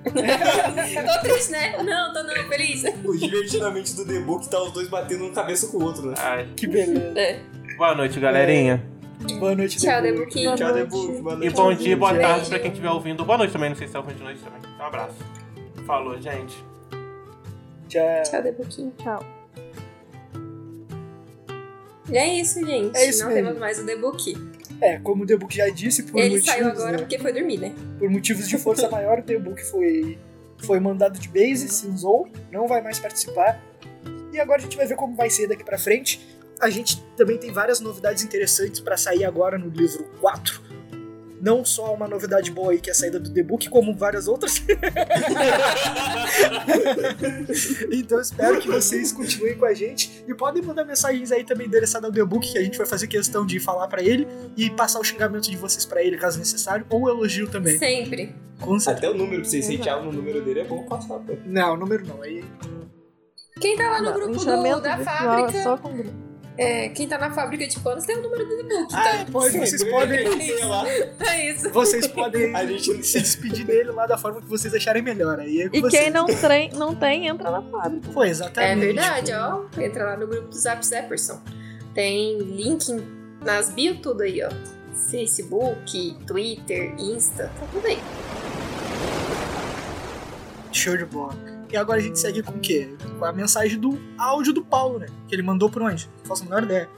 D: Tô triste, né? Não, tô não, feliz.
B: O divertidamente do The Book tá os dois batendo um cabeça com o outro, né?
E: Ai,
A: Que beleza.
D: É.
E: boa noite, galerinha.
A: É, Boa noite,
D: Tchau,
A: Débora.
D: Debuquinho.
B: Tchau, The Book. Boa
E: E
B: noite.
E: bom dia, boa
A: Beijo.
E: tarde pra quem estiver ouvindo. Boa noite também, não sei se é ouvindo de noite também. Um abraço. Falou, gente.
A: Tchau.
D: Tchau, Debuquinho.
C: Tchau.
D: E é isso, gente.
A: É isso
D: Não
A: mesmo.
D: temos mais o The Book.
A: É, como o Debuk já disse, por
D: Ele
A: motivos,
D: saiu agora
A: né?
D: porque foi dormir, né?
A: por motivos de força maior, o Debuk foi, foi mandado de base, cinzou, não vai mais participar. E agora a gente vai ver como vai ser daqui pra frente. A gente também tem várias novidades interessantes pra sair agora no livro 4. Não só uma novidade boa aí que é a saída do Debuk, como várias outras. então espero que vocês continuem com a gente e podem mandar mensagens aí também endereçadas ao Debuk, que a gente vai fazer questão de falar pra ele e passar o xingamento de vocês pra ele caso necessário, ou elogio também.
D: Sempre.
A: Com certeza.
B: Até o número, pra vocês sentirem algo no número dele, é bom passar, pô.
A: Não, número não. Aí
D: Quem tá lá no
C: Não,
D: grupo
C: linchamento
D: do, da
C: virtual é
D: fábrica,
C: Só com grupo.
D: é, quem tá na fábrica de panos tem o número do The Book,
A: Ah,
D: tá?
A: pode, vocês podem,
B: Sei lá.
D: É isso.
A: vocês podem
B: A gente-
A: se despedir dele lá da forma que vocês acharem melhor. Aí é com
C: E
A: vocês.
C: quem não, trem, não tem, entra na fábrica.
A: Pô,
D: É
A: exatamente.
D: verdade, ó. Entra lá no grupo do Zap Zapperson. Tem link em- nas bio tudo aí, ó. Facebook, Twitter, Insta, tá tudo aí.
A: Show de bola. E agora a gente segue com o quê? Com a mensagem do áudio do Paulo, né? Que ele mandou por onde? Não faço a menor ideia.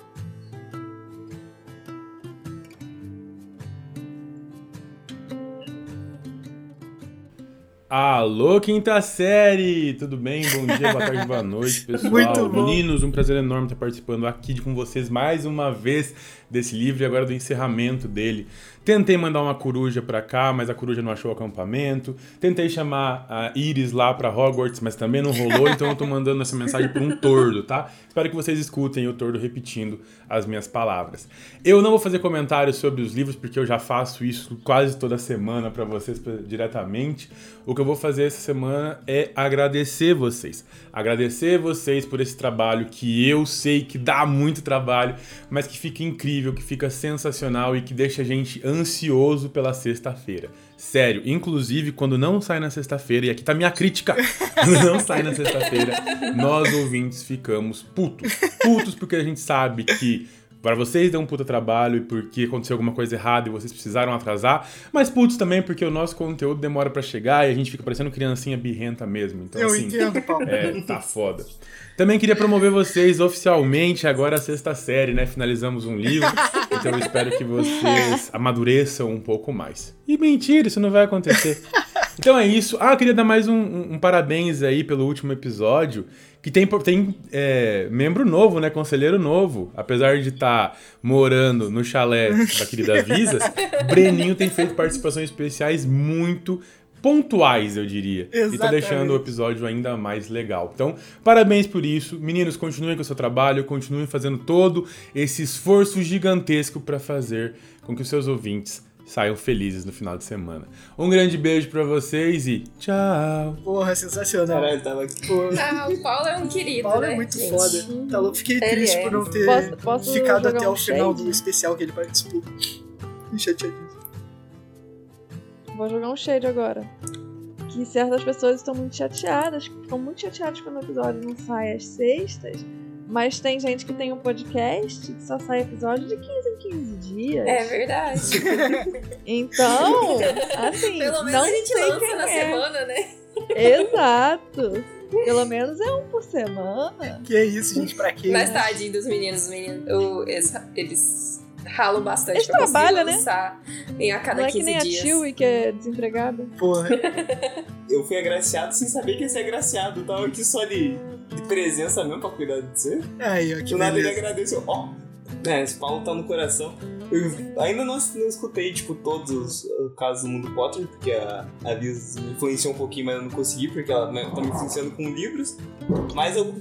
J: Alô, quinta série! Tudo bem? Bom dia, boa tarde, boa noite, pessoal.
A: Muito bom.
J: Meninos, um prazer enorme estar participando aqui de- com vocês mais uma vez desse livro e agora do encerramento dele. Tentei mandar uma coruja pra cá, mas a coruja não achou o acampamento. Tentei chamar a Iris lá pra Hogwarts, mas também não rolou, então eu tô mandando essa mensagem por um tordo, tá? Espero que vocês escutem o tordo repetindo as minhas palavras. Eu não vou fazer comentários sobre os livros, porque eu já faço isso quase toda semana pra vocês pra- diretamente. O que eu vou fazer essa semana é agradecer vocês. Agradecer vocês por esse trabalho que eu sei que dá muito trabalho, mas que fica incrível, que fica sensacional e que deixa a gente ansioso pela sexta-feira. Sério, inclusive quando não sai na sexta-feira, e aqui tá minha crítica, quando não sai na sexta-feira, nós ouvintes ficamos putos. Putos porque a gente sabe que para vocês deu um puta trabalho e porque aconteceu alguma coisa errada e vocês precisaram atrasar, mas putos também porque o nosso conteúdo demora pra chegar e a gente fica parecendo criancinha birrenta mesmo. Então,
A: Eu
J: assim,
A: entendo, Paulo.
J: é, tá foda. Também queria promover vocês oficialmente agora a sexta série, né? Finalizamos um livro, então eu espero que vocês amadureçam um pouco mais. E mentira, isso não vai acontecer. Então é isso. Ah, eu queria dar mais um, um- um parabéns aí pelo último episódio, que tem, por- tem é, membro novo, né? Conselheiro novo. Apesar de estar morando no chalé da querida Visas, Breninho tem feito participações especiais muito pontuais, eu diria. E tá
A: Exatamente.
J: deixando o episódio ainda mais legal. Então, parabéns por isso. Meninos, continuem com o seu trabalho, continuem fazendo todo esse esforço gigantesco pra fazer com que os seus ouvintes saiam felizes no final de semana. Um grande beijo pra vocês e tchau!
A: Porra, sensacional.
B: Caralho, tava aqui.
A: Pô, o
D: Ah, o Paulo é um querido,
A: Paulo
D: né?
A: é muito
D: gente?
A: foda. Tá louco. Fiquei
D: Ele
A: triste
D: é.
A: por não ter
C: Posso- posso
A: ficado
C: jogar
A: até
C: um
A: o final
C: shade?
A: do especial que ele participou. Fiquei Chateadinho.
C: Vou jogar um shade agora. Que certas pessoas estão muito chateadas, que ficam muito chateadas quando o episódio não sai às sextas. Mas tem gente que tem um podcast que só sai episódio de 15 em 15 dias.
D: É verdade.
C: Então, assim,
D: Pelo menos
C: não
D: a gente
C: sei
D: lança
C: quem
D: na
C: é.
D: semana, né?
C: Exato. Pelo menos é um por semana.
A: Que é isso, gente. Pra quê?
D: Mas tadinho dos meninos, os meninos. o- eles, eles ralam bastante
C: Eles
D: pra conseguir
C: trabalham, né?
D: lançar em a cada
C: não é que
D: 15
C: nem
D: dias. Uhum.
C: a Tilly que é desempregada.
A: Porra.
B: Eu fui agraciado sem saber que ia ser agraciado. Eu Tava aqui só de, de presença mesmo pra cuidar de você.
K: É,
A: Aí, ó, que
B: Do nada ele
A: beleza.
B: agradeceu. Ó, né? Esse Paulo tá no coração. Eu ainda não, não escutei, tipo, todos os uh, casos do mundo Potter, porque a, a Liz me influenciou um pouquinho, mas eu não consegui, porque ela né, tá me influenciando com livros. Mas eu,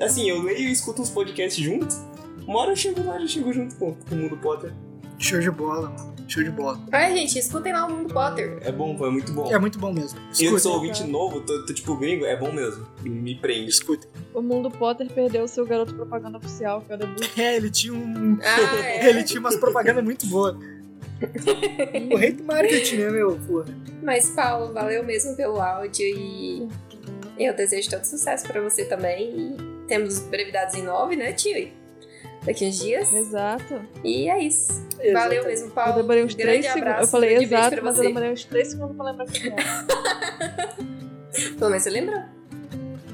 B: assim, eu leio e escuto os podcasts juntos. Uma hora eu chego lá, já chego junto com, com o mundo Potter.
A: Show de bola, mano. Show de bola.
D: Ai, gente, escutem lá o Mundo Potter.
B: É bom, pô, é muito bom.
A: É muito bom mesmo.
B: E eu que
A: Escuta,
B: sou ouvinte novo, tô, tô tipo gringo, é bom mesmo. Me prende.
A: escuta.
C: O mundo Potter perdeu o seu garoto propaganda oficial, que é o The Book.
A: É, ele tinha um.
D: Ah, é.
A: Ele tinha umas propagandas muito boas. o rei do marketing, né, meu? Porra.
D: Mas, Paulo, valeu mesmo pelo áudio e eu desejo todo sucesso pra você também. E temos brevidades em nove, né, tio? Daqui uns dias.
C: Exato.
D: E é isso.
K: Exatamente.
D: Valeu mesmo,
C: Eu
D: Paulo.
C: demorei uns
D: Grande
C: três
D: abraço,
C: segundos. Eu falei
D: grande beijo
C: exato,
D: pra
C: mas
D: você.
C: eu demorei uns três segundos pra lembrar que era.
D: Pelo menos você lembrou.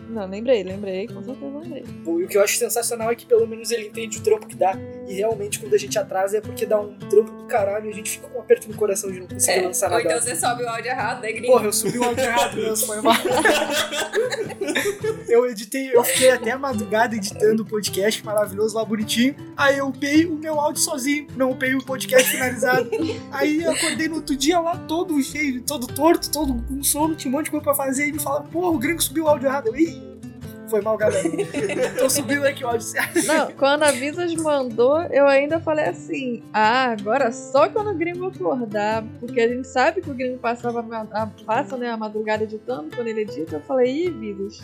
C: Não, lembrei, lembrei, com certeza lembrei.
K: E o que eu acho sensacional é que pelo menos ele entende o trampo que dá. E realmente, quando a gente atrasa, é porque dá um trampo do caralho e a gente fica com um aperto no coração de não conseguir
D: É,
K: lançar
D: Ou
K: nada.
D: então você sobe o áudio errado, né, gringo?
K: Porra, eu subi o áudio errado mesmo, foi mal.
A: Eu editei, eu fiquei até a madrugada editando o podcast maravilhoso lá bonitinho. Aí eu upei o meu áudio sozinho, não upei o podcast finalizado. Aí eu acordei no outro dia lá todo cheio, todo torto, todo com sono, tinha um monte de coisa pra fazer. E me falaram, porra, o gringo subiu o áudio errado. Eu, Ih, foi mal, galera. Então subiu aqui o áudio certo.
C: Não, quando a Visas mandou, eu ainda falei assim: ah, agora só quando o gringo acordar, porque a gente sabe que o gringo passava a ma- a, passa, né, a madrugada editando, quando ele edita, eu falei: ih, Visas,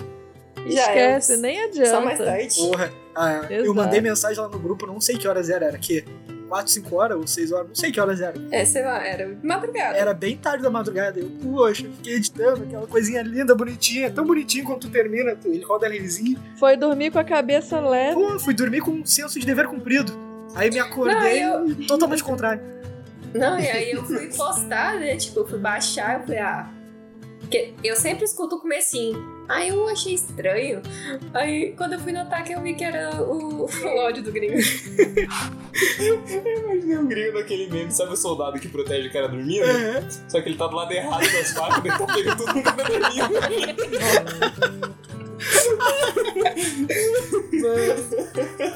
D: Já é.
C: esquece, nem
D: Só mais
C: adianta.
D: tarde.
A: Porra, ah, eu
C: Exato.
A: mandei mensagem lá no grupo, não sei que horas era, era que 4, 5 horas ou 6 horas, não sei que horas era.
D: É, sei lá, era madrugada.
A: Era bem tarde da madrugada. Eu, poxa, fiquei editando aquela coisinha linda, bonitinha, tão bonitinho quando tu termina, tu, ele roda levezinho.
C: Foi dormir com a cabeça leve.
A: Pô, fui dormir com um senso de dever cumprido. Aí me acordei
D: Não,
A: totalmente contrário.
D: Não, e aí eu fui postar, né? Tipo, eu fui baixar, eu falei, ah. Porque eu sempre escuto o comecinho. Aí eu achei estranho. Aí quando eu fui notar que eu vi que era o, o áudio do gringo.
B: Eu imaginei um gringo daquele meme, sabe o soldado que protege o cara dormindo? Só que ele tá do lado errado das facas, ele tá pegando todo mundo que tá dormindo.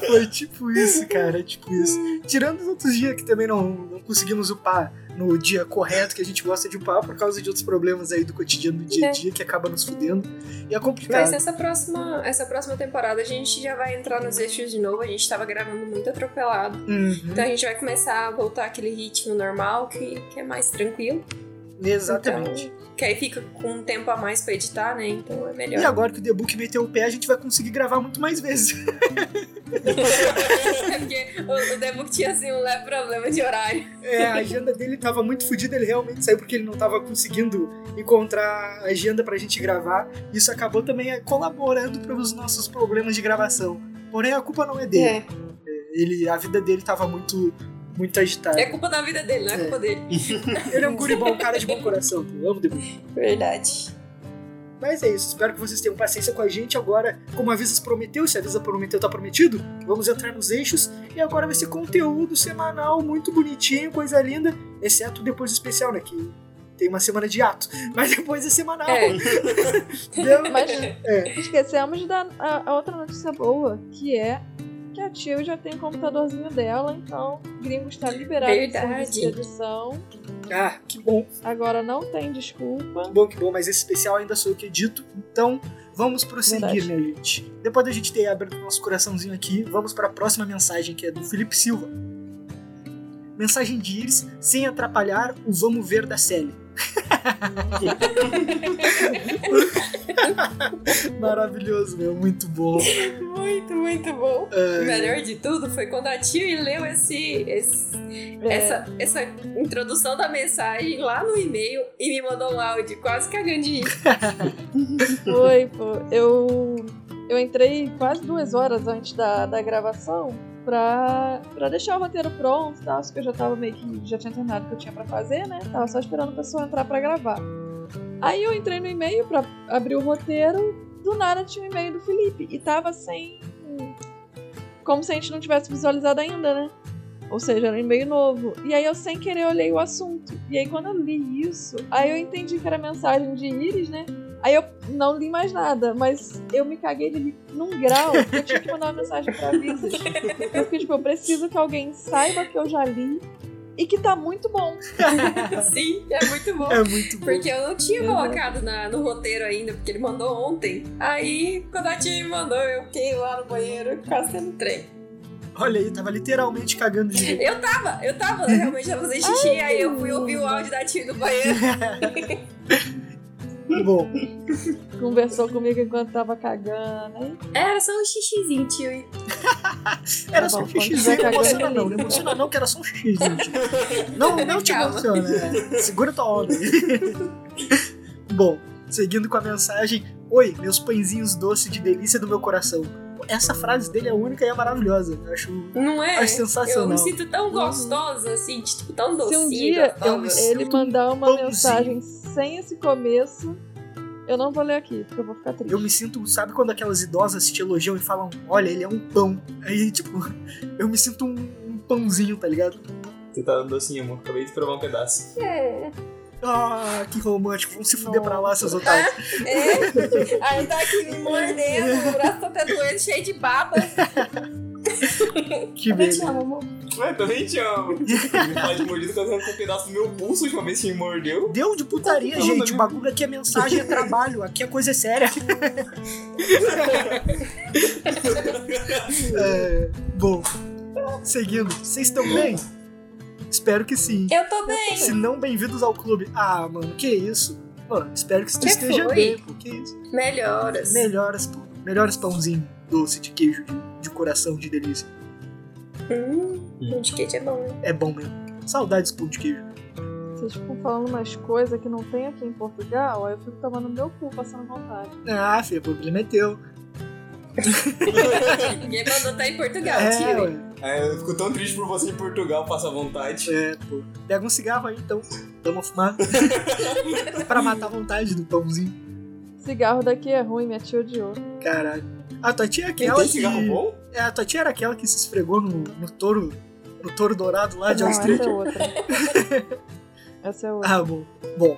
A: Foi tipo isso, cara, tipo isso. Tirando os outros dias que também não, não conseguimos upar no dia correto que a gente gosta de upar por causa de outros problemas aí do cotidiano do dia a dia que acaba nos fudendo. E é complicado.
D: É. Mas essa próxima, essa próxima temporada a gente já vai entrar nos eixos de novo. A gente tava gravando muito atropelado.
A: Uhum.
D: Então a gente vai começar a voltar aquele ritmo normal, que, que é mais tranquilo.
A: Exatamente.
D: Então, que aí fica com um tempo a mais pra editar, né? Então é
A: E
D: melhor.
A: agora que o The Book meteu o pé, a gente vai conseguir gravar muito mais vezes.
D: Porque o, o Debo tinha assim um leve problema de horário.
A: É, a agenda dele tava muito fodida, ele realmente saiu porque ele não tava conseguindo encontrar a agenda pra gente gravar. Isso acabou também eh, colaborando para os nossos problemas de gravação. Porém, a culpa não é dele.
D: É.
A: Ele, a vida dele tava muito, muito agitada.
D: É culpa da vida dele, não é culpa dele.
A: Ele é um guri bom, um cara de bom coração. pô. Amo The Book.
D: Verdade.
A: Mas é isso, espero que vocês tenham paciência com a gente agora. Como a Visas prometeu, se a Visa prometeu, tá prometido, vamos entrar nos eixos. E agora vai ser conteúdo semanal, muito bonitinho, coisa linda. Exceto depois do especial, né? Que tem uma semana de ato. Mas depois é semanal.
D: É.
A: entendeu?
C: Mas
A: É.
C: esquecemos de dar a, a outra notícia boa, que é que a Tio já tem o computadorzinho dela, então o gringo está liberado do
D: Verdade.
C: serviço de edição.
A: Ah, que bom,
C: Agora não tem desculpa.
A: que bom, que bom. Mas esse especial ainda sou eu que edito. Então, vamos prosseguir,
C: Verdade.
A: né, gente? Depois da gente ter aberto nosso coraçãozinho aqui, vamos para a próxima mensagem, que é do Felipe Silva. Mensagem de Iris, sem atrapalhar o vamos ver da Sally. Maravilhoso, meu. Muito bom.
D: Muito, muito bom. O melhor de tudo foi quando a tia leu esse, esse-
C: É,
D: essa, essa introdução da mensagem lá no e-mail e me mandou um áudio quase cagando de rir.
C: Foi, pô. Eu, eu entrei quase duas horas antes da, da gravação pra, pra deixar o roteiro pronto e tal, acho que eu já tava meio que. já tinha terminado o que eu tinha pra fazer, né? Tava só esperando o pessoal entrar pra gravar. Aí eu entrei no e-mail pra abrir o roteiro, do nada tinha o e-mail do Felipe e tava sem. como se a gente não tivesse visualizado ainda, né? Ou seja, era um e-mail novo. E aí eu sem querer olhei o assunto. E aí quando eu li isso, aí eu entendi que era mensagem de Iris, né? Aí eu não li mais nada, mas eu me caguei de rir num grau que eu tinha que mandar uma mensagem pra Visas. Eu fiquei tipo, eu preciso que alguém saiba que eu já li e que tá muito bom.
D: Sim, é muito bom.
A: É muito bom.
D: Porque eu não tinha
C: Exato.
D: colocado na- no roteiro ainda, porque ele mandou ontem. Aí, quando a tia me mandou, eu fiquei lá no banheiro quase tendo trem.
A: Olha aí, tava literalmente cagando de medo.
D: Eu tava, eu tava realmente a fazer xixi, aí eu fui ouvir o áudio da tia do banheiro.
A: Bom,
C: Conversou comigo enquanto tava cagando. hein?
D: Era só um xixizinho, tio.
A: era
C: Tá
A: só
C: bom,
A: um
C: quando
A: xixizinho, não
C: tiver
A: emociona
C: cagando.
A: não, não emociona não, que era só um xixizinho. tio. Não, não te
D: Calma.
A: emociona, é. segura tua onda. Bom, seguindo com a mensagem, Oi, meus pãezinhos doce de delícia do meu coração. Essa frase dele é única e é maravilhosa, eu acho...
D: Não é?
A: Acho sensacional.
D: Eu me sinto tão gostosa, assim, de, tipo, tão
C: Se
D: docinha.
C: um dia
D: gostosa.
A: me sinto
C: Ele mandar uma
A: pãozinho.
C: mensagem sem esse começo, eu não vou ler aqui, porque eu vou ficar triste.
A: Eu me sinto, sabe quando aquelas idosas te elogiam e falam, olha, ele é um pão. Aí, tipo, eu me sinto um, um pãozinho, tá ligado?
B: Você tá docinho, amor. Acabei de provar um pedaço.
D: É,
A: Ah, que romântico, vão se fuder pra lá, seus otários.
D: É. Aí tá aqui me mordendo, o braço tá até doendo, cheio de baba. É,
A: Que
I: Eu te
A: beleza.
I: amo, amor.
B: Ué, também te amo. Me faz de mordida que eu tava com um pedaço do meu pulso a última vez que me mordeu.
A: Deu de putaria,
B: Não,
A: gente.
B: não.
A: O bagulho aqui é mensagem, é trabalho. Aqui a coisa é séria. É, bom, seguindo. Vocês estão bem? Espero que sim.
D: Eu tô bem.
A: Se não, bem-vindos ao clube. Ah, mano, que isso? Mano, espero que você
D: Que
A: esteja
D: foi?
A: bem, pô. Que isso?
D: Melhoras.
A: Melhoras, pô. Melhoras pãozinho doce de queijo de, de coração de delícia.
D: Hum, pão de queijo é bom, né?
A: É bom mesmo. Saudades do pão de queijo.
C: Vocês ficam falando umas coisas que não tem aqui em Portugal, aí eu fico tomando meu cu, passando vontade.
A: Ah, filho, o problema é teu.
D: Ninguém mandou tá em Portugal,
A: É,
D: tio.
A: ué.
B: É, eu fico tão triste por você em Portugal, passa vontade.
A: É, pô. Pega um cigarro aí, então. Vamos fumar. pra matar a vontade do pãozinho.
C: Cigarro daqui é ruim, minha tia odiou.
A: Caralho. A tua tia é
B: Quem
A: aquela
B: tem
A: que...
B: cigarro bom?
A: É, a tua tia era aquela que se esfregou no, no touro... No touro dourado lá de
C: não,
A: Wall Ah, Street.
C: essa é outra. essa é outra.
A: Ah, bom. Bom.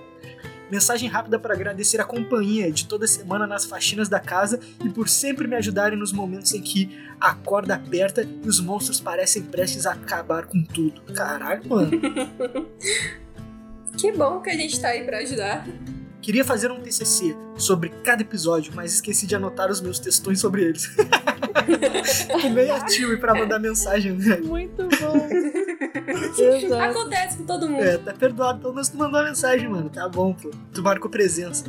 A: Mensagem rápida para agradecer a companhia de toda semana nas faxinas da casa e por sempre me ajudarem nos momentos em que a corda aperta e os monstros parecem prestes a acabar com tudo. Caralho, mano.
D: Que bom que a gente tá aí pra ajudar.
A: Queria fazer um TCC sobre cada episódio, mas esqueci de anotar os meus textões sobre eles. que meio ativo pra mandar mensagem. né?
C: Muito bom. Exato.
D: Acontece com todo mundo.
A: É, tá perdoado, pelo menos tu mandou a mensagem, mano. Tá bom, pô. Tu marcou presença.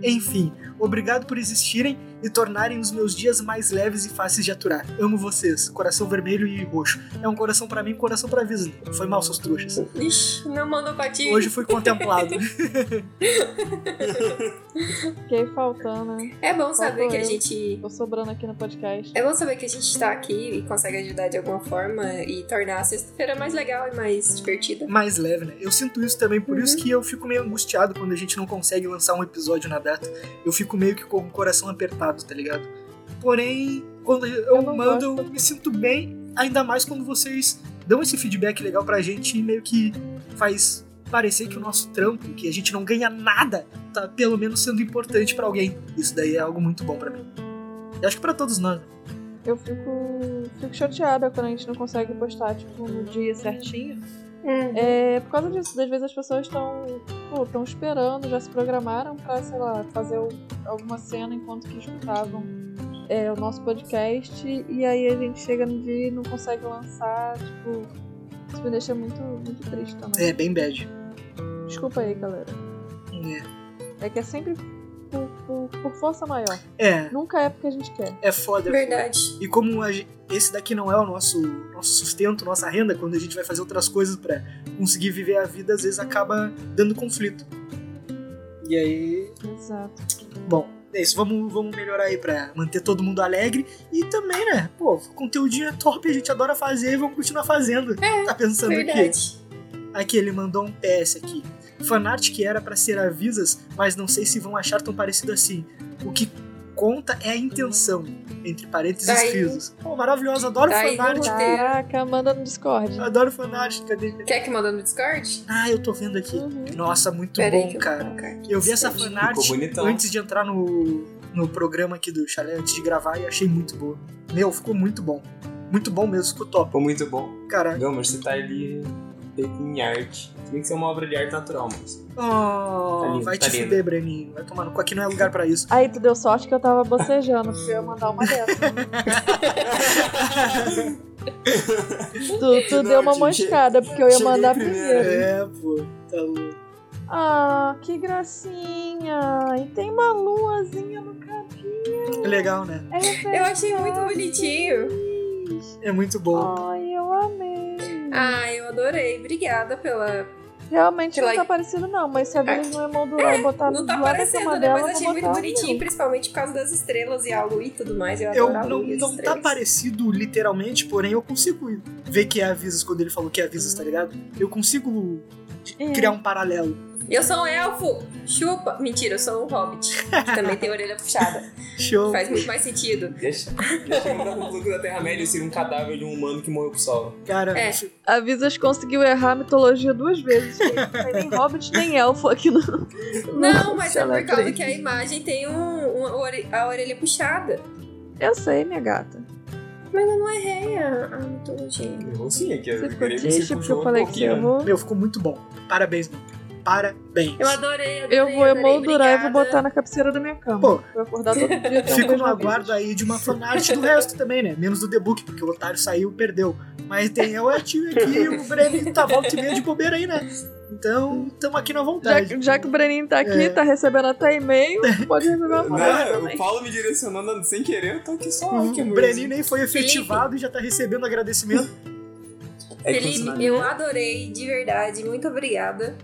A: Enfim, obrigado por existirem e tornarem os meus dias mais leves e fáceis de aturar. Amo vocês. Coração vermelho e roxo. É um coração pra mim, um coração pra Visa. Foi mal, seus trouxas.
D: Ixi, não mandou pra ti.
A: É. Hoje fui contemplado.
C: Fiquei faltando, né?
D: É bom saber
C: Faltou
D: que a
C: eu.
D: gente.
C: Tô sobrando aqui no podcast.
D: É bom saber que a gente tá aqui e consegue ajudar de alguma forma e tornar a sexta-feira mais legal e mais divertida.
A: mais leve, né? Eu sinto isso também, por isso que eu fico meio angustiado quando a gente não consegue lançar um episódio na data. Eu fico meio que com o coração apertado, tá ligado? Porém, quando eu,
C: Eu não
A: mando, eu me sinto bem, ainda mais quando vocês dão esse feedback legal pra gente e meio que faz parecer que o nosso trampo, que a gente não ganha nada, tá pelo menos sendo importante pra alguém. Isso daí é algo muito bom pra mim. E acho que pra todos nós. né?
C: Eu fico, fico chateada quando a gente não consegue postar, tipo, no dia certinho.
A: Hum,
C: É por causa disso. Às vezes as pessoas estão estão esperando, já se programaram pra, sei lá, fazer o- alguma cena enquanto que escutavam é, o nosso podcast. E aí a gente chega no dia e não consegue lançar, tipo... Isso me deixa muito, muito triste também.
A: É bem bad.
C: Desculpa aí, galera. É que é sempre por, por- por força maior.
A: É,
C: Nunca é porque a gente quer.
A: é foda.
D: Verdade.
A: E como a ge- esse daqui não é o nosso, nosso sustento, nossa renda, quando a gente vai fazer outras coisas pra conseguir viver a vida, às vezes acaba dando conflito. E aí,
C: Exato.
A: bom, é isso. Vamos, vamos melhorar aí pra manter todo mundo alegre. E também, né? Pô, o conteúdinho é top, a gente adora fazer e vamos continuar fazendo. tá pensando o quê?
D: Verdade.
A: Aqui ele mandou um PS aqui. Fanart que era pra ser avisas, mas não sei se vão achar tão parecido assim. O que conta é a intenção. Entre parênteses
D: Tá aí.
A: frisos. Pô, maravilhoso, adoro
D: Tá aí,
A: fanart.
D: vamos lá.
C: Caraca, manda no Discord.
A: Adoro fanart, cadê?
D: Quer que mandou no Discord?
A: Ah, eu tô vendo aqui.
C: Uhum.
A: Nossa, muito
D: Pera aí
A: bom,
D: que eu-
A: cara. Eu vi essa fanart
B: Ficou bonitão.
A: antes de entrar no, no programa aqui do Chalé, antes de gravar, e achei muito boa. Meu, ficou muito bom. Muito bom mesmo, ficou top.
B: Foi muito bom.
A: Caraca.
B: Gamer, você tá ali feito em arte. Tem que ser uma obra de arte natural, mas.
D: Tá
A: Oh,
B: lindo,
A: vai
B: tá
A: te
B: lindo.
A: fuder, Breninho. Vai tomar no cu. Aqui não é lugar pra isso.
C: Aí tu deu sorte que eu tava bocejando, porque eu ia mandar uma dessa. Tu, tu deu uma moscada, porque eu ia mandar primeiro.
A: É, pô, tá louco.
C: Ah, que gracinha! E tem uma luazinha no caminho.
A: Legal, né?
C: É
D: Eu achei muito
C: verdade.
D: bonitinho.
A: É muito bom.
C: Ai, eu amei.
D: Ah, eu adorei. Obrigada pela.
C: Realmente
D: Sei lá,
C: não tá parecendo não, mas se a Vênus não emoldurar e botar
D: É. Não tá
C: do lado da
D: parecendo,
C: cama
D: né?
C: dela,
D: Mas
C: eu
D: achei
C: vou
D: muito
C: botar o
D: bonitinho, principalmente por causa das estrelas e a lua e tudo mais. Eu
A: Eu
D: adoro a
A: não,
D: lua e as
A: não tá
D: estrelas.
A: parecido literalmente, porém eu consigo ver que é avisas quando ele falou que é avisas, tá ligado? Eu consigo
C: É.
A: criar um paralelo.
D: Eu sou um elfo! Chupa! Mentira, eu sou um hobbit. Que também tem orelha puxada.
A: Show.
D: Faz muito mais sentido.
B: Deixa, deixa eu mudar pro plug da Terra-média e ser um cadáver de um humano que morreu com sol.
A: Cara,
D: É.
C: A Visas conseguiu errar a mitologia duas vezes. gente. Não tem nem hobbit, nem elfo aqui no.
D: Não, mas é por
C: Xalá
D: causa
C: três.
D: que a imagem tem um, uma ore- a orelha puxada.
C: Eu sei, minha gata.
D: Mas eu não é Ah, errei a, a mitologia.
B: Eu sim, aqui.
C: Você ficou triste porque
B: um
C: eu falei que você errou.
A: meu, ficou muito bom. Parabéns, mano. Parabéns.
D: Eu adorei, adorei
C: Eu vou
D: adorei.
C: emoldurar e vou
D: Obrigada.
C: botar na cabeceira da minha cama.
A: Pô.
C: Vou acordar todo dia. tendo
A: Fico
C: dois
A: no um
C: Hobbits.
A: aguardo aí de uma fanart do resto também, né? Menos do The Book, porque o otário saiu e perdeu. Mas tem eu e a tio aqui e o Breno tá volta e meia de bobeira aí, né? Então, tamo aqui na
C: Já,
A: vontade.
C: que- já que o Breninho tá aqui,
A: É. Né?
C: tá recebendo até e-mail, pode receber uma palavra
B: Não,
C: também.
B: o Paulo me direcionando sem querer, eu tô aqui só.
C: Uhum.
B: que é
A: O
B: amorzinho.
A: Breninho nem foi efetivado e já tá recebendo agradecimento.
B: É que
D: Felipe,
B: os-
D: eu adorei, de verdade. Muito obrigada.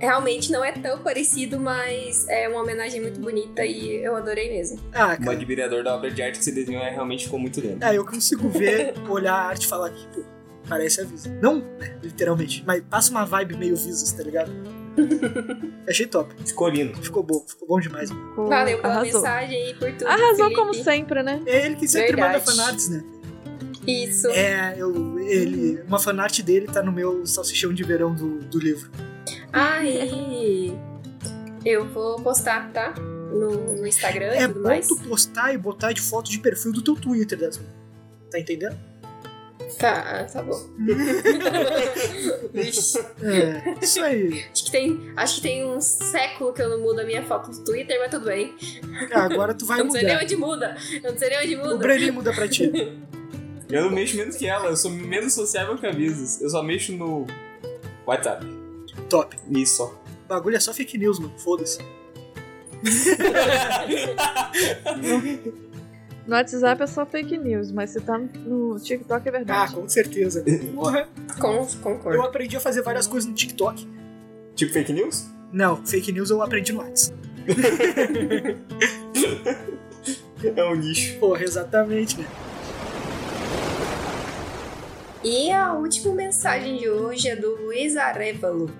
D: Realmente não é tão parecido, mas é uma homenagem muito bonita e eu adorei mesmo.
A: Ah,
B: Um
A: cara.
B: admirador da obra de arte que você desenhou é, realmente ficou muito lindo.
A: Ah, eu consigo ver, olhar a arte e falar que, pô, parece a Visa. Não, né, literalmente, mas passa uma vibe meio Visas, tá ligado? Achei top.
B: Ficou lindo.
A: Ficou bom, ficou bom demais. mano.
C: Ficou-
D: Valeu pela
C: Tipo, Arrasou.
D: mensagem e por tudo.
C: Arrasou como
D: Felipe.
C: sempre, né?
A: É ele que sempre
D: Verdade.
A: manda fanarts, né?
D: Isso.
A: É, eu, ele, uma fanart dele tá no meu salsichão de verão do, do livro.
D: Aí eu vou postar, tá? No, no Instagram
A: É
D: e tudo
A: bom
D: mais.
A: tu postar e botar de foto de perfil do teu Twitter dessa. Tá entendendo?
D: Tá, tá bom. Vixe,
A: É, isso aí.
D: acho, que tem, acho que tem um século que eu não mudo a minha foto do Twitter, mas tudo bem.
A: Ah, Agora tu vai
D: eu não sei nem
A: mudar.
D: onde muda. Eu não sei nem onde muda.
A: O Breninho muda pra ti.
B: Eu não mexo menos que ela, eu sou menos sociável que avisas. Eu só mexo no WhatsApp.
A: Top.
B: Isso só.
A: O bagulho é só fake news, mano. Foda-se.
C: No WhatsApp é só fake news, mas se tá no TikTok é
A: Ah,
C: verdade.
A: com certeza. Porra,
D: Com,
A: eu
D: concordo.
A: aprendi a fazer várias coisas no TikTok.
B: tipo fake news?
A: Não, fake news eu aprendi no Whats.
B: É um nicho.
A: Porra, exatamente, né?
D: E a última mensagem de hoje é do Luiz Arevalo.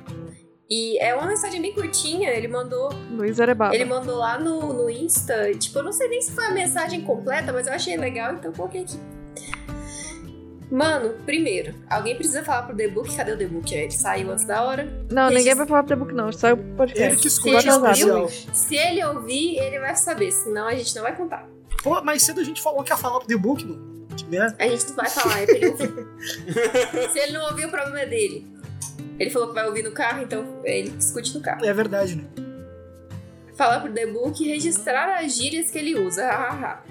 D: E é uma mensagem bem curtinha, ele mandou
C: Luiz Arebaba.
D: Ele mandou lá no, no Insta, tipo, eu não sei nem se foi a mensagem completa, mas eu achei legal, então coloquei aqui. Mano, primeiro, alguém precisa falar pro The Book, cadê o The Book? Ele saiu antes da hora.
C: Não,
D: Ele-
C: ninguém vai falar pro The Book, não. Só o
A: Ele
C: podcast.
A: que
D: Se
A: esconde o
D: ele
C: Bota lá,
A: especial.
D: ouviu, se ele ouvir, ele vai saber, senão a gente não vai contar.
A: Pô, mais cedo a gente falou que ia falar pro The Book, mano. Que merda.
D: A gente não vai falar, é pra ele ouvir. se ele não ouvir, o problema é dele. Ele falou que vai ouvir no carro, então ele escute no carro.
A: É verdade, né?
D: falar pro The Book e registrar as gírias que ele usa. hahaha.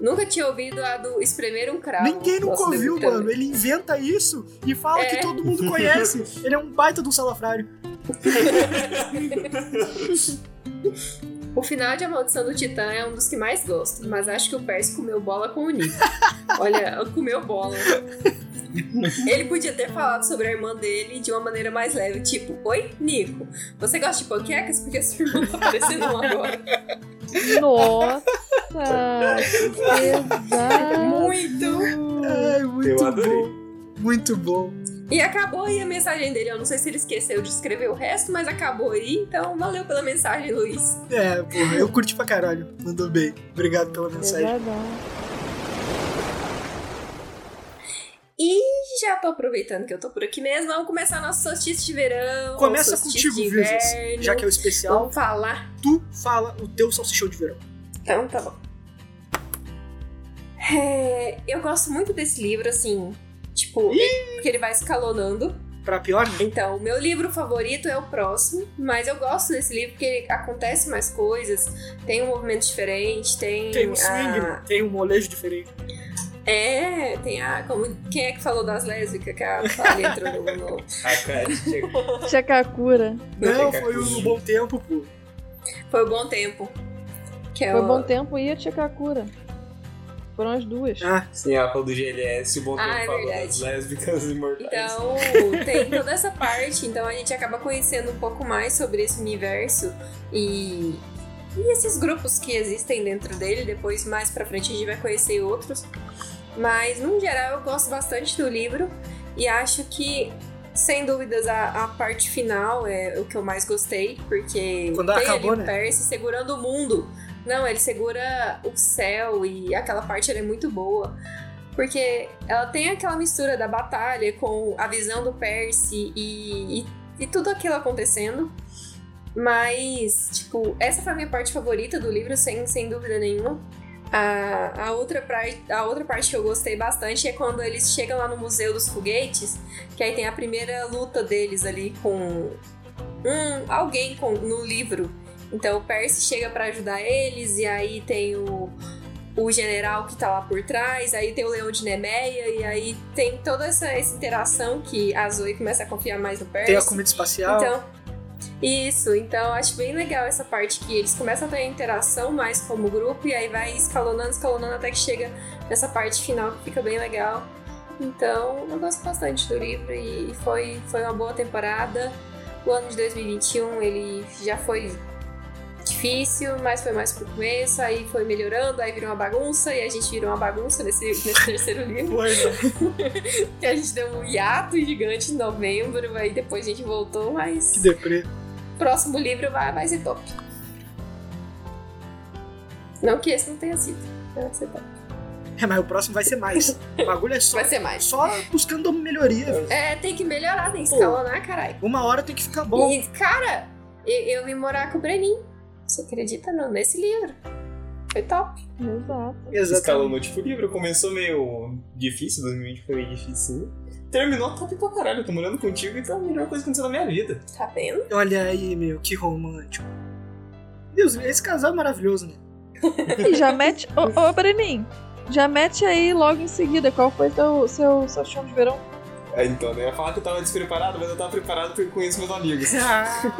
D: Nunca tinha ouvido a do espremer um cravo.
A: Ninguém nunca
D: Nossa, The
A: ouviu,
D: Book também.
A: mano. Ele inventa isso e fala
D: É.
A: que todo mundo conhece. Ele é um baita de um salafrário.
D: O final de A Maldição do Titã é um dos que mais gosto, mas acho que o Percy comeu bola com o Nick. Olha, comeu bola. Ele podia ter falado sobre a irmã dele de uma maneira mais leve, tipo, Oi, Nico, você gosta de panquecas? Porque a sua irmã tá aparecendo um agora.
C: Nossa! que pesado.
D: Muito!
A: Ai, muito
B: Eu adorei.
A: bom. Muito bom.
D: E acabou aí a mensagem dele. Eu não sei se ele esqueceu de escrever o resto, mas acabou aí. Então, valeu pela mensagem, Luiz.
A: É, porra, eu curti pra caralho. Mandou bem. Obrigado pela mensagem.
C: Pesadão.
D: E já tô aproveitando que eu tô por aqui mesmo. Vamos começar nosso solstício de verão.
A: Começa
D: solstício
A: contigo,
D: de
A: Visas.
D: inverno.
A: Já que é o especial,
D: Vamos falar.
A: tu fala o teu salsichão de verão.
D: Então tá bom. É, eu gosto muito desse livro, assim. Tipo, porque ele vai escalonando.
A: Pra pior, né?
D: Então, o meu livro favorito é o próximo, mas eu gosto desse livro porque ele- acontece mais coisas, tem um movimento diferente, tem.
A: Tem um swing,
D: a-
A: né? tem um molejo diferente.
D: É, tem a. Como, quem é que falou das lésbicas que a Fala entrou no.
B: A
D: no-
B: Ah, cara chega.
C: Tinha Kakura.
A: Não, foi o Bom Tempo, pô.
D: Foi o Bom Tempo. Que é
C: Foi
D: o-
C: bom tempo e a Tia Kakura. Foram as duas.
A: Ah,
B: Sim, ela falou do GLS, o bom
D: Ah,
B: tempo
D: é
B: falou
D: verdade.
B: das lésbicas imortais.
D: Então, tem toda essa parte, então a gente acaba conhecendo um pouco mais sobre esse universo e, e esses grupos que existem dentro dele. Depois, mais pra frente, a gente vai conhecer outros. Mas, no geral, eu gosto bastante do livro e acho que, sem dúvidas, a, a parte final é o que eu mais gostei, porque
A: Quando
D: tem
A: acabou,
D: ali
A: né?
D: o Percy segurando o mundo. Não, ele segura o céu e aquela parte ela é muito boa. Porque ela tem aquela mistura da batalha com a visão do Percy e, e, e tudo aquilo acontecendo. Mas, tipo, essa foi a minha parte favorita do livro, sem, sem dúvida nenhuma. A, a, outra pra, a outra parte que eu gostei bastante é quando eles chegam lá no Museu dos Foguetes, que aí tem a primeira luta deles ali com um, alguém com, no livro. Então o Percy chega pra ajudar eles, e aí tem o, o general que tá lá por trás, aí tem o Leão de Nemeia, e aí tem toda essa, essa interação que a Zoe começa a confiar mais no Percy.
A: tem a comida espacial.
D: Então, isso, então eu acho bem legal essa parte que eles começam a ter interação mais como grupo e aí vai escalonando, escalonando até que chega nessa parte final que fica bem legal. Então, eu gosto bastante do livro e foi, foi uma boa temporada. O ano de 2021 ele já foi difícil, mas foi mais pro começo, aí foi melhorando, aí virou uma bagunça e a gente virou uma bagunça nesse, nesse terceiro livro.
A: né?
D: que a gente deu um hiato gigante em novembro, aí depois a gente voltou, mas
A: que deprê.
D: próximo livro vai, vai ser top. Não que esse não tenha sido, mas vai ser top.
A: É, mas o próximo vai ser mais. O bagulho é só,
D: Vai ser mais.
A: só buscando melhoria.
D: É, tem que melhorar, tem que escalonar, caralho.
A: Uma hora tem que ficar bom.
D: E, cara, eu, eu vim morar com o Brenin. Você acredita não? Nesse livro. Foi top.
C: Exato.
A: Exatamente.
B: Escalonou, tipo, o livro começou meio difícil, 2020 foi meio difícil. Terminou top pra caralho, tô morando contigo e tá a melhor coisa que aconteceu na minha vida.
D: Tá vendo?
A: Olha aí, meu, que romântico. Deus, esse casal é maravilhoso, né?
C: E já mete. Ô, ô Brenin, já mete aí logo em seguida. Qual foi teu seu, seu chão de verão?
B: Ah, Então, né? eu ia falar que eu tava despreparado, mas eu tava preparado porque eu conheço meus amigos.
A: Ah,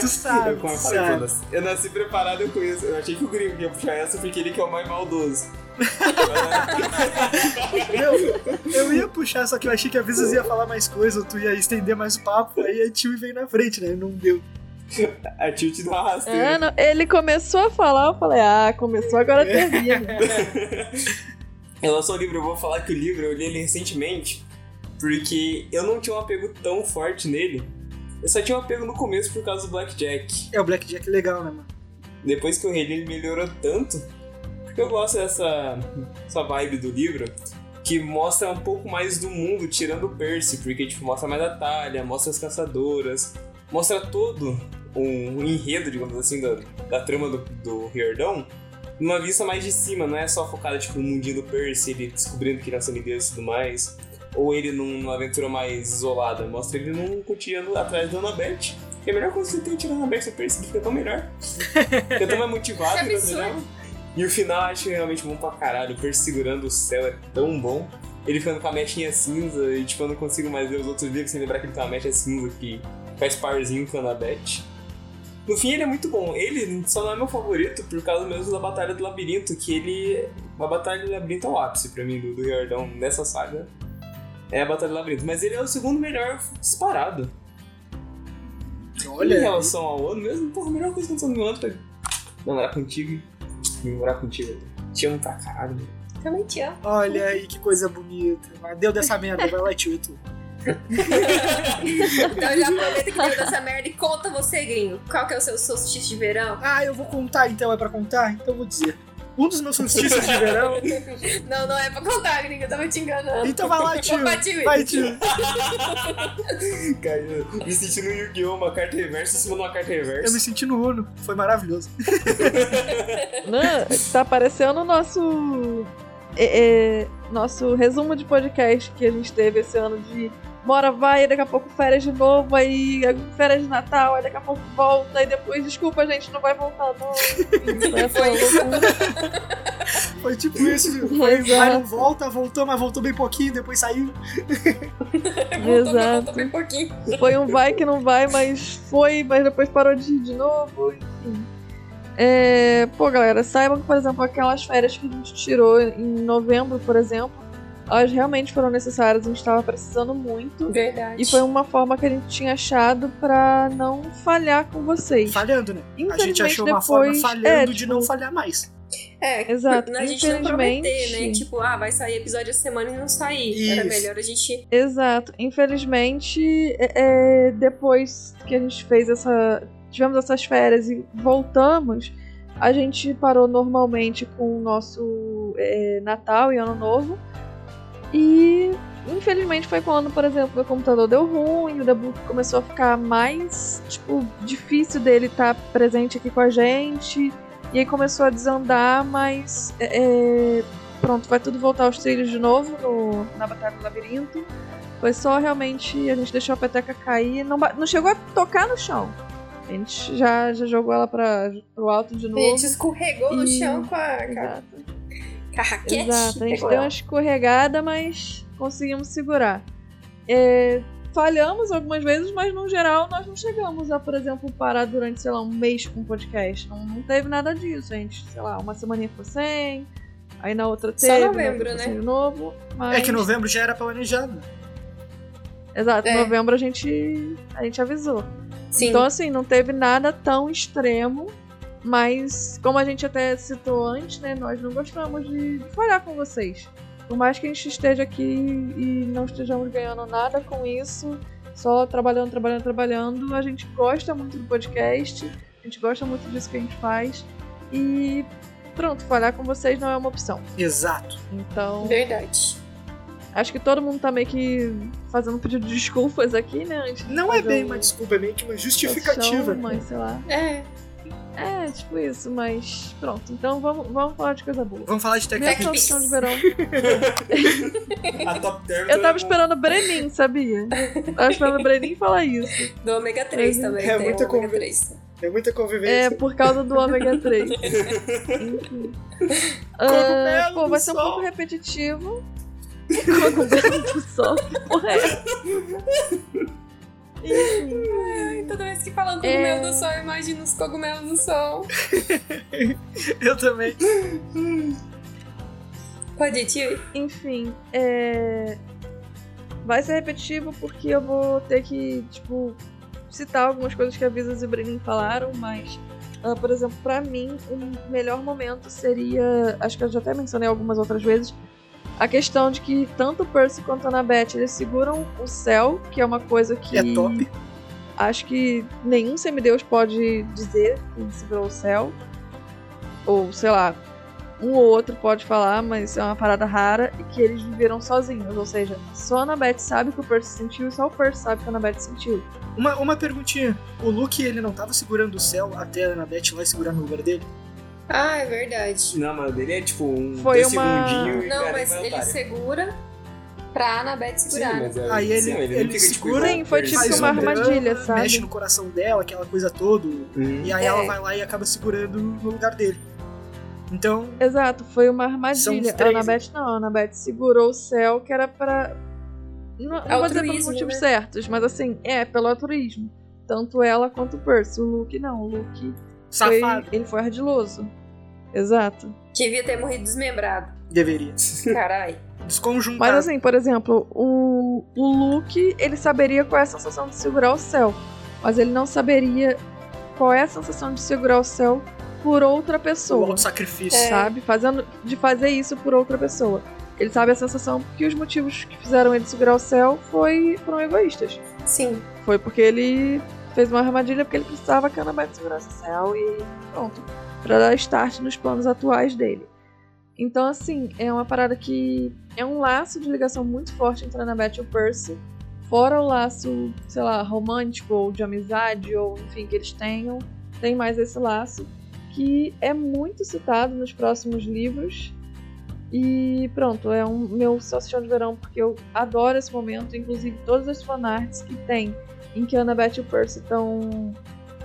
A: tu sabe,
B: Eu, como eu,
A: tu
B: falei, eu,
A: sabe.
B: nasci, eu nasci preparado, eu conheço. Eu achei que o gringo ia puxar essa porque ele que é o mais maldoso. Mas,
A: Meu, eu ia puxar, só que eu achei que a Visas ia falar mais coisa, ou tu ia estender mais o papo, aí a Tio veio na frente, né? Não deu.
B: a tio te dá uma rasteira.
C: Ah, não. Ele começou a falar, eu falei, ah, começou, agora termina.
B: Em relação ao livro, eu vou falar que o livro eu li ele recentemente, porque eu não tinha um apego tão forte nele. Eu só tinha um apego no começo por causa do Blackjack.
A: É o Blackjack legal, né, mano?
B: Depois que eu reli, ele melhorou tanto. Porque eu gosto dessa essa vibe do livro, que mostra um pouco mais do mundo, tirando o Percy, porque tipo, mostra mais a Talha, mostra as caçadoras, mostra todo um enredo, digamos assim, da, da trama do, do Riordão, numa vista mais de cima, não é só focada tipo, no mundinho do Percy, ele descobrindo que ele é um semideus e tudo mais, ou ele num- numa aventura mais isolada, mostra ele num cotidiano atrás da Annabeth. E a melhor coisa que tem é tirar a Annabeth do Percy, ele fica tão melhor. Fica tão mais motivado.
D: Que
B: fica
D: absurdo.
B: melhor. E o final eu acho realmente bom pra caralho. O Percy segurando o céu é tão bom. Ele ficando com a mechinha cinza e tipo, eu não consigo mais ler os outros livros sem lembrar que ele tem uma mecha cinza que faz parzinho com a Annabeth. No fim ele é muito bom. Ele só não é meu favorito por causa mesmo da Batalha do Labirinto, que ele. A Batalha do Labirinto é o ápice pra mim do, do Riordão nessa saga. É a Batalha do Labirinto. Mas ele é o segundo melhor disparado. Em
C: é um
A: Olha,
B: relação ao ano mesmo, porra, a melhor coisa que aconteceu no meu ano foi namorar contigo e namorar contigo. Te amo pra caralho.
D: Também te amo.
A: olha aí que coisa bonita. Mas deu dessa merda, vai lá, Tio, e tu.
D: Então eu já aproveita que deu dessa merda e conta você, gringo. Qual que é o seu solstício de verão?
A: Ah, eu vou contar então, é pra contar? Então eu vou dizer. Um dos meus solstícios de verão.
D: Não, não é pra contar, gringo. Eu tava te enganando.
A: Então vai lá, tio.
D: Vou bater
A: Vai,
D: isso.
A: tio.
B: Cara, eu me sentindo Yu-Gi-Oh! Uma carta reversa em cima de uma carta
A: Eu me
B: reversa.
A: senti no Uno. Foi maravilhoso.
C: Né? Não, tá parecendo o nosso. É, é, nosso resumo de podcast que a gente teve esse ano de mora, vai, daqui a pouco férias de novo, aí férias de Natal, aí daqui a pouco volta, e depois, desculpa, gente, não vai voltar, não. Enfim, foi essa loucura.
A: Foi tipo isso. Foi, vai, não volta, voltou, mas voltou bem pouquinho, depois saiu.
C: Exato.
D: Também um pouquinho.
C: Foi um vai que não vai, mas foi, mas depois parou de ir de novo, enfim. É, pô, galera, saibam que, por exemplo, aquelas férias que a gente tirou em novembro, por exemplo, elas realmente foram necessárias, a gente tava precisando muito.
D: Verdade.
C: E foi uma forma que a gente tinha achado pra não falhar com vocês.
A: Falhando, né? A gente
C: Infelizmente,
A: achou uma
C: depois,
A: forma falhando
C: é,
A: de não falhar mais.
D: É,
C: Exato,
D: a gente não prometer, né?
C: infelizmente.
D: Tipo, ah, vai sair episódio essa semana e não sair. Era
A: Isso.
D: melhor a gente.
C: Exato. Infelizmente, é- é, depois que a gente fez essa. Tivemos essas férias e voltamos, a gente parou normalmente com o nosso é, Natal e Ano Novo. E infelizmente foi quando, por exemplo, o computador deu ruim, o debug começou a ficar mais tipo, difícil dele estar presente aqui com a gente. E aí começou a desandar, mas é, é, pronto, vai tudo voltar aos trilhos de novo no- na Batalha do Labirinto. Foi só realmente a gente deixou a peteca cair, não, ba- não chegou a tocar no chão. A gente já, já jogou ela para pro alto de
D: A
C: novo.
D: gente escorregou no
C: E-
D: chão com a, com a,
C: Exato.
D: com a raquete.
C: Exato, a gente
D: Pegou
C: deu
D: ela.
C: uma escorregada, mas conseguimos segurar. É, falhamos algumas vezes, mas no geral nós não chegamos a, por exemplo, parar durante, sei lá, um mês com o podcast. Não, não teve nada disso, a gente, sei lá, uma semaninha ficou sem, aí na outra
D: Só
C: teve, na
D: novembro,
C: outra ficou
D: né?
C: sem de novo. Mas...
A: É que novembro já era planejado.
C: Exato,
D: É.
C: novembro a gente, a gente avisou.
D: Sim.
C: Então, assim, não teve nada tão extremo, mas como a gente até citou antes, né, nós não gostamos de, de falhar com vocês. Por mais que a gente esteja aqui e não estejamos ganhando nada com isso, só trabalhando, trabalhando, trabalhando, a gente gosta muito do podcast, a gente gosta muito disso que a gente faz e pronto, falhar com vocês não é uma opção.
A: Exato.
C: Então,
D: Verdade.
C: acho que todo mundo tá meio que fazendo um pedido de desculpas aqui, né? antes de
A: Não é
C: fazer
A: bem
C: o-
A: uma desculpa, é meio que uma
C: Opção,
A: justificativa.
C: mas sei lá.
D: É.
C: É, tipo isso, mas pronto. Então vamos, vamos falar de coisa boa.
A: Vamos falar de
C: Minha
A: técnica.
D: Tech Pix.
C: solução de verão.
B: A top term. um
C: Eu tava esperando o Brenin, sabia? Eu tava esperando o Brenin falar isso.
D: Do ômega 3
C: É,
D: também.
A: é
D: tem
A: muita
D: o ômega
A: conver-
D: 3.
A: É muita
C: É,
A: convivência.
C: por causa do ômega 3. Enfim. Ah,
A: Cogumelo
C: pô,
A: do
C: vai ser um
A: sol.
C: pouco repetitivo. Cogumelo do sol. que Porra, é. essa? Enfim.
D: Ai, Toda vez que falam
C: É.
D: cogumelo do sol, eu imagino os cogumelos do sol.
C: É.
A: Eu também.
D: Pode ir, tio?
C: Enfim, é... vai ser repetitivo porque eu vou ter que, tipo, citar algumas coisas que a Visas e o Brenin falaram, mas, ah, por exemplo, pra mim, o melhor momento seria, acho que eu já até mencionei algumas outras vezes, a questão de que tanto o Percy quanto a Annabeth, eles seguram o céu, que é uma coisa que
A: É top.
C: acho que nenhum semideus pode dizer que segurou o céu. Ou, sei lá, um ou outro pode falar, mas é uma parada rara. E que eles viveram sozinhos. Ou seja, só a Annabeth sabe que o Percy sentiu, só o Percy sabe que a Annabeth sentiu.
A: Uma, uma perguntinha. O Luke, ele não tava segurando o céu até a Annabeth lá segurar no lugar dele?
D: Ah, é verdade.
B: Não, mano, dele é tipo um
C: Foi
B: dois
C: uma-
B: segundinho e
D: Não,
B: cara,
D: mas
B: vai
D: ele
B: otário.
D: segura pra Anabeth
B: Sim,
D: segurar. né?
B: mas é-
A: Aí ele-
B: sim, mas
A: ele
B: fica, tipo,
A: segura,
C: Sim, foi tipo
A: Faz
C: uma
A: um drama,
C: armadilha, sabe?
A: Mexe no coração dela, aquela coisa toda.
B: Hum.
A: E aí
D: É.
A: ela vai lá e acaba segurando no lugar dele. Então,
C: Exato, foi uma
A: São
C: armadilha.
A: os
C: A
A: três.
C: Annabeth não, a Annabeth segurou o céu que era pra. Não, não vou dizer pelos
D: Altruísmo,
C: motivos
D: né?
C: certos, mas assim, é, pelo altruísmo. Tanto ela quanto o Percy. O Luke não, o Luke foi,
A: safado.
C: ele foi ardiloso. Exato.
D: Que devia ter morrido desmembrado.
A: Deveria.
D: Carai.
A: Desconjuntado.
C: Mas assim, por exemplo, o, o Luke, ele saberia qual é a sensação de segurar o céu. Mas ele não saberia qual é a sensação de segurar o céu por outra
A: o
C: pessoa.
A: auto-sacrifício.
C: Sabe? Fazendo, de fazer isso por outra pessoa. Ele sabe a sensação que os motivos que fizeram ele segurar o céu foi, um foram egoístas.
D: Sim.
C: Foi porque ele fez uma armadilha porque ele precisava que a Annabeth segurasse o céu e pronto. Pra dar start nos planos atuais dele. Então, assim, é uma parada que é um laço de ligação muito forte entre a Annabeth e o Percy. Fora o laço, sei lá, romântico ou de amizade, ou enfim, que eles tenham, tem mais esse laço que é muito citado nos próximos livros. E pronto, é um meu salsichão de verão, porque eu adoro esse momento, inclusive todas as fanarts que tem em que a Annabeth e o Percy estão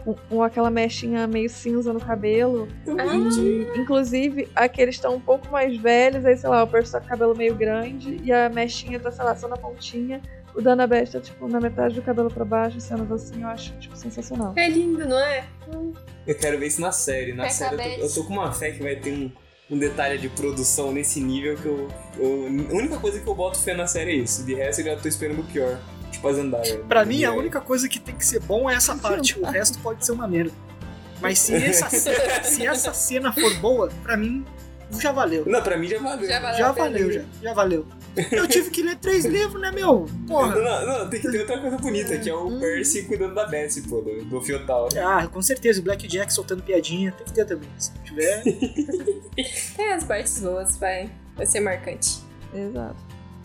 C: com, com aquela mechinha meio cinza no cabelo.
D: Ah.
C: E, inclusive, aqui eles estão um pouco mais velhos, aí sei lá, o Percy tá com o cabelo meio grande e a mechinha tá, sei lá, só na pontinha. O da Annabeth tá, tipo, na metade do cabelo pra baixo, cenas assim, eu acho, tipo, sensacional.
D: É lindo, não é?
B: Eu quero ver isso na série. Na
D: Peca
B: série eu tô, eu
D: Betty.
B: tô com uma fé que vai ter um, um detalhe de produção nesse nível que eu, eu- A única coisa que eu boto fé na série é isso. De resto eu já tô esperando o pior. Tipo a Zendaya.
A: Pra mim, é a
B: Zendaya.
A: única coisa que tem que ser bom é essa parte. O resto pode ser uma merda. Mas se essa, se essa cena for boa, pra mim já valeu.
B: Não, pra mim já valeu.
D: Já valeu.
A: Já
D: a pena,
A: valeu, já,
D: né?
A: já valeu. Eu tive que ler três livros, né, meu? Porra.
B: Não, não, tem que ter outra coisa bonita, que é o Percy cuidando da Bessie, pô, do, do Fiotal.
A: Ah, com certeza, o Black Jack soltando piadinha, tem que ter também. Se não tiver,
D: Tem as partes boas, vai. Vai ser marcante.
C: Exato.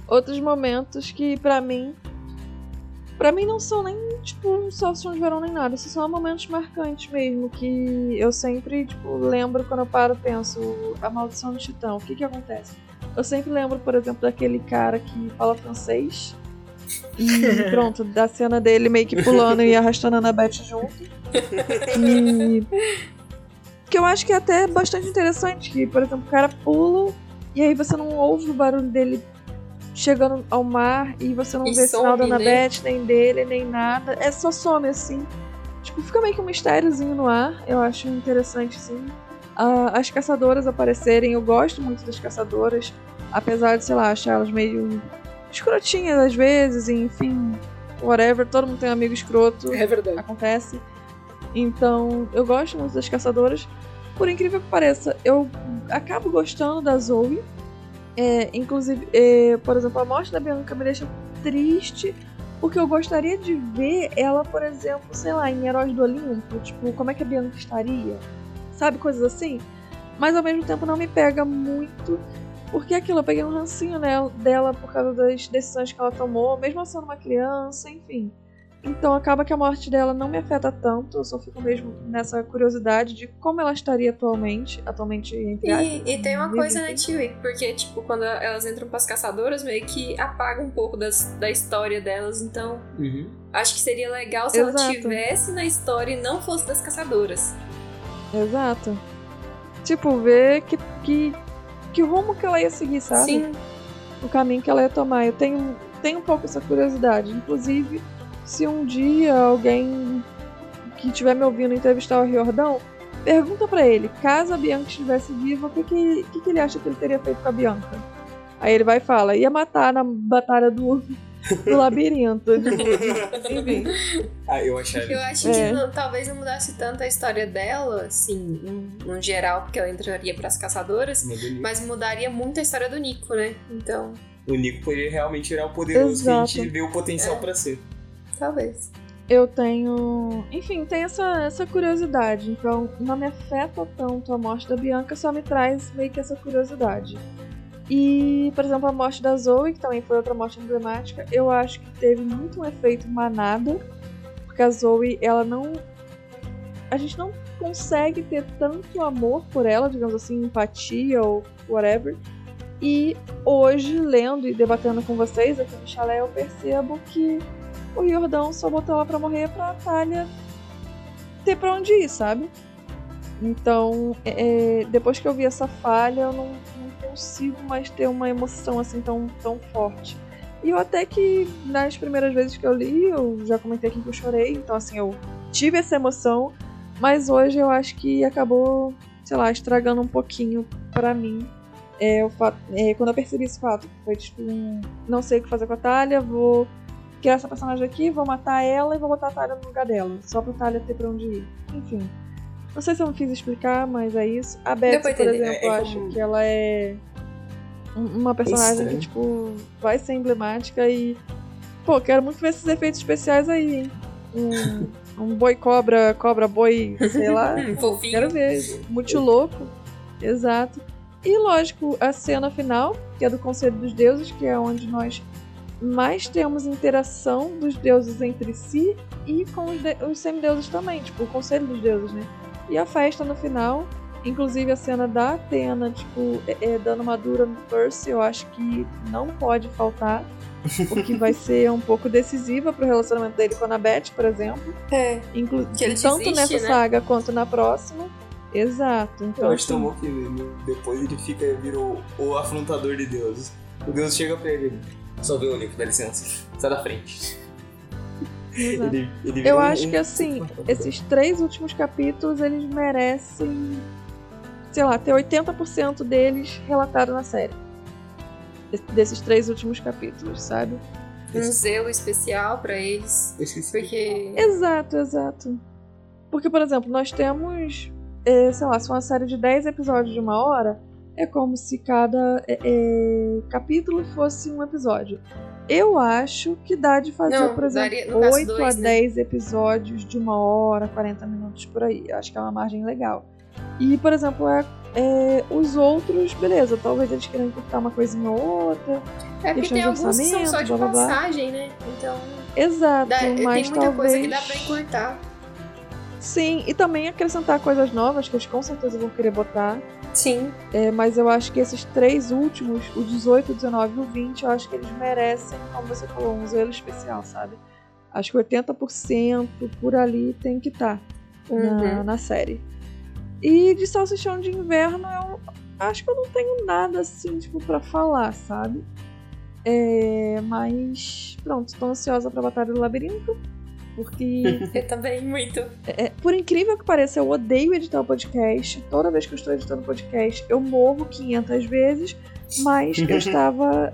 C: Outros momentos que pra mim Pra mim não são nem tipo um salsichão de verão nem nada, esses são momentos marcantes mesmo que eu sempre tipo lembro quando eu paro, e penso a maldição do Titã, o que que acontece? Eu sempre lembro, por exemplo, daquele cara que fala francês e pronto, da cena dele meio que pulando e arrastando a Annabeth junto. E que eu acho que é até bastante interessante que, por exemplo, o cara pula e aí você não ouve o barulho dele chegando ao mar e você não
D: E
C: vê sinal da
D: some, né?
C: Anabete, nem dele, nem nada. É só some assim. Tipo, fica meio que um mistériozinho no ar. Eu acho interessante, sim. Ah, as caçadoras aparecerem. Eu gosto muito das caçadoras. Apesar de, sei lá, achar elas meio escrotinhas às vezes, e, enfim, whatever. Todo mundo tem um amigo escroto
A: é verdade.
C: acontece. Então, eu gosto muito das caçadoras. Por incrível que pareça, eu acabo gostando da Zoe. É, inclusive, é, por exemplo, a morte da Bianca me deixa triste, porque eu gostaria de ver é ela, por exemplo, sei lá, em Heróis do Olimpo. Tipo, como é que a Bianca estaria? Sabe, coisas assim. Mas ao mesmo tempo não me pega muito, porque é aquilo, eu peguei um rancinho nela- dela por causa das decisões que ela tomou, mesmo ela sendo uma criança, enfim. Então acaba que a morte dela não me afeta tanto, eu só fico mesmo nessa curiosidade de como ela estaria atualmente, atualmente entre aspas.
D: E, e tem uma
C: Vivi,
D: coisa, né,
C: sim.
D: Tio? Porque, tipo, quando elas entram pras caçadoras, meio que apaga um pouco das, da história delas. Então,
B: Uhum.
D: acho que seria legal se ela
C: Exato.
D: tivesse na história e não fosse das caçadoras.
C: Exato. Tipo, ver que, que, que rumo que ela ia seguir, sabe?
D: Sim,
C: o caminho que ela ia tomar. Eu tenho, tenho um pouco essa curiosidade. Inclusive, se um dia alguém que estiver me ouvindo entrevistar o Riordão, pergunta pra ele, caso a Bianca estivesse viva, o que, que, que, que ele acha que ele teria feito com a Bianca? Aí ele vai e fala, ia matar na batalha do, do labirinto. Enfim.
B: Ah, eu achava.
D: eu acho
C: É.
D: que não- talvez não mudasse tanto a história dela, assim, no- no geral, porque ela entraria pras caçadoras,
B: Mas o Nico-
D: mas mudaria muito a história do Nico, né? Então,
B: O Nico poderia realmente virar o poderoso que a gente
C: Exato.
B: vê o potencial pra ser.
D: talvez.
C: eu tenho. Enfim, tem essa, essa curiosidade. Então, não me afeta tanto a morte da Bianca, só me traz meio que essa curiosidade. E, por exemplo, a morte da Zoe, que também foi outra morte emblemática, eu acho que teve muito um efeito manada, porque a Zoe, ela não. A gente não consegue ter tanto amor por ela, digamos assim, empatia ou whatever. E hoje, lendo e debatendo com vocês aqui no chalé, eu percebo que o Jordão só botou ela pra morrer pra Talha ter pra onde ir, sabe? Então, é, é, depois que eu vi essa falha, eu não, não consigo mais ter uma emoção assim tão, tão forte. E eu até que nas primeiras vezes que eu li, eu já comentei aqui que eu chorei, então assim, eu tive essa emoção, mas hoje eu acho que acabou, sei lá, estragando um pouquinho pra mim. É, o fato, é, quando eu percebi esse fato, foi tipo, um, não sei o que fazer com a Talha, vou criar essa personagem aqui, vou matar ela e vou botar a Talia no lugar dela. Só pra Talia ter pra onde ir. Enfim. Não sei se eu não quis explicar, mas é isso. A Beth,
D: Deu
C: por
D: pra entender.
C: exemplo,
B: É- é
C: eu
B: como-
C: acho que ela é um- uma personagem
B: Estranho.
C: que, tipo, vai ser emblemática e. Pô, quero muito ver esses efeitos especiais aí, hein? Um, um boi cobra, cobra boi, sei lá.
D: Hum, fofinho.
C: Quero ver. Muito louco. Exato. E lógico, a cena final, que é do Conselho dos Deuses, que é onde nós mais temos interação dos deuses entre si e com os, de- os semideuses também, tipo, o Conselho dos Deuses, né? E a festa no final, Inclusive a cena da Atena, tipo, é, é, dando uma dura no Percy, eu acho que não pode faltar. o que vai ser um pouco decisiva pro relacionamento dele com a Anabeth, por exemplo.
D: É.
C: Inclu
D: Que ele
C: tanto
D: desiste,
C: nessa
D: né?
C: saga quanto na próxima. Exato. Então,
B: Eu acho tão bom que no- depois ele fica virou o afrontador de deuses. O deus chega pra ele. Só vê o livro, dá licença. Sai da frente.
C: exato.
B: Ele, ele vira
C: Eu
B: um-
C: acho
B: um-
C: que assim, esses três últimos capítulos, eles merecem, sei lá, ter 80% deles relatado na série. Des- Desses três últimos capítulos, sabe?
D: Um zelo especial pra eles.
B: Eu esqueci.
D: Porque. é
C: Exato, exato. Porque, por exemplo, nós temos, é, sei lá, se for uma série de 10 episódios de uma hora, é como se cada é, é, capítulo fosse um episódio. Eu acho que dá de fazer,
D: Não,
C: por exemplo,
D: daria- no caso
C: 8
D: dois,
C: a
D: né?
C: 10 episódios de uma hora, 40 minutos por aí. Eu acho que é uma margem legal. E, por exemplo, é- é, os outros, beleza, talvez eles queiram cortar uma coisinha ou outra.
D: É porque
C: Questão
D: tem
C: de
D: alguns que são
C: orçamento,
D: só de
C: blá, blá, blá.
D: passagem, né? Então.
C: Exato,
D: dá- tem
C: mas
D: muita
C: talvez...
D: coisa que dá pra encurtar.
C: Sim, e também acrescentar coisas novas que eles com certeza vão querer botar.
D: Sim.
C: É, mas eu acho que esses três últimos, o 18, o 19 e o 20, eu acho que eles merecem, como você falou, um zelo especial, sabe? Acho que 80% por ali tem que estar na,
D: Uhum.
C: na série. E de Salsichão de Inverno, eu acho que eu não tenho nada assim, tipo, pra falar, sabe? É, mas pronto, tô ansiosa pra Batalha do Labirinto, porque
D: Eu também, muito.
C: é, por incrível que pareça, eu odeio editar o podcast. Toda vez que eu estou editando podcast, eu morro 500 vezes. Mas eu estava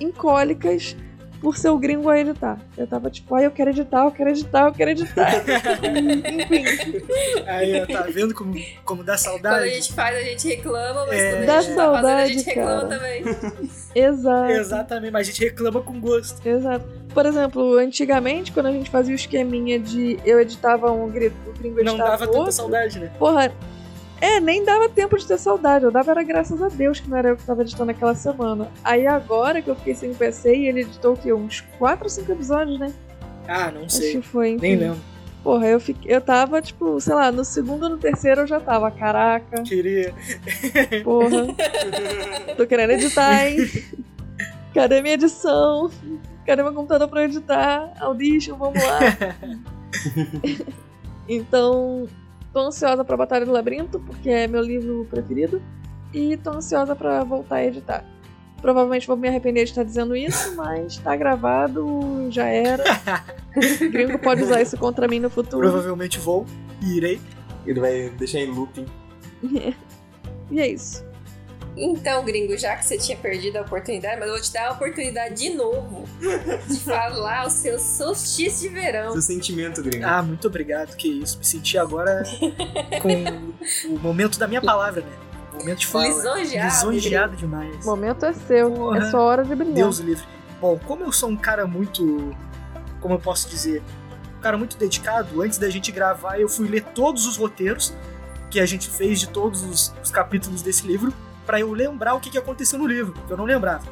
C: em cólicas por ser o gringo a editar. Eu tava tipo, ai, eu quero editar, eu quero editar, eu quero editar. Enfim,
A: Aí, ó, tá vendo como, como dá
D: Quando a
A: saudade?
D: gente faz, a gente reclama, mas
A: É.
D: quando
C: Dá
D: a gente tá fazendo, a
C: saudade,
D: gente reclama
C: cara.
D: também.
C: exato.
A: Exatamente, mas a gente reclama com gosto.
C: Exato. Por exemplo, antigamente, quando a gente fazia o esqueminha de eu editava um, gri- o gringo
A: Não
C: editava
A: dava
C: outro,
A: tanta saudade, né?
C: Porra. É, nem dava tempo de ter saudade. Eu dava, era graças a Deus que não era eu que tava editando aquela semana. Aí agora que eu fiquei sem PC e ele editou o quê? Uns 4 ou 5 episódios, né?
A: Ah, não
C: Acho
A: sei.
C: que foi. enfim.
A: Nem lembro.
C: Porra, eu, fiquei, eu tava, tipo, sei lá, no segundo ou no terceiro eu já tava. Caraca,
A: Queria.
C: porra. Tô querendo editar, hein? Cadê minha edição? Cadê meu computador pra eu editar? Audition, vamos lá. então, tô ansiosa pra Batalha do Labirinto, porque é meu livro preferido. E tô ansiosa pra voltar a editar. Provavelmente vou me arrepender de estar dizendo isso, mas tá gravado, já era. O gringo pode usar isso contra mim no futuro.
A: Provavelmente vou e irei.
B: Ele vai deixar em looping.
C: E é isso.
D: Então, gringo, já que você tinha perdido a oportunidade, mas eu vou te dar a oportunidade de novo de falar o seu solstício de verão.
B: Seu sentimento, gringo.
A: Ah, muito obrigado, que isso. Me senti agora com o momento da minha palavra, né? Momento de fala.
D: Lisonjeado.
A: Lisonjeado demais.
C: O momento é seu.
A: Porra.
C: É sua hora de brilhar.
A: Deus o livre. Bom, como eu sou um cara muito. Como eu posso dizer? Um cara muito dedicado, antes da gente gravar, eu fui ler todos os roteiros que a gente fez de todos os, os capítulos desse livro, pra eu lembrar o que, que aconteceu no livro, que eu não lembrava.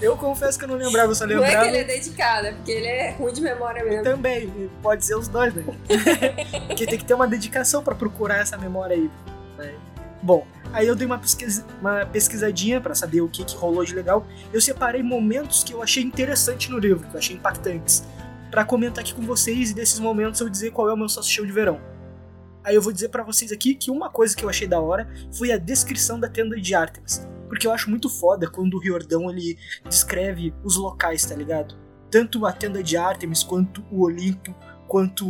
A: eu confesso que eu não lembrava, eu só
D: Não é
A: lembrava. Então-
D: que ele é dedicado, é porque ele é ruim de memória mesmo.
A: Também, pode ser os dois, né? Porque tem que ter uma dedicação pra procurar essa memória aí. né? Bom, aí eu dei uma, pesquisa, uma pesquisadinha pra saber o que, que rolou de legal. Eu separei momentos que eu achei interessante no livro, que eu achei impactantes, Pra comentar aqui com vocês e desses momentos eu dizer qual é o meu sócio show de verão. Aí eu vou dizer pra vocês aqui que uma coisa que eu achei da hora foi a descrição da tenda de Artemis, porque eu acho muito foda quando o Riordão ele descreve os locais, tá ligado? tanto a tenda de Artemis, quanto o Olimpo, quanto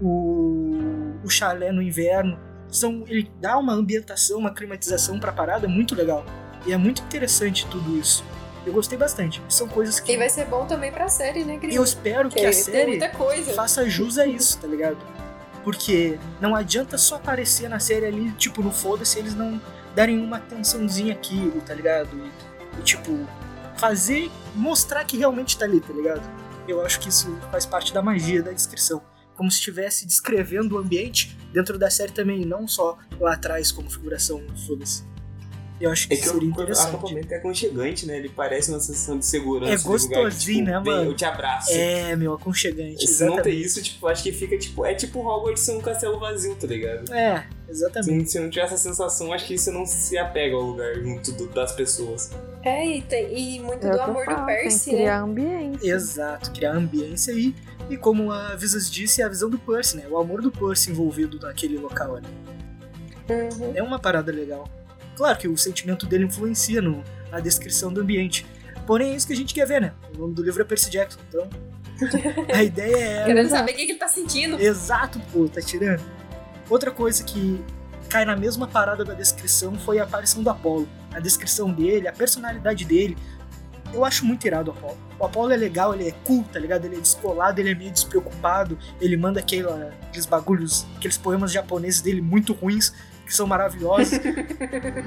A: o, o chalé no inverno. São, ele dá uma ambientação, uma climatização pra parada muito legal. E é muito interessante tudo isso. Eu gostei bastante. São coisas que
D: E vai ser bom também pra série, né, gringo?
A: eu espero que
D: Porque
A: a
D: tem
A: série
D: muita coisa.
A: faça jus a isso, tá ligado? Porque não adianta só aparecer na série ali, tipo, no foda-se, eles não darem uma atençãozinha aqui, tá ligado? E, e, tipo, fazer, mostrar que realmente tá ali, tá ligado? Eu acho que isso faz parte da magia da descrição. Como se estivesse descrevendo o ambiente dentro da série também, e não só lá atrás como figuração, foda-se. Eu acho que,
B: É que
A: seria
B: o
A: interessante.
B: acampamento é aconchegante, né? Ele parece uma sensação de segurança.
A: É
B: de lugar que, tipo,
A: gostosinho, né,
B: vem,
A: mano?
B: Eu te abraço.
A: É, meu, aconchegante.
B: Se não
A: Exatamente.
B: tem isso, tipo, acho que fica tipo. É tipo Hogwarts ser um castelo vazio, tá ligado?
A: É,
B: Se
A: exatamente.
B: não, se não tiver essa sensação, acho que você não se apega ao lugar junto do- das pessoas.
D: É, e, tem, e muito
C: É o
D: do
C: que eu
D: amor
C: falo,
D: do
C: tem que
D: Percy, né?
C: criar ambiente.
A: Exato, criar ambiência aí. E como a Visas disse, é a visão do Percy, né? O amor do Percy envolvido naquele local ali.
D: Uhum.
A: É uma parada legal. Claro que o sentimento dele influencia no, na descrição do ambiente. Porém, é isso que a gente quer ver, né? O nome do livro é Percy Jackson, então. A ideia é
D: Querendo saber o que que ele tá sentindo.
A: Exato, pô, tá tirando. Outra coisa que cai na mesma parada da descrição foi a aparição do Apollo. A descrição dele, a personalidade dele. Eu acho muito irado o Apollo. O Apollo é legal, ele é cool, tá ligado? Ele é descolado, ele é meio despreocupado. Ele manda aquela- aqueles bagulhos, aqueles poemas japoneses dele muito ruins, que são maravilhosos.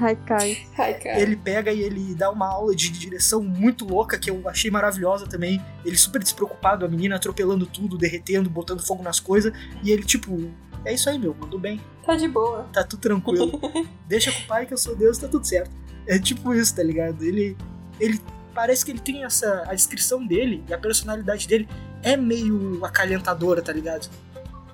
C: Haikai.
D: Ai, cara.
A: ele pega e ele dá uma aula de direção muito louca, que eu achei maravilhosa também. Ele super despreocupado, a menina atropelando tudo, derretendo, botando fogo nas coisas. E ele, tipo, é isso aí, meu, mandou bem
I: Tá de boa.
A: tá tudo tranquilo. Deixa com o pai que eu sou Deus, tá tudo certo. É tipo isso, tá ligado? Ele. Ele. Parece que ele tem essa. A descrição dele e a personalidade dele é meio acalentadora, tá ligado?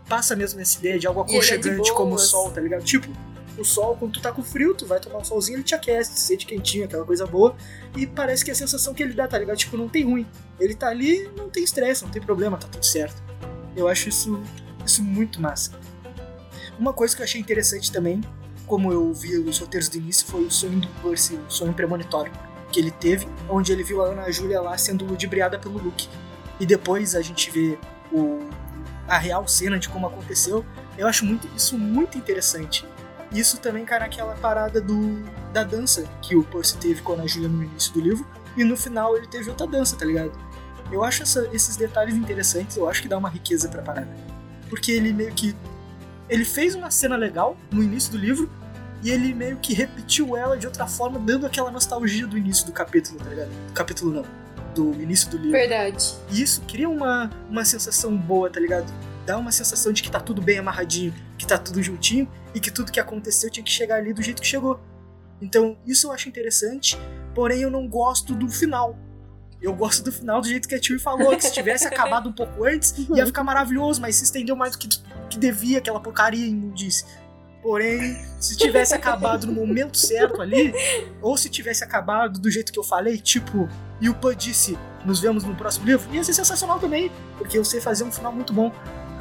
A: Passa mesmo essa ideia de algo
D: E ele é de
A: aconchegante como o
D: boas.
A: sol, tá ligado? Tipo, o sol, quando tu tá com frio, tu vai tomar um solzinho, ele te aquece, tu sente quentinho, aquela coisa boa. E parece que é a sensação que ele dá, tá ligado? Tipo, não tem ruim. Ele tá ali, não tem estresse, não tem problema, tá tudo certo. Eu acho isso, isso muito massa. Uma coisa que eu achei interessante também, como eu vi os roteiros do início, foi o sonho do Percy, o sonho premonitório que ele teve, onde ele viu a Ana Júlia lá sendo ludibriada pelo Luke. E depois a gente vê o, a real cena de como aconteceu. Eu acho muito, isso muito interessante. Isso também cai naquela parada do, da dança que o Percy teve com a Ana Júlia no início do livro, e no final ele teve outra dança, tá ligado? Eu acho essa- esses detalhes interessantes, eu acho que dá uma riqueza pra parada. Porque ele meio que ele fez uma cena legal no início do livro e ele meio que repetiu ela de outra forma, dando aquela nostalgia do início do capítulo, tá ligado? Do capítulo não, do início do livro.
D: Verdade.
A: E isso cria uma, uma sensação boa, tá ligado? Dá uma sensação de que tá tudo bem amarradinho, que tá tudo juntinho e que tudo que aconteceu tinha que chegar ali do jeito que chegou. Então, isso eu acho interessante, porém eu não gosto do final. Eu gosto do final do jeito que a Tio falou, que se tivesse acabado um pouco antes,
C: Uhum.
A: ia ficar maravilhoso, mas se estendeu mais do que, que devia aquela porcaria imundice. Porém, se tivesse acabado no momento certo ali, ou se tivesse acabado do jeito que eu falei, tipo, e o Pan disse, nos vemos no próximo livro, ia ser sensacional também, porque eu sei fazer um final muito bom.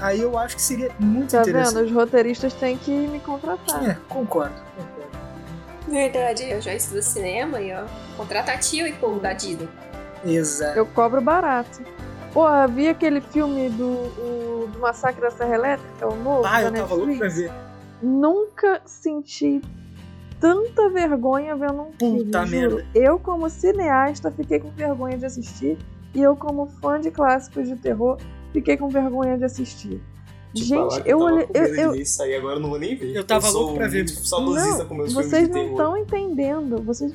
A: Aí eu acho que seria muito
C: Tá vendo?
A: interessante.
C: Os roteiristas têm que me contratar.
A: É, concordo, concordo.
D: Verdade, eu já estudo cinema e ó, contrata a tio e povo da Disney.
A: Exato.
C: Eu cobro barato. Pô, havia aquele filme do, o- do Massacre da Serra Elétrica, o novo,
A: Ah,
C: da
A: eu tava louco pra
C: Netflix.
A: ver.
C: Nunca senti tanta vergonha vendo um filme,
A: Puta
C: juro.
A: merda.
C: Eu, como cineasta, fiquei com vergonha de assistir. E eu, como fã de clássicos de terror, fiquei com vergonha de assistir.
B: Tipo, falar
C: Gente,
B: que
C: eu
B: tava
C: olhei...
B: com
C: Eu,
B: medo de
C: eu-
B: ver Isso aí agora eu não vou nem ver.
A: Eu tava
B: sou um
A: louco pra ver. tipo,
B: muito saudosista com meus
C: vocês
B: filmes de
C: não
B: terror.
C: estão entendendo. Vocês...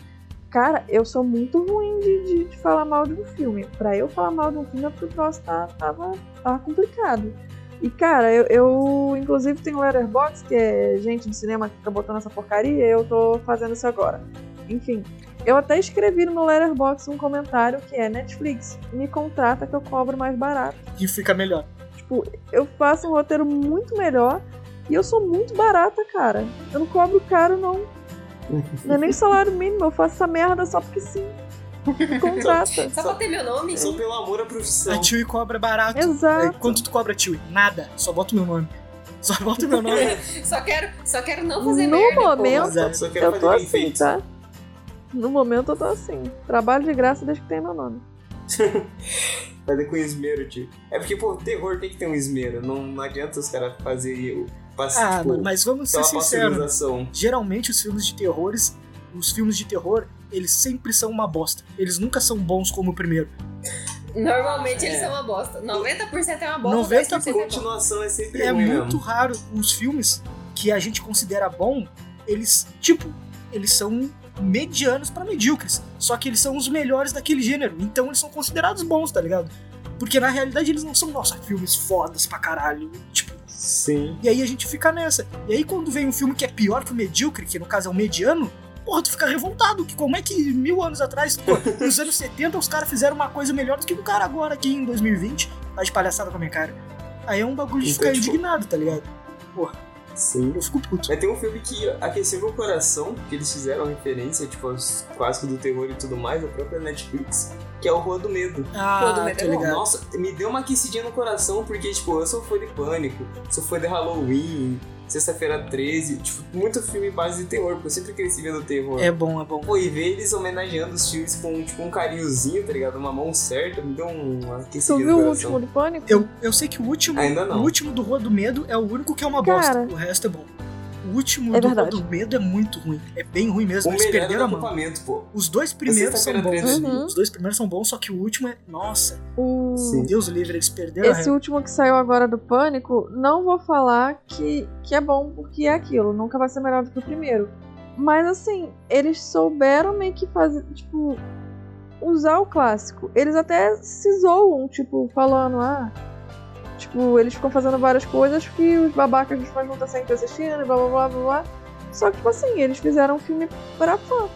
C: Cara, eu sou muito ruim de, de, de falar mal de um filme. Pra eu falar mal de um filme é porque o troço tá, tava, tava complicado. E, cara, eu, eu inclusive tenho Letterboxd, que é gente do cinema que fica botando essa porcaria, e eu tô fazendo isso agora. Enfim, eu até escrevi no meu Letterboxd um comentário que é Netflix, me contrata que eu cobro mais barato.
A: E fica melhor.
C: Tipo, eu faço um roteiro muito melhor e eu sou muito barata, cara. Eu não cobro caro, não. Não é nem salário mínimo, eu faço essa merda só porque sim. Me contrata.
D: Só pra ter meu nome?
B: Só pelo amor à profissão.
A: A Tio cobra barato. É,
C: Exato.
A: Quanto tu cobra, Tio? Nada. Só bota o meu nome. Só bota o meu nome.
D: Só quero, só quero não
C: No
D: fazer merda. pô.
C: momento,
A: Exato.
B: Só quero
C: eu tô
B: fazer bem
C: assim,
B: feito.
C: tá? No momento eu tô assim. Trabalho de graça desde que tem meu nome.
B: Fazer com esmero, tio. É porque, pô, terror tem que ter um esmero. Não, não adianta os caras fazerem o. passar
A: Ah,
B: tipo,
A: mano, mas vamos ser
B: aquela
A: sinceros. né?
B: pasteurização.
A: Geralmente os filmes de terrores, os filmes de terror, eles sempre são uma bosta. Eles nunca são bons como o primeiro.
D: Normalmente eles
B: É.
D: são uma bosta. 90% é uma bosta.
A: 90%
D: 10% é bom.
B: Continuação é sempre
A: É
B: ruim
A: muito
B: mesmo.
A: raro os filmes que a gente considera bom, eles, tipo, eles são medianos pra medíocres. Só que eles são os melhores daquele gênero. Então eles são considerados bons, tá ligado? Porque na realidade eles não são, nossa, filmes fodas pra caralho. Tipo,
B: Sim.
A: E aí a gente fica nessa. E aí quando vem um filme que é pior que o medíocre, que no caso é o mediano, porra, tu fica revoltado. Que como é que mil anos atrás, pô, nos anos 70, os caras fizeram uma coisa melhor do que o cara agora aqui em 2020? Tá de palhaçada com a minha cara. Aí é um bagulho de
B: Então,
A: ficar
B: tipo-
A: indignado, tá ligado?
B: Sim.
A: Eu fico puto.
B: Mas tem um filme que aqueceu meu coração, que eles fizeram referência, tipo, aos clássicos do terror e tudo mais, da própria Netflix, que é o Rua do Medo.
A: Ah,
D: Todo medo
A: tá
D: é
A: ligado.
B: Nossa, me deu uma aquecidinha no coração, porque, tipo, eu sou fã de Pânico, sou fã de Halloween, Sexta-feira 13, tipo, muito filme base de terror, porque eu sempre cresci vendo terror.
A: É bom, é bom.
B: Pô, e ver eles homenageando os filmes com, tipo, um carinhozinho, tá ligado? Uma mão certa, me deu um
C: Tu
B: aquecidinho no
C: Então, viu o
B: coração.
C: último do Pânico?
A: Eu, eu sei que o último,
B: Ainda não.
A: o último do Rua do Medo é o único que é uma
C: Cara.
A: bosta. O resto é bom. O último
C: É
A: do
C: verdade.
A: Rua do Medo é muito ruim. É bem ruim mesmo.
B: O
A: Eles
B: melhor é do
A: perderam a mão.
B: acampamento, pô.
A: Os dois primeiros são
B: Sexta-feira
A: bons.
B: 13.
C: Uhum.
A: Os dois primeiros são bons, só que o último é. Nossa,
C: O...
B: Sim.
A: Deus livre, eles perderam
C: Esse
A: a
C: último que saiu agora do Pânico, não vou falar que, que é bom, porque é aquilo, nunca vai ser melhor do que o primeiro. Mas assim, eles souberam meio que fazer, tipo, usar o clássico. Eles até se zoam, tipo, falando, ah. Tipo, eles ficam fazendo várias coisas que os babacas dos fãs vão estar sempre assistindo, e blá blá blá blá blá. Só que, tipo assim, eles fizeram um filme pra fã.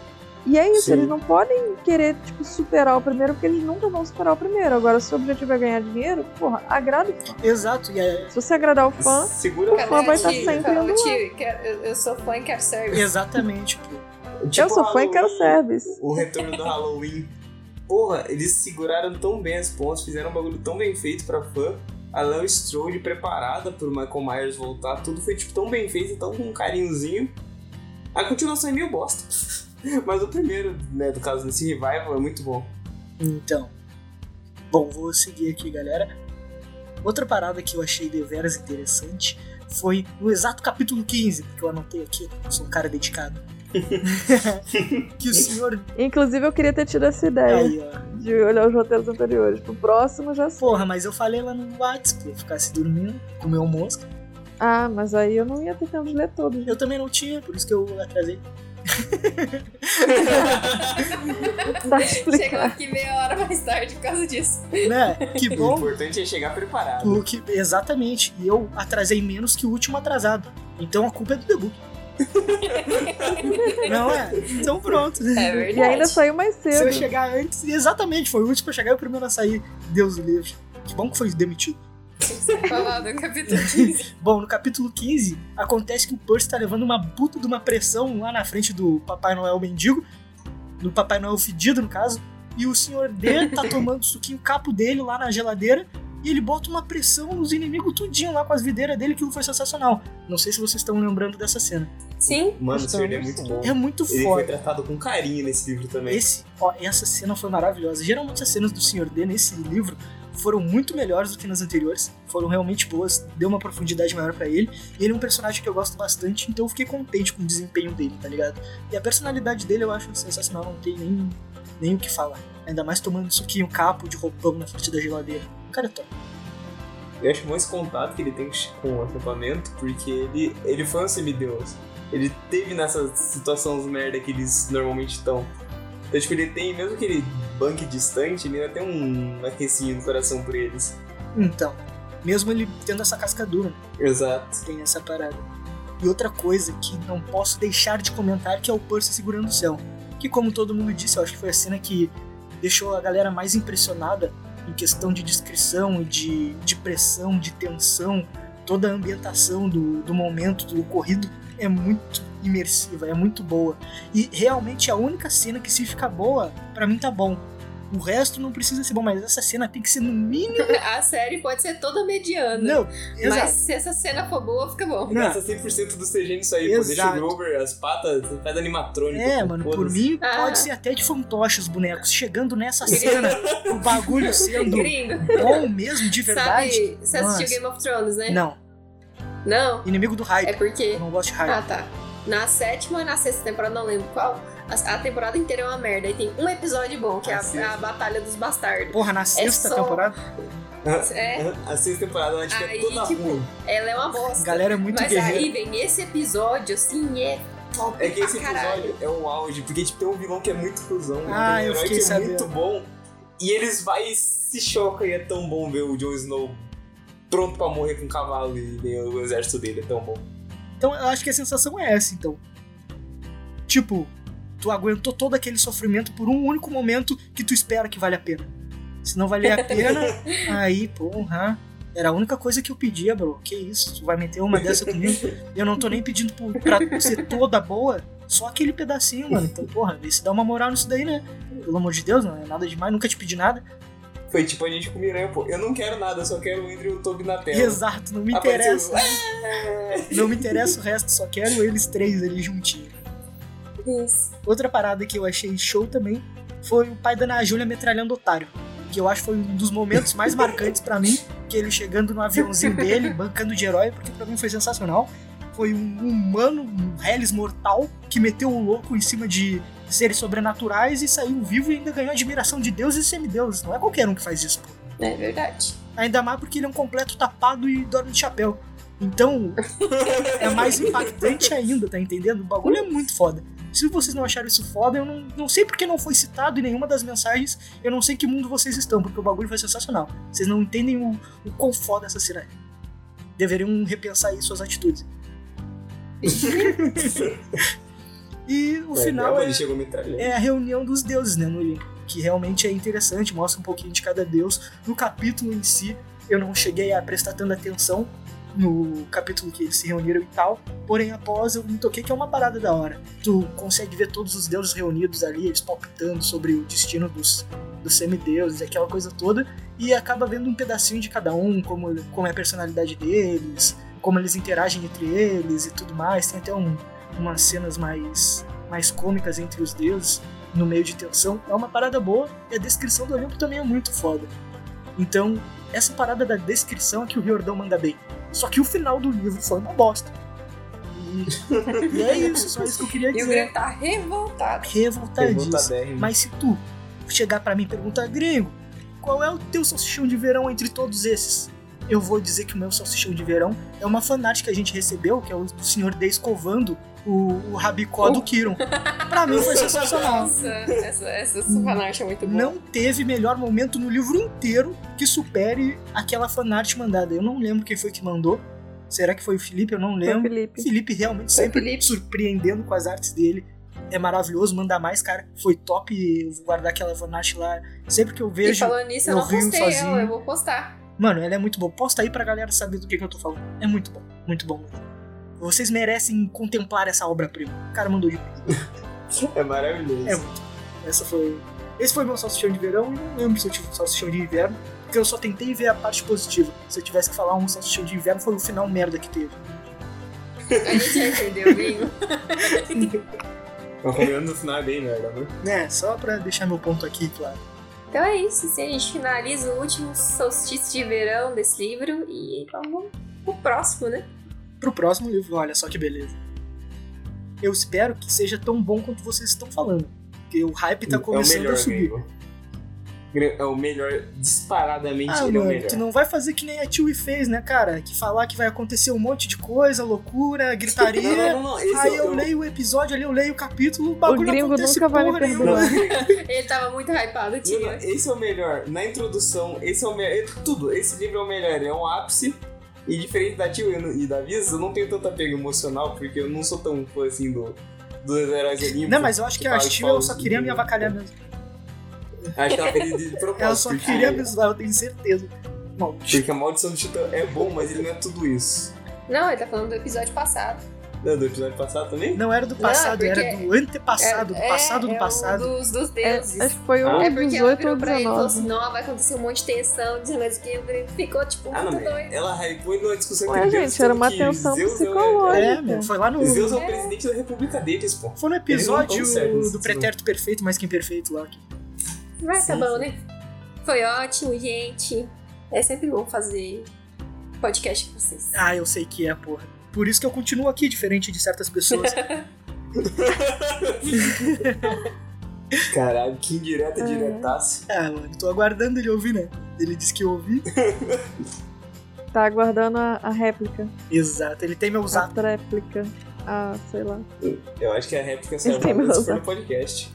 C: E é isso,
B: Sim.
C: eles não podem querer, tipo, superar o primeiro, porque eles nunca vão superar o primeiro. Agora, se o objetivo é ganhar dinheiro, porra, agrada o fã.
A: Exato, e é-
C: Se você agradar o fã,
B: Segura
C: fã vai estar
D: Calma,
C: sempre
D: calma,
C: indo lá.
D: tio, quero- eu- eu sou fã e quero service.
A: Exatamente, pô.
B: Tipo
C: eu sou fã e quero
B: Halloween.
C: service.
B: O retorno do Halloween. Porra, eles seguraram tão bem as pontas, fizeram um bagulho tão bem feito pra fã. A Léo Strode preparada pro Michael Myers voltar, tudo foi tipo tão bem feito, tão com um carinhozinho. A continuação é meio bosta. Mas o primeiro, né, do caso desse revival é muito bom.
A: Então. Bom, vou seguir aqui, galera. Outra parada que eu achei deveras interessante foi no exato capítulo 15, porque eu anotei aqui, eu sou um cara dedicado. que o senhor.
C: Inclusive, eu queria ter tido essa ideia
A: Aí, ó.
C: de olhar os roteiros anteriores. Pro próximo já sei.
A: Porra, mas eu falei lá no WhatsApp que eu ficasse dormindo, comer um mosca.
C: Ah, mas aí eu não ia ter tempo de ler todos.
A: Eu também não tinha, por isso que eu atrasei.
C: Tá
D: Chegou
C: explicado.
D: aqui meia hora mais tarde por causa disso.
A: Né? Que
B: O
A: bom.
B: importante é chegar preparado.
A: O que, exatamente. E eu atrasei menos que o último atrasado. Então a culpa é do debut. Não é? Então pronto.
D: É verdade.
C: E ainda saiu mais
A: Se eu
C: cedo.
A: chegar antes, exatamente, foi o último a chegar e o primeiro a sair. Deus o livre. Que bom que foi demitido.
D: Falar do capítulo 15.
A: Bom, no capítulo 15, acontece que o Percy tá levando uma puta de uma pressão lá na frente do Papai Noel mendigo. Do Papai Noel fedido, no caso. E o senhor D tá tomando o suquinho capo dele lá na geladeira. E ele bota uma pressão nos inimigos tudinho lá com as videiras dele, que um foi sensacional. Não sei se vocês estão lembrando dessa cena.
D: Sim,
B: Mano, o
C: Então,
B: senhor é muito bom.
A: É muito
B: Ele foi
A: foda.
B: tratado com carinho nesse livro também.
A: Esse, ó, essa cena foi maravilhosa. Geralmente as cenas do Sr. D nesse livro foram muito melhores do que nas anteriores. Foram realmente boas, deu uma profundidade maior pra ele. E ele é um personagem que eu gosto bastante, então eu fiquei contente com o desempenho dele, tá ligado? E a personalidade dele eu acho sensacional, não tem nem, nem o que falar. Ainda mais tomando um suquinho capo de roupão na frente da geladeira. O cara é top.
B: Eu acho bom esse contato que ele tem com o acampamento, porque ele, ele foi um semideus. Ele teve nessas situações merda que eles normalmente estão. Então, tipo, ele tem, mesmo que ele banque distante, ele ainda tem um aquecinho no coração por eles.
A: Então, mesmo ele tendo essa né? cascadura,
B: Exato.
A: tem essa parada. E outra coisa que não posso deixar de comentar que é o Percy segurando o céu. Que como todo mundo disse, eu acho que foi a cena que deixou a galera mais impressionada em questão de descrição e de, de pressão, de tensão, toda a ambientação do, do momento, do ocorrido é muito imersiva, é muito boa. E realmente a única cena que se fica boa, pra mim tá bom. O resto não precisa ser bom, mas essa cena tem que ser no mínimo.
D: a série pode ser toda mediana.
A: Não,
D: mas
A: exato.
D: se essa cena for boa, fica bom.
A: Não.
B: Gasta 100% do CG nisso aí, pô. Deixa o
A: Exato.
B: Grover, as patas, faz animatrônico.
A: É,
B: pô,
A: mano, por
B: foda-se.
A: mim
D: Ah.
A: pode ser até de fantoche os bonecos. Chegando nessa cena, o bagulho sendo
D: Gringo,
A: bom mesmo, de verdade.
D: sabe? Você
A: Nossa.
D: assistiu Game of Thrones, né?
A: Não,
D: Não?
A: inimigo do hype.
D: É porque.
A: Eu não gosto de hype.
D: Ah, tá. Na sétima e na sexta temporada, não lembro qual, a, a temporada inteira é uma merda. E tem um episódio bom, que é
B: A
A: Ah,
B: sexta.
D: a, a Batalha dos Bastardos.
A: Porra, na sexta
D: Ah, é só-
A: temporada,
D: É,
B: A sexta temporada, ela acho que é
D: Aí
B: toda
D: que-
B: ruim.
D: ela é uma
A: a
D: bosta.
A: galera é muito
D: Mas
A: guerreira.
D: aí vem esse episódio, assim, é top
B: É que esse
D: pra caralho.
B: episódio é o auge, porque tipo, tem um vilão que é muito cuzão,
A: Ah,
B: tem um
A: eu
B: herói
A: fiquei
B: que
A: sabendo.
B: é muito bom, e eles vai e se chocam, e é tão bom ver o Jon Snow pronto pra morrer com um cavalo e ver o exército dele, é tão bom.
A: Então eu acho que a sensação é essa, então. Tipo, Tu aguentou todo aquele sofrimento por um único momento que tu espera que vale a pena. Se não valer a pena, aí, porra. Era a única coisa que eu pedia, bro. Que isso? Tu vai meter uma dessa comigo? Eu não tô nem pedindo pro- pra ser toda boa, só aquele pedacinho, mano. Então, porra, vê se dá uma moral nisso daí, né? Pelo amor de Deus, não é nada demais, nunca te pedi nada.
B: Foi tipo a gente com o Miranha, pô. Eu não quero nada, eu só quero o Andrew e o Toby na tela.
A: Exato, não me interessa.
B: Apareceu- É,
A: Não me interessa o resto, só quero eles três ali juntinho.
D: Isso.
A: Outra parada que eu achei show também foi o pai da Ana Júlia metralhando otário. Que eu acho que foi um dos momentos mais marcantes pra mim, que ele chegando no aviãozinho dele, bancando de herói, porque pra mim foi sensacional. Foi um humano, um Hellis mortal, que meteu o louco em cima de seres sobrenaturais e saiu vivo e ainda ganhou a admiração de Deus e semideuses. Não é qualquer um que faz isso, pô.
D: É verdade.
A: Ainda mais porque ele é um completo tapado e dorme de chapéu. Então, é mais impactante ainda, tá entendendo? O bagulho é muito foda. Se vocês não acharam isso foda, eu não, não sei porque não foi citado em nenhuma das mensagens. Eu não sei em que mundo vocês estão, porque o bagulho foi sensacional. Vocês não entendem o, o quão foda essa cena é. Deveriam repensar aí suas atitudes. e o
B: É,
A: final
B: não,
A: é
B: Ele chegou metralhando.
A: é a reunião dos deuses, né, no Olimpo, que realmente é interessante, mostra um pouquinho de cada deus. No capítulo em si, eu não cheguei a prestar tanta atenção no capítulo que eles se reuniram e tal, porém após eu me toquei que é uma parada da hora. Tu consegue ver todos os deuses reunidos ali, eles palpitando sobre o destino dos, dos semideuses, aquela coisa toda, e acaba vendo um pedacinho de cada um, como, como é a personalidade deles, como eles interagem entre eles e tudo mais. Tem até um, umas cenas mais, mais cômicas entre os deuses, no meio de tensão. É uma parada boa e a descrição do Olimpo também é muito foda. Então, essa parada da descrição é que o Riordão manda bem. Só que o final do livro foi uma bosta. E, e é isso, só isso que eu queria
D: E o
A: dizer.
D: Grêmio tá revoltado.
A: Revoltadíssimo. tá
B: né?
A: Mas se tu chegar pra mim e perguntar, gringo, qual é o teu salsichão de verão entre todos esses? Eu vou dizer que o meu salsichão de verão é uma fanática que a gente recebeu, que é o do senhor D escovando o, o rabicó do Kiron. Pra mim foi sensacional.
D: Nossa, essa, essa fanart é muito boa.
A: Não teve melhor momento no livro inteiro que supere aquela fanart mandada. Eu não lembro quem foi que mandou. Será que foi o Felipe? Eu não
C: Foi o
A: lembro.
C: né, Felipe.
A: Felipe realmente
D: Foi
A: sempre
D: Felipe.
A: surpreendendo com as artes dele. É maravilhoso, manda mais, cara. Foi top. Eu vou guardar aquela fanart lá. Sempre que eu
D: E
A: vejo.
D: falando nisso, eu,
A: eu
D: não
A: vi um
D: postei
A: sozinho.
D: ela, eu vou postar.
A: Mano, ela é muito boa. Posta aí pra galera saber do que, que eu tô falando. É muito bom, muito bom. mesmo. Vocês merecem contemplar essa obra-prima. O cara mandou de.
B: É maravilhoso.
A: É muito. Essa foi. Esse foi meu salsichão de verão e não lembro se eu tive um salsichão de inverno, porque eu só tentei ver a parte positiva. Se eu tivesse que falar um salsichão de inverno, foi o final merda que teve.
D: A gente já entendeu, Binho.
B: Mas comendo no final é bem merda, né?
A: Né? Só pra deixar meu ponto aqui, claro.
D: Então é isso, assim, a gente finaliza o último solstício de verão desse livro e vamos pro próximo, né?
A: Pro próximo livro, olha só que beleza. Eu espero que seja tão bom quanto vocês estão falando. Porque o hype tá começando
B: é o melhor
A: a subir.
B: Gringo. É o melhor, disparadamente
A: Ah,
B: ele é o
A: mano,
B: melhor.
A: tu não vai fazer que nem a Tiwi fez, né, cara? Que falar que vai acontecer um monte de coisa, loucura,
B: Não,
A: gritaria.
B: não, não, não, esse é
A: Aí eu,
B: eu-
A: leio o episódio ali, eu leio o capítulo, o bagulho
C: gringo
A: acontece
C: nunca vai me
A: porra nenhuma.
C: perdoar.
D: Ele tava muito hypado,
B: Não, não,
D: tinha.
B: Esse é o melhor. Na introdução, esse é o melhor. é Tudo, esse livro é o melhor. É um ápice. E diferente da Tio e da Viz, eu não tenho tanto apego emocional, porque eu não sou tão fã assim do, dos heróis olímpicos.
A: Não, mas eu acho que a
B: fala de
A: Steel eu só
B: Paulo
A: queria
B: Zulu.
A: me avacalhar mesmo.
B: Acho que ela fez de propósito.
A: Ela só
B: porque-
A: queria me zoar, eu tenho certeza. Bom,
B: Porque a maldição do Titã é bom, mas ele não é tudo isso.
D: Não, ele tá falando do episódio passado.
B: Não, do episódio passado também?
A: não era do passado,
D: Não, é
A: era do antepassado, do passado
D: é
A: do
D: o
A: passado.
D: dos, dos
C: É,
D: deuses.
C: acho que foi o
D: É porque ela
C: 18
D: virou
C: ou
D: pra ele e falou assim:
C: 19.
D: não, vai acontecer um monte de tensão, dizendo mas o que o Grêmio ficou, tipo,
B: Ah, não,
D: muito
B: mas
D: doido.
B: ela hypou numa discussão
C: Ué,
B: que
C: gente,
B: Deus
C: era
B: tem
C: uma
B: que
C: tensão
B: Zeus é o-
C: psicológica.
A: É, meu, foi lá no,
B: Zeus é o presidente da república deles, pô.
A: foi no
B: Eles
A: episódio
B: não conseguem,
A: do
B: isso.
A: pretérito perfeito, mais que imperfeito lá. que-
D: Vai, tá
B: Sim,
D: bom, né? Foi ótimo, gente. É sempre bom fazer podcast com vocês.
A: Ah, eu sei que é, porra. Por isso que eu continuo aqui, diferente de certas pessoas.
B: Caralho, que
C: É.
B: indireta, diretaço.
A: ah, mano, tô aguardando ele ouvir, né? Ele disse que eu ouvi.
C: Tá aguardando a, a réplica.
A: Exato, ele tem meu
C: A
A: zap.
C: réplica. Ah, sei lá.
B: Eu acho que a réplica saiu
C: Tem
B: agora, se for
C: razão.
B: no podcast.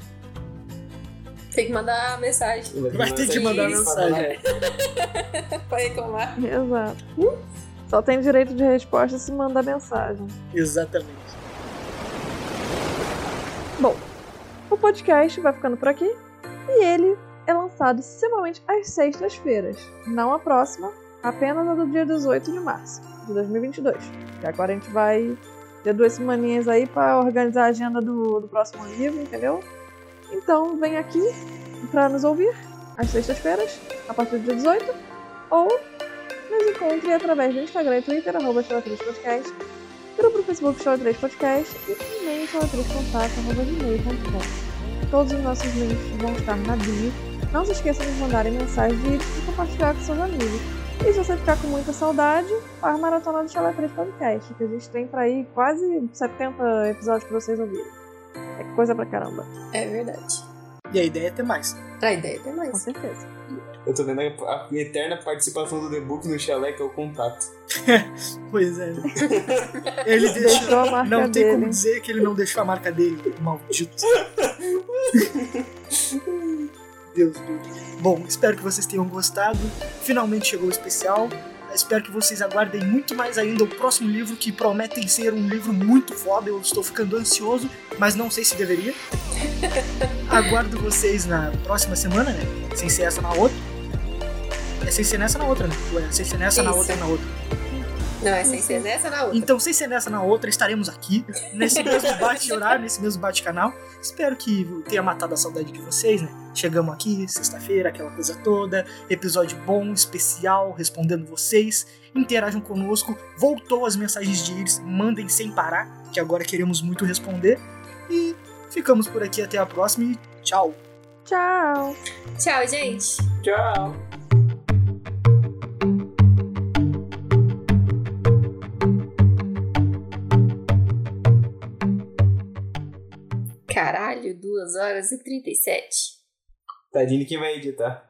D: Tem que mandar mensagem
A: Vai ter que mandar mensagem.
D: pra reclamar.
C: Exato. Só tem direito de resposta se mandar mensagem.
A: Exatamente.
C: O podcast vai ficando por aqui e ele é lançado semanalmente às sextas-feiras. Não a próxima, apenas a do dia 18 de março de 2022. E agora a gente vai ter duas semaninhas aí para organizar a agenda do, do próximo livro, entendeu? Então vem aqui para nos ouvir às sextas-feiras, a partir do dia 18, ou nos encontre através do Instagram e Twitter, arroba Estrela Três Podcast, grupo do Facebook Estrela 3 Podcast e e-mail estrela3contato.com. Todos os nossos links vão estar na bio. Não se esqueçam de mandarem mensagens e compartilhar com seus amigos. E se você ficar com muita saudade, faz a maratona do Chala 3 Podcast, que a gente tem pra aí quase 70 episódios pra vocês ouvirem. É coisa pra caramba.
D: É verdade.
A: E a ideia é ter mais.
D: A ideia é ter
C: Com
D: mais.
C: certeza.
B: Eu tô vendo a, a eterna participação do The Book no chalé, que é o contato.
A: Pois é. Ele deixou.
C: Deixou a marca
A: Não tem
C: dele.
A: como dizer que ele não deixou a marca dele, maldito. Deus do céu. Bom, espero que vocês tenham gostado. Finalmente chegou o especial. Espero que vocês aguardem muito mais ainda o próximo livro, que prometem ser um livro muito foda. Eu estou ficando ansioso, mas não sei se deveria. Aguardo vocês na próxima semana, né? Sem ser essa na outra. É sem ser nessa na outra, né? Ué, Sem ser nessa na
D: Isso.
A: outra na outra.
D: Não, é sem ser nessa na outra.
A: Então, sem ser nessa na outra, estaremos aqui, nesse mesmo bate-horário, nesse mesmo bate-canal. Espero que tenha matado a saudade de vocês, né? Chegamos aqui, sexta-feira, aquela coisa toda. Episódio bom, especial, respondendo vocês. Interajam conosco. Voltou as mensagens de Iris, mandem sem parar, que agora queremos muito responder. E ficamos por aqui até a próxima e tchau!
C: Tchau!
D: Tchau, gente.
B: Tchau!
D: Caralho, 2 horas e 37.
B: Tadinho de quem vai editar.